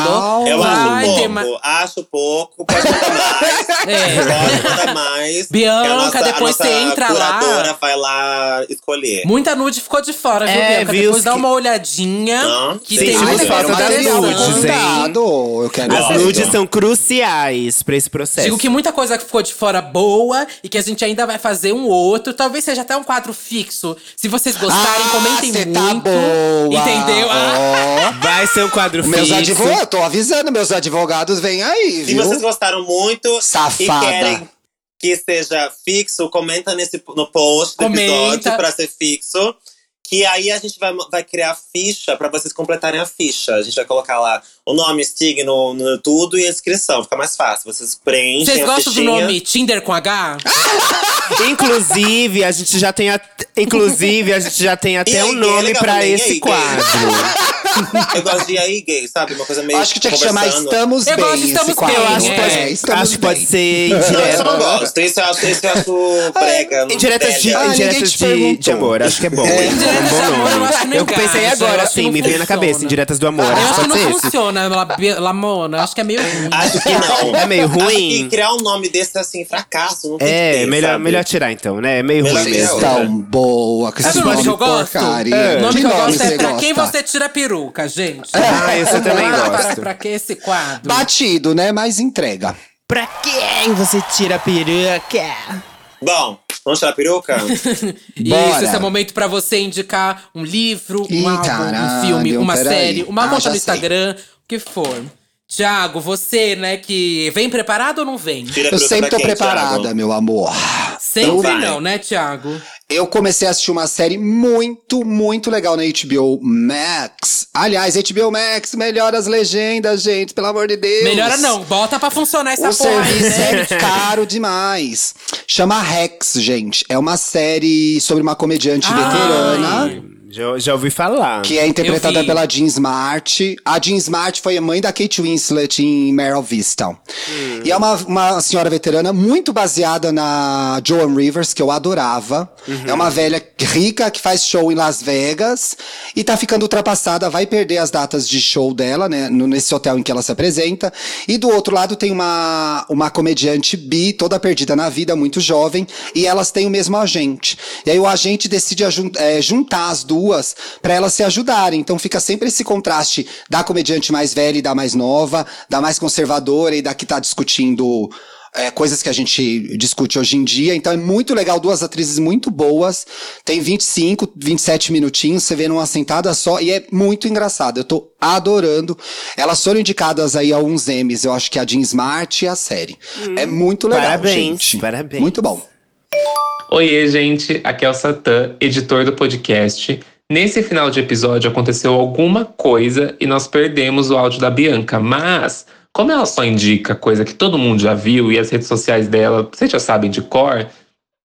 S3: mandou.
S4: Eu
S3: Vai
S4: É acho
S3: ter
S4: pouco,
S3: ma-
S4: acho pouco, pode mandar mais,
S3: [laughs] É.
S4: pode mandar mais.
S3: Bianca,
S4: Que
S3: depois
S4: a nossa
S3: você entra lá.
S4: curadora vai lá escolher.
S3: Muita nude ficou de fora, viu,
S1: É,
S3: Bianca?
S1: viu?
S3: Depois dá
S1: Que-
S3: uma olhadinha.
S4: Não,
S3: que
S4: tem
S3: tem
S4: gente
S3: uma
S4: que
S2: Ai,
S4: fora
S2: fala
S4: uma
S2: das
S1: delícia.
S2: nudes,
S1: hein?
S2: hein? Eu quero
S1: As
S4: Nossa.
S2: ver.
S1: nudes são cruciais pra esse processo.
S3: Digo que muita coisa que ficou de fora boa e que a gente ainda vai fazer um outro. Talvez seja até um quadro fixo. Se vocês gostarem,
S2: Ah,
S3: comentem
S2: cê
S3: muito.
S2: tá boa.
S3: Entendeu? Ah, [laughs]
S1: Vai ser um quadro
S2: Meus
S1: fixo.
S2: advogados, tô avisando, meus advogados vêm aí,
S4: Se
S2: viu?
S4: vocês gostaram muito
S2: Safada.
S4: e querem que seja fixo, comenta nesse, no post do
S3: Comenta.
S4: episódio pra ser fixo. Que aí a gente vai, vai criar a ficha pra vocês completarem a ficha. A gente vai colocar lá o nome, signo, no- tudo e a inscrição. Fica mais fácil. Vocês preenchem.
S3: Vocês
S4: a
S3: gostam do
S4: fichinha.
S3: nome Tinder com H?
S1: Inclusive, a gente já tem at- inclusive a gente já tem
S4: [laughs] E
S1: até
S4: aí,
S1: um nome
S4: legal,
S1: pra
S4: também, e
S1: esse
S4: aí,
S1: quadro.
S4: [laughs] Eu gosto de aí gay, sabe? Uma coisa meio.
S2: Acho que tinha que chamar
S4: conversando.
S2: Estamos
S3: Eu
S2: Bem.
S3: gosto de Estamos
S2: esse
S3: Bem,
S2: quadro.
S1: Eu acho, que
S3: É,
S1: pode- acho que pode ser
S4: Não, isso eu não
S1: indireta.
S4: gosto. Isso eu acho, isso eu acho brega.
S1: Indiretas de,
S4: velha.
S2: Ah, ninguém
S1: indiretas
S2: te
S1: de,
S2: perguntou.
S1: de amor, acho que é bom.
S2: É.
S1: É.
S3: Indiretas de
S1: bom
S3: amor, eu acho que
S1: nome.
S3: não
S1: Eu pensei
S3: engaja, eu
S1: agora,
S3: acho que
S1: assim,
S3: não
S1: me veio na
S3: funciona.
S1: cabeça, indiretas do amor.
S3: Eu acho que
S1: pode ser
S3: não
S1: esse?
S3: funciona, Labe- Lamona. Acho que é meio ruim.
S4: Acho que não.
S1: É meio
S4: Acho
S1: ruim.
S4: que criar um nome desse assim, fracasso. Não tem que
S1: É,
S4: ter,
S1: melhor,
S4: sabe?
S1: melhor tirar então, né? É meio
S4: Melhor
S1: ruim
S4: mesmo.
S2: Vocês
S1: mesmo.
S2: estão boa, que
S3: Sabe
S2: esses
S3: o nome
S2: nomes
S3: que eu gosto?
S2: porcaria.
S1: É.
S3: O nome
S2: Que
S3: que eu gosto
S2: você
S3: é Pra Quem
S2: gosta?
S3: Você Tira a Peruca, gente.
S1: Ah, esse eu também
S3: Pra- Pra,
S1: gosto.
S3: pra que esse quadro?
S2: Batido, né? Mas entrega.
S1: Pra quem você tira a peruca?
S4: Bom, vamos tirar a peruca?
S3: Isso,
S2: Bora.
S3: esse é o momento pra você indicar um livro, um
S2: Ih,
S3: álbum, um
S2: caralho,
S3: filme, uma
S2: peraí.
S3: série, uma
S2: Ah,
S3: conta
S2: já
S3: no
S2: sei.
S3: Instagram, o que for. Tiago, você, né, que vem preparado ou não vem?
S4: Tira a
S2: Eu
S4: peruca
S1: é
S2: sempre
S4: pra
S2: tô
S4: quem,
S2: preparada,
S4: Thiago?
S2: meu amor.
S3: Sempre
S4: vai.
S3: não, né, Tiago?
S2: Eu comecei a assistir uma série muito, muito legal na HBO Max. Aliás, HBO Max, melhora as legendas, gente, pelo amor de Deus.
S3: Melhora não, bota pra funcionar essa
S2: o
S3: porra
S2: [laughs]
S3: aí,
S2: serviço
S3: né?
S2: é caro demais. Chama Rex, gente. É uma série sobre uma comediante
S3: Ai.
S2: veterana.
S1: Já, já ouvi falar.
S2: Que é
S3: Eu
S2: interpretada
S3: vi.
S2: pela Jean Smart. A Jean Smart foi a mãe da Kate Winslet em Meryl Vista.
S3: Hum.
S2: E é uma, uma senhora veterana muito baseada na Joan Rivers, que eu adorava.
S3: Uhum.
S2: É uma velha rica que faz show em Las Vegas e tá ficando ultrapassada, vai perder as datas de show dela, né? no- Nesse hotel em que ela se apresenta. E do outro lado tem uma, uma comediante bi, toda perdida na vida, muito jovem, e elas têm o mesmo agente. E aí o agente decide ajun- eh, juntar as duas para elas se ajudarem. Então fica sempre esse contraste da comediante mais velha e da mais nova, da mais conservadora e da que tá discutindo. eh, coisas que a gente discute hoje em dia. Então é muito legal, duas atrizes muito boas. Tem 25, 27 minutinhos, você vê numa sentada só. E é muito engraçado. Eu tô adorando. Elas foram indicadas aí a uns M's. Eu acho que a Jean Smart e a série. é muito legal,
S1: parabéns,
S2: gente.
S1: parabéns.
S2: Muito bom.
S7: Oiê, gente! Aqui é o Satã, editor do podcast. Nesse final de episódio aconteceu alguma coisa e nós perdemos o áudio da Bianca, mas como ela só indica coisa que todo mundo já viu e as redes sociais dela, vocês já sabem de cor,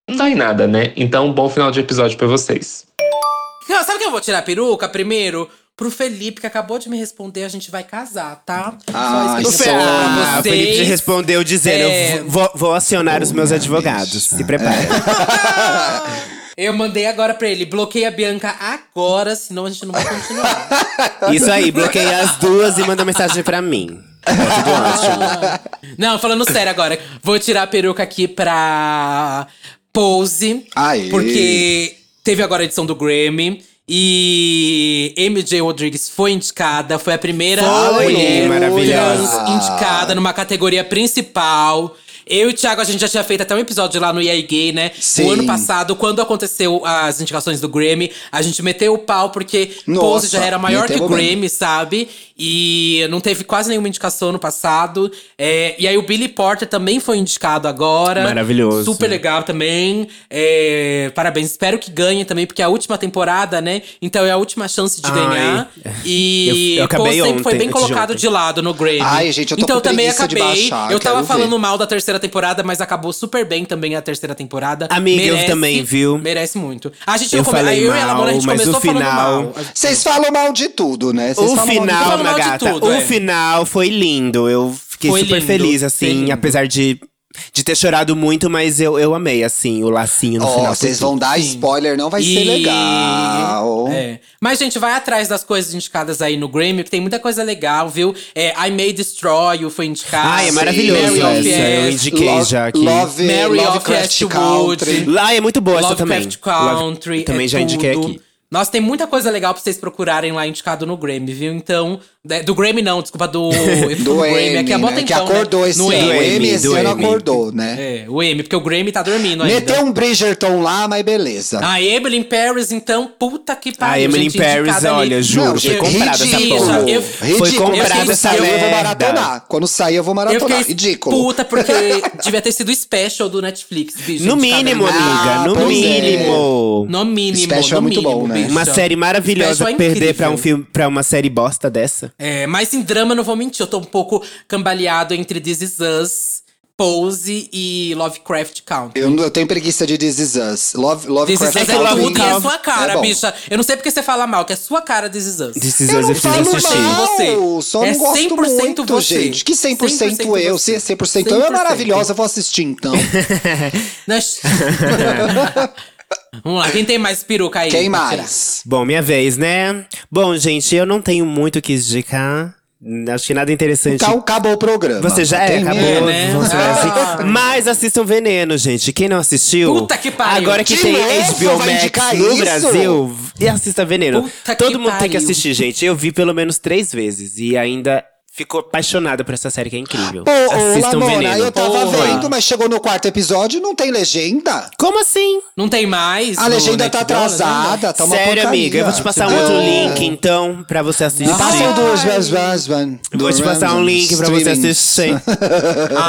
S7: não dá em nada, né? Então, bom final de episódio pra vocês.
S3: Não, sabe que eu vou tirar a peruca primeiro? Pro Felipe, que acabou de me responder, a gente vai casar, tá?
S2: Ah,
S3: Só
S1: O
S3: isso
S1: Fe-
S3: que eu vou falar pra
S1: Ah, o Felipe te
S3: vocês.
S1: respondeu dizendo:
S3: É.
S1: eu vou, vou acionar os meus advogados. Se prepara.
S3: [laughs] Eu mandei agora pra ele, bloqueia a Bianca agora, senão a gente não vai continuar.
S4: É.
S1: Isso aí, bloqueia as duas e manda mensagem pra mim.
S3: não, falando sério agora, vou tirar a peruca aqui pra Pose.
S2: Aê.
S3: Porque teve agora a edição do Grammy. E MJ Rodrigues foi indicada, foi a primeira
S1: Foi,
S3: mulher
S1: maravilhosa.
S3: trans indicada numa categoria principal. Eu e o Thiago, a gente já tinha feito até um episódio lá no EA Gay, né?
S2: Sim.
S3: O ano passado, quando aconteceu as indicações do Grammy, a gente meteu o pau porque
S2: Nossa,
S3: Pose já era maior que
S2: metemos
S3: Grammy,
S2: mesmo.
S3: sabe? E não teve quase nenhuma indicação no passado. É, e aí o Billy Porter também foi indicado agora.
S1: Maravilhoso.
S3: Super legal também. É, parabéns. Espero que ganhe também, porque é a última temporada, né? Então é a última chance de
S1: Ai.
S3: ganhar. E
S1: Eu- eu acabei
S3: Pose sempre foi
S1: ontem,
S3: bem
S1: antes de
S3: colocado
S1: ontem.
S3: de lado no Grammy.
S2: Ai, gente, eu tô
S3: então
S2: com
S3: também
S2: preguiça de
S3: acabei.
S2: baixar,
S3: eu tava
S2: quero
S3: falando
S2: ver.
S3: mal da terceira temporada, mas acabou super bem também a terceira temporada.
S1: Amiga, eu também, viu?
S3: Merece muito. A gente
S1: Eu
S3: não come-
S1: falei
S3: aí eu e a Lamona, a gente
S1: mal, mas
S3: começou
S1: o final-
S3: falando mal.
S2: Vocês falam mal de tudo, né? Vocês
S1: O
S2: falam mal de
S1: final,
S3: falando
S1: minha
S3: mal de
S1: gata,
S3: tudo,
S1: o
S3: é.
S1: final foi lindo. Eu fiquei
S3: Foi
S1: super
S3: lindo,
S1: feliz,
S3: foi
S1: assim,
S3: lindo.
S1: apesar de, de ter chorado muito, mas eu, eu amei, assim, o lacinho no
S2: Ó,
S1: final.
S2: vocês
S1: foi
S2: vão dar spoiler, não vai ser
S3: E-
S2: legal.
S3: É. Mas, gente, vai atrás das coisas indicadas aí no Grammy, que tem muita coisa legal, viu? É, I May Destroy You foi indicado.
S1: Ai, é maravilhoso
S3: Mary of
S1: essa, eu
S3: Yes,
S1: indiquei
S2: Love-
S1: já aqui.
S2: Love,
S3: Mary of
S2: Lovecraft
S3: Westwood.
S2: Country.
S1: tudo. Lá é muito boa essa também.
S3: Lovecraft Country.
S1: Love- também
S3: é
S1: já indiquei
S3: tudo.
S1: aqui.
S3: Nossa, tem muita coisa legal pra vocês procurarem lá indicado no Grammy, viu? Então. é, Do Grammy, não,
S1: [laughs]
S3: desculpa, do. eu fico
S2: Do
S3: no
S2: Grammy,
S1: é
S3: aqui há mó
S2: né? Que
S1: então,
S3: tempão, né?
S2: acordou esse
S3: No
S2: ano. O
S1: Emmy,
S2: M esse
S1: do
S2: ano
S1: Emmy.
S2: acordou, né?
S3: É, o M, porque o Grammy tá dormindo ainda.
S2: Meteu um Bridgerton lá, mas beleza.
S1: Ah,
S3: A Emily in Paris, então, puta que pariu.
S1: A Emily
S3: gente,
S1: in Paris,
S3: indicada ali.
S1: olha, juro,
S2: Não,
S1: foi
S2: gente,
S1: comprada essa
S3: ridículo.
S1: porra.
S3: Eu-
S1: foi
S2: Ridículo.
S1: comprada
S2: Quando
S1: essa
S2: sair, eu vou
S1: merda.
S2: maratonar. Quando sair, eu vou
S3: Eu
S2: maratonar.
S3: fiquei
S2: Ridículo.
S3: puta,
S2: [laughs]
S3: porque devia ter sido special do Netflix, bicho. né?
S1: No
S3: indicada
S1: mínimo,
S3: ali.
S1: amiga, no
S2: pois é.
S1: mínimo.
S3: No mínimo,
S2: Special é
S3: no
S2: muito
S3: mínimo,
S2: bom, né?
S3: bicho.
S1: Uma série maravilhosa
S3: Special é
S1: perder pra, um
S3: incrível.
S1: filme, pra uma série bosta dessa.
S3: É, mas em drama, não vou mentir, eu tô um pouco cambaleado entre This Is Us, Pose e Lovecraft Country.
S2: Eu, eu tenho preguiça de This Is Us. Love,
S3: This Is
S2: Lovecraft
S3: Us é
S1: Country.
S3: tudo e é
S1: Country.
S3: sua cara,
S2: É bom.
S3: bicha. Eu não sei porque você fala mal, que é sua cara This Is Us.
S1: This is
S2: Eu
S1: Us,
S2: não
S1: eu preciso
S2: falo
S1: assistir.
S2: mal,
S3: Você.
S2: só
S3: É
S2: não gosto
S3: 100%
S2: muito,
S3: você.
S2: gente. Que 100%,
S3: 100%
S2: eu,
S3: você.
S2: se é 100% eu é
S3: 100%.
S2: maravilhosa, eu vou assistir
S3: [laughs]
S2: então.
S1: [laughs]
S3: Nós- Né? Vamos lá, quem tem mais peruca aí?
S2: Quem
S3: pra tirar?
S2: mais?
S1: Bom, minha vez, né? Bom, gente, eu não tenho muito o que indicar. Acho que nada interessante.
S2: Então, acabou o programa.
S1: Você já é,
S2: Tem
S1: acabou.
S2: mesmo?
S3: né?
S1: vamos ver
S3: Ah.
S1: assim. Mas assistam Veneno, gente. Quem não assistiu.
S3: Puta que pariu. é
S1: Agora que
S2: De
S1: tem
S2: novo,
S1: HBO
S2: vai
S1: Max
S2: indicar
S1: no
S2: isso?
S1: Brasil, e assista Veneno.
S3: Puta que
S1: Todo mundo tem que
S3: pariu.
S1: assistir, gente. Eu vi pelo menos três vezes e ainda fico apaixonada por essa série que é incrível.
S2: Pô, ô,
S1: assistam
S2: Lamona,
S1: Veneno.
S2: eu tava
S3: um Porra.
S2: vendo, mas chegou no quarto episódio e não tem legenda.
S1: Como assim?
S3: Não tem mais?
S2: A
S3: no
S2: legenda tá
S3: Netdollars ainda?
S2: atrasada, tá uma
S1: Sério,
S2: porcaria.
S1: amiga, eu vou te passar um
S2: Ah.
S1: outro link, então, pra você assistir.
S2: Me passa o do
S1: Eu Vou te passar um link pra você assistir.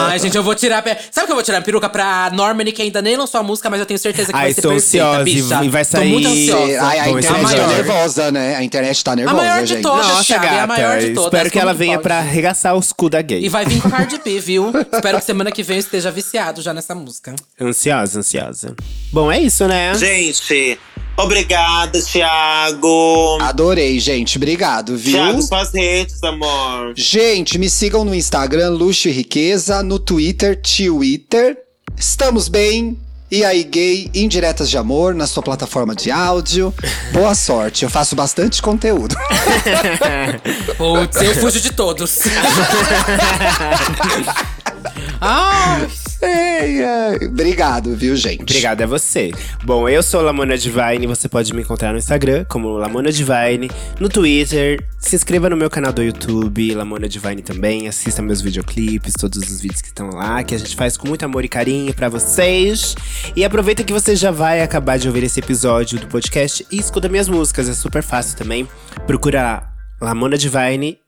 S3: Ai, gente, eu vou tirar. a pe- Sabe o que eu vou tirar a peruca pra Normani, que ainda nem lançou a música, mas eu tenho certeza que
S1: Ai,
S3: vai ser
S1: estou
S3: perfeita,
S1: ansiosa e
S3: bicha.
S1: v- e vai
S3: Tô muito
S1: sair-
S3: ansiosa.
S2: Ai, a
S1: Bom, esse
S2: internet
S1: é
S2: tá
S1: maior.
S2: nervosa, né? A internet tá nervosa,
S3: maior de
S2: gente.
S3: todas. Nossa,
S1: Nossa,
S3: Thiago, é a maior
S1: gata.
S3: de todas,
S1: Espero que ela
S3: como
S1: venha
S3: pode?
S1: pra arregaçar os cu da gay.
S3: E vai vir com a Cardi B, viu? Espero que semana que vem eu esteja viciado já nessa música.
S1: Ansiosa, ansiosa. Bom, é isso, né?
S6: Gente, obrigada, Thiago.
S2: Adorei, gente. Obrigado, Ah, viu?
S6: Thiago, suas redes, amor.
S2: Gente, me sigam no Instagram, Luxo e Riqueza, no Twitter, Twitter. Estamos bem. E aí, gay, indiretas de amor na sua plataforma de áudio. Boa sorte, eu faço bastante conteúdo. [laughs]
S1: [laughs]
S3: Putz, eu fujo de todos. Ai,
S2: Ai, ai. Obrigado, viu, gente?
S1: Obrigada a você. Bom, eu sou Lamona Divine, você pode me encontrar no Instagram como Lamona Divine, no Twitter, se inscreva no meu canal do YouTube, Lamona Divine também, assista meus videoclipes, todos os vídeos que estão lá, que a gente faz com muito amor e carinho pra vocês. E aproveita que você já vai acabar de ouvir esse episódio do podcast e escuta minhas músicas, é super fácil também. Procura lá, Lamona Divine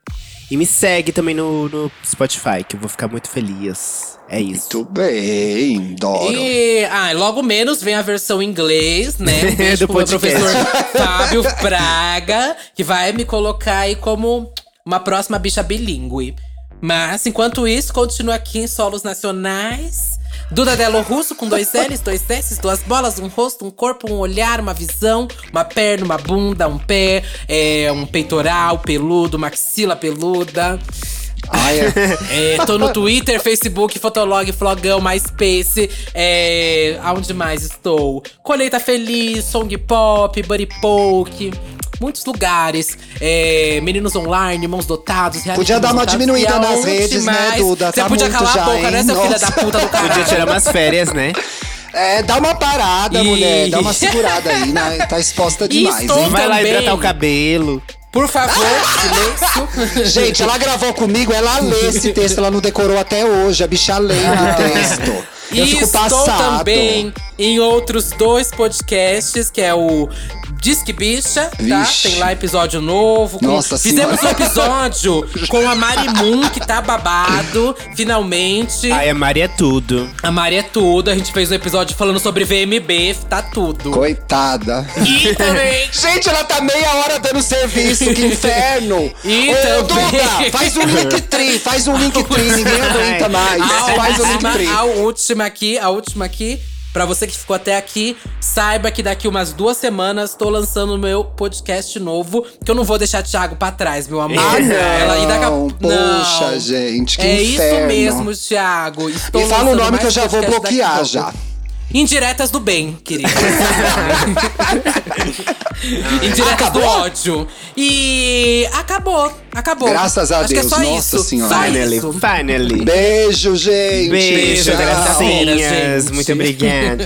S1: e me segue também no, no Spotify, que eu vou ficar muito feliz. É isso.
S2: Muito bem, Doro.
S3: E, ai, logo menos vem a versão em
S1: [laughs]
S3: inglês, né? Um beijo
S1: Do
S3: pro meu
S1: podcast.
S3: professor
S1: [laughs]
S3: Fábio Braga, que vai me colocar aí como uma próxima bicha bilíngue. Mas, enquanto isso, continua aqui em solos nacionais. Duda Delo Russo com dois L's, dois S's, duas bolas, um rosto, um corpo, um olhar, uma visão, uma perna, uma bunda, um pé, é, um peitoral peludo, maxila peluda.
S2: Ai, é-
S3: É, tô no Twitter, Facebook, Fotolog, Flogão, MySpace. É, aonde mais estou? Colheita Feliz, Song Pop, Buddy Poke. Muitos lugares. É, meninos online, mãos dotados. reality
S2: Podia dar
S3: mãos
S2: uma
S3: dotados,
S2: diminuída
S3: e
S2: nas
S3: aonde
S2: redes, né, Duda?
S3: Você
S2: Tá
S3: podia
S2: muito
S3: calar
S2: já,
S3: a boca, né,
S2: hein?
S3: seu filho
S2: Nossa.
S3: da puta do caralho?
S1: Podia tirar umas férias, né?
S2: é, dá uma parada,
S3: [laughs] E-
S2: mulher. Dá uma segurada aí, né? Tá exposta
S3: E
S2: demais,
S3: estou-
S2: hein?
S1: Vai lá
S3: também.
S1: hidratar o cabelo.
S3: Por favor, silêncio.
S2: Gente, ela gravou comigo, ela lê esse texto, ela não decorou até hoje, a bicha lê o texto.
S3: E
S2: Eu fico
S3: estou
S2: passado.
S3: também em outros dois podcasts, que é o Disque Bicha, tá?
S2: Vixe.
S3: Tem lá episódio novo. com-
S2: Nossa
S3: Fizemos um
S2: Senhora.
S3: episódio
S2: [laughs]
S3: com a Mari Moon, que tá babado, finalmente.
S1: Ai, a Mari é tudo.
S3: A Mari é tudo. A gente fez um episódio falando sobre VMB, tá tudo.
S2: Coitada.
S3: E também
S2: Gente, ela tá meia hora dando serviço, que inferno!
S3: [laughs] E
S2: Ô,
S3: também-
S2: Duda, faz um link tri, faz um link tri,
S3: [laughs]
S2: ninguém aguenta mais. Faz um link tri.
S3: Ah, A última aqui, a última aqui. Pra você que ficou até aqui, saiba que daqui umas duas semanas tô lançando o meu podcast novo, que eu não vou deixar Thiago pra trás, meu amor.
S2: Ah, não.
S3: e daqui a-
S2: Poxa,
S3: Não.
S2: gente, que
S3: É
S2: inferno.
S3: isso mesmo, Thiago. Estou
S2: E fala o
S3: lançando
S2: nome
S3: mais
S2: que eu já vou
S3: podcast daqui a
S2: bloquear
S3: pouco.
S2: já.
S3: Indiretas do bem,
S2: [laughs]
S3: querida. Indiretas do
S2: Acabou?
S3: ódio. E acabou, acabou.
S2: Graças a
S3: Acho
S2: Deus,
S3: que é só
S2: nossa
S3: isso.
S2: senhora.
S3: Só
S1: Finally,
S3: isso.
S1: finally.
S2: Beijo,
S1: Beijo,
S2: gente.
S3: Beijo,
S2: Tchau.
S3: gracinha.
S1: gracinhas.
S3: gente.
S1: Muito obrigada.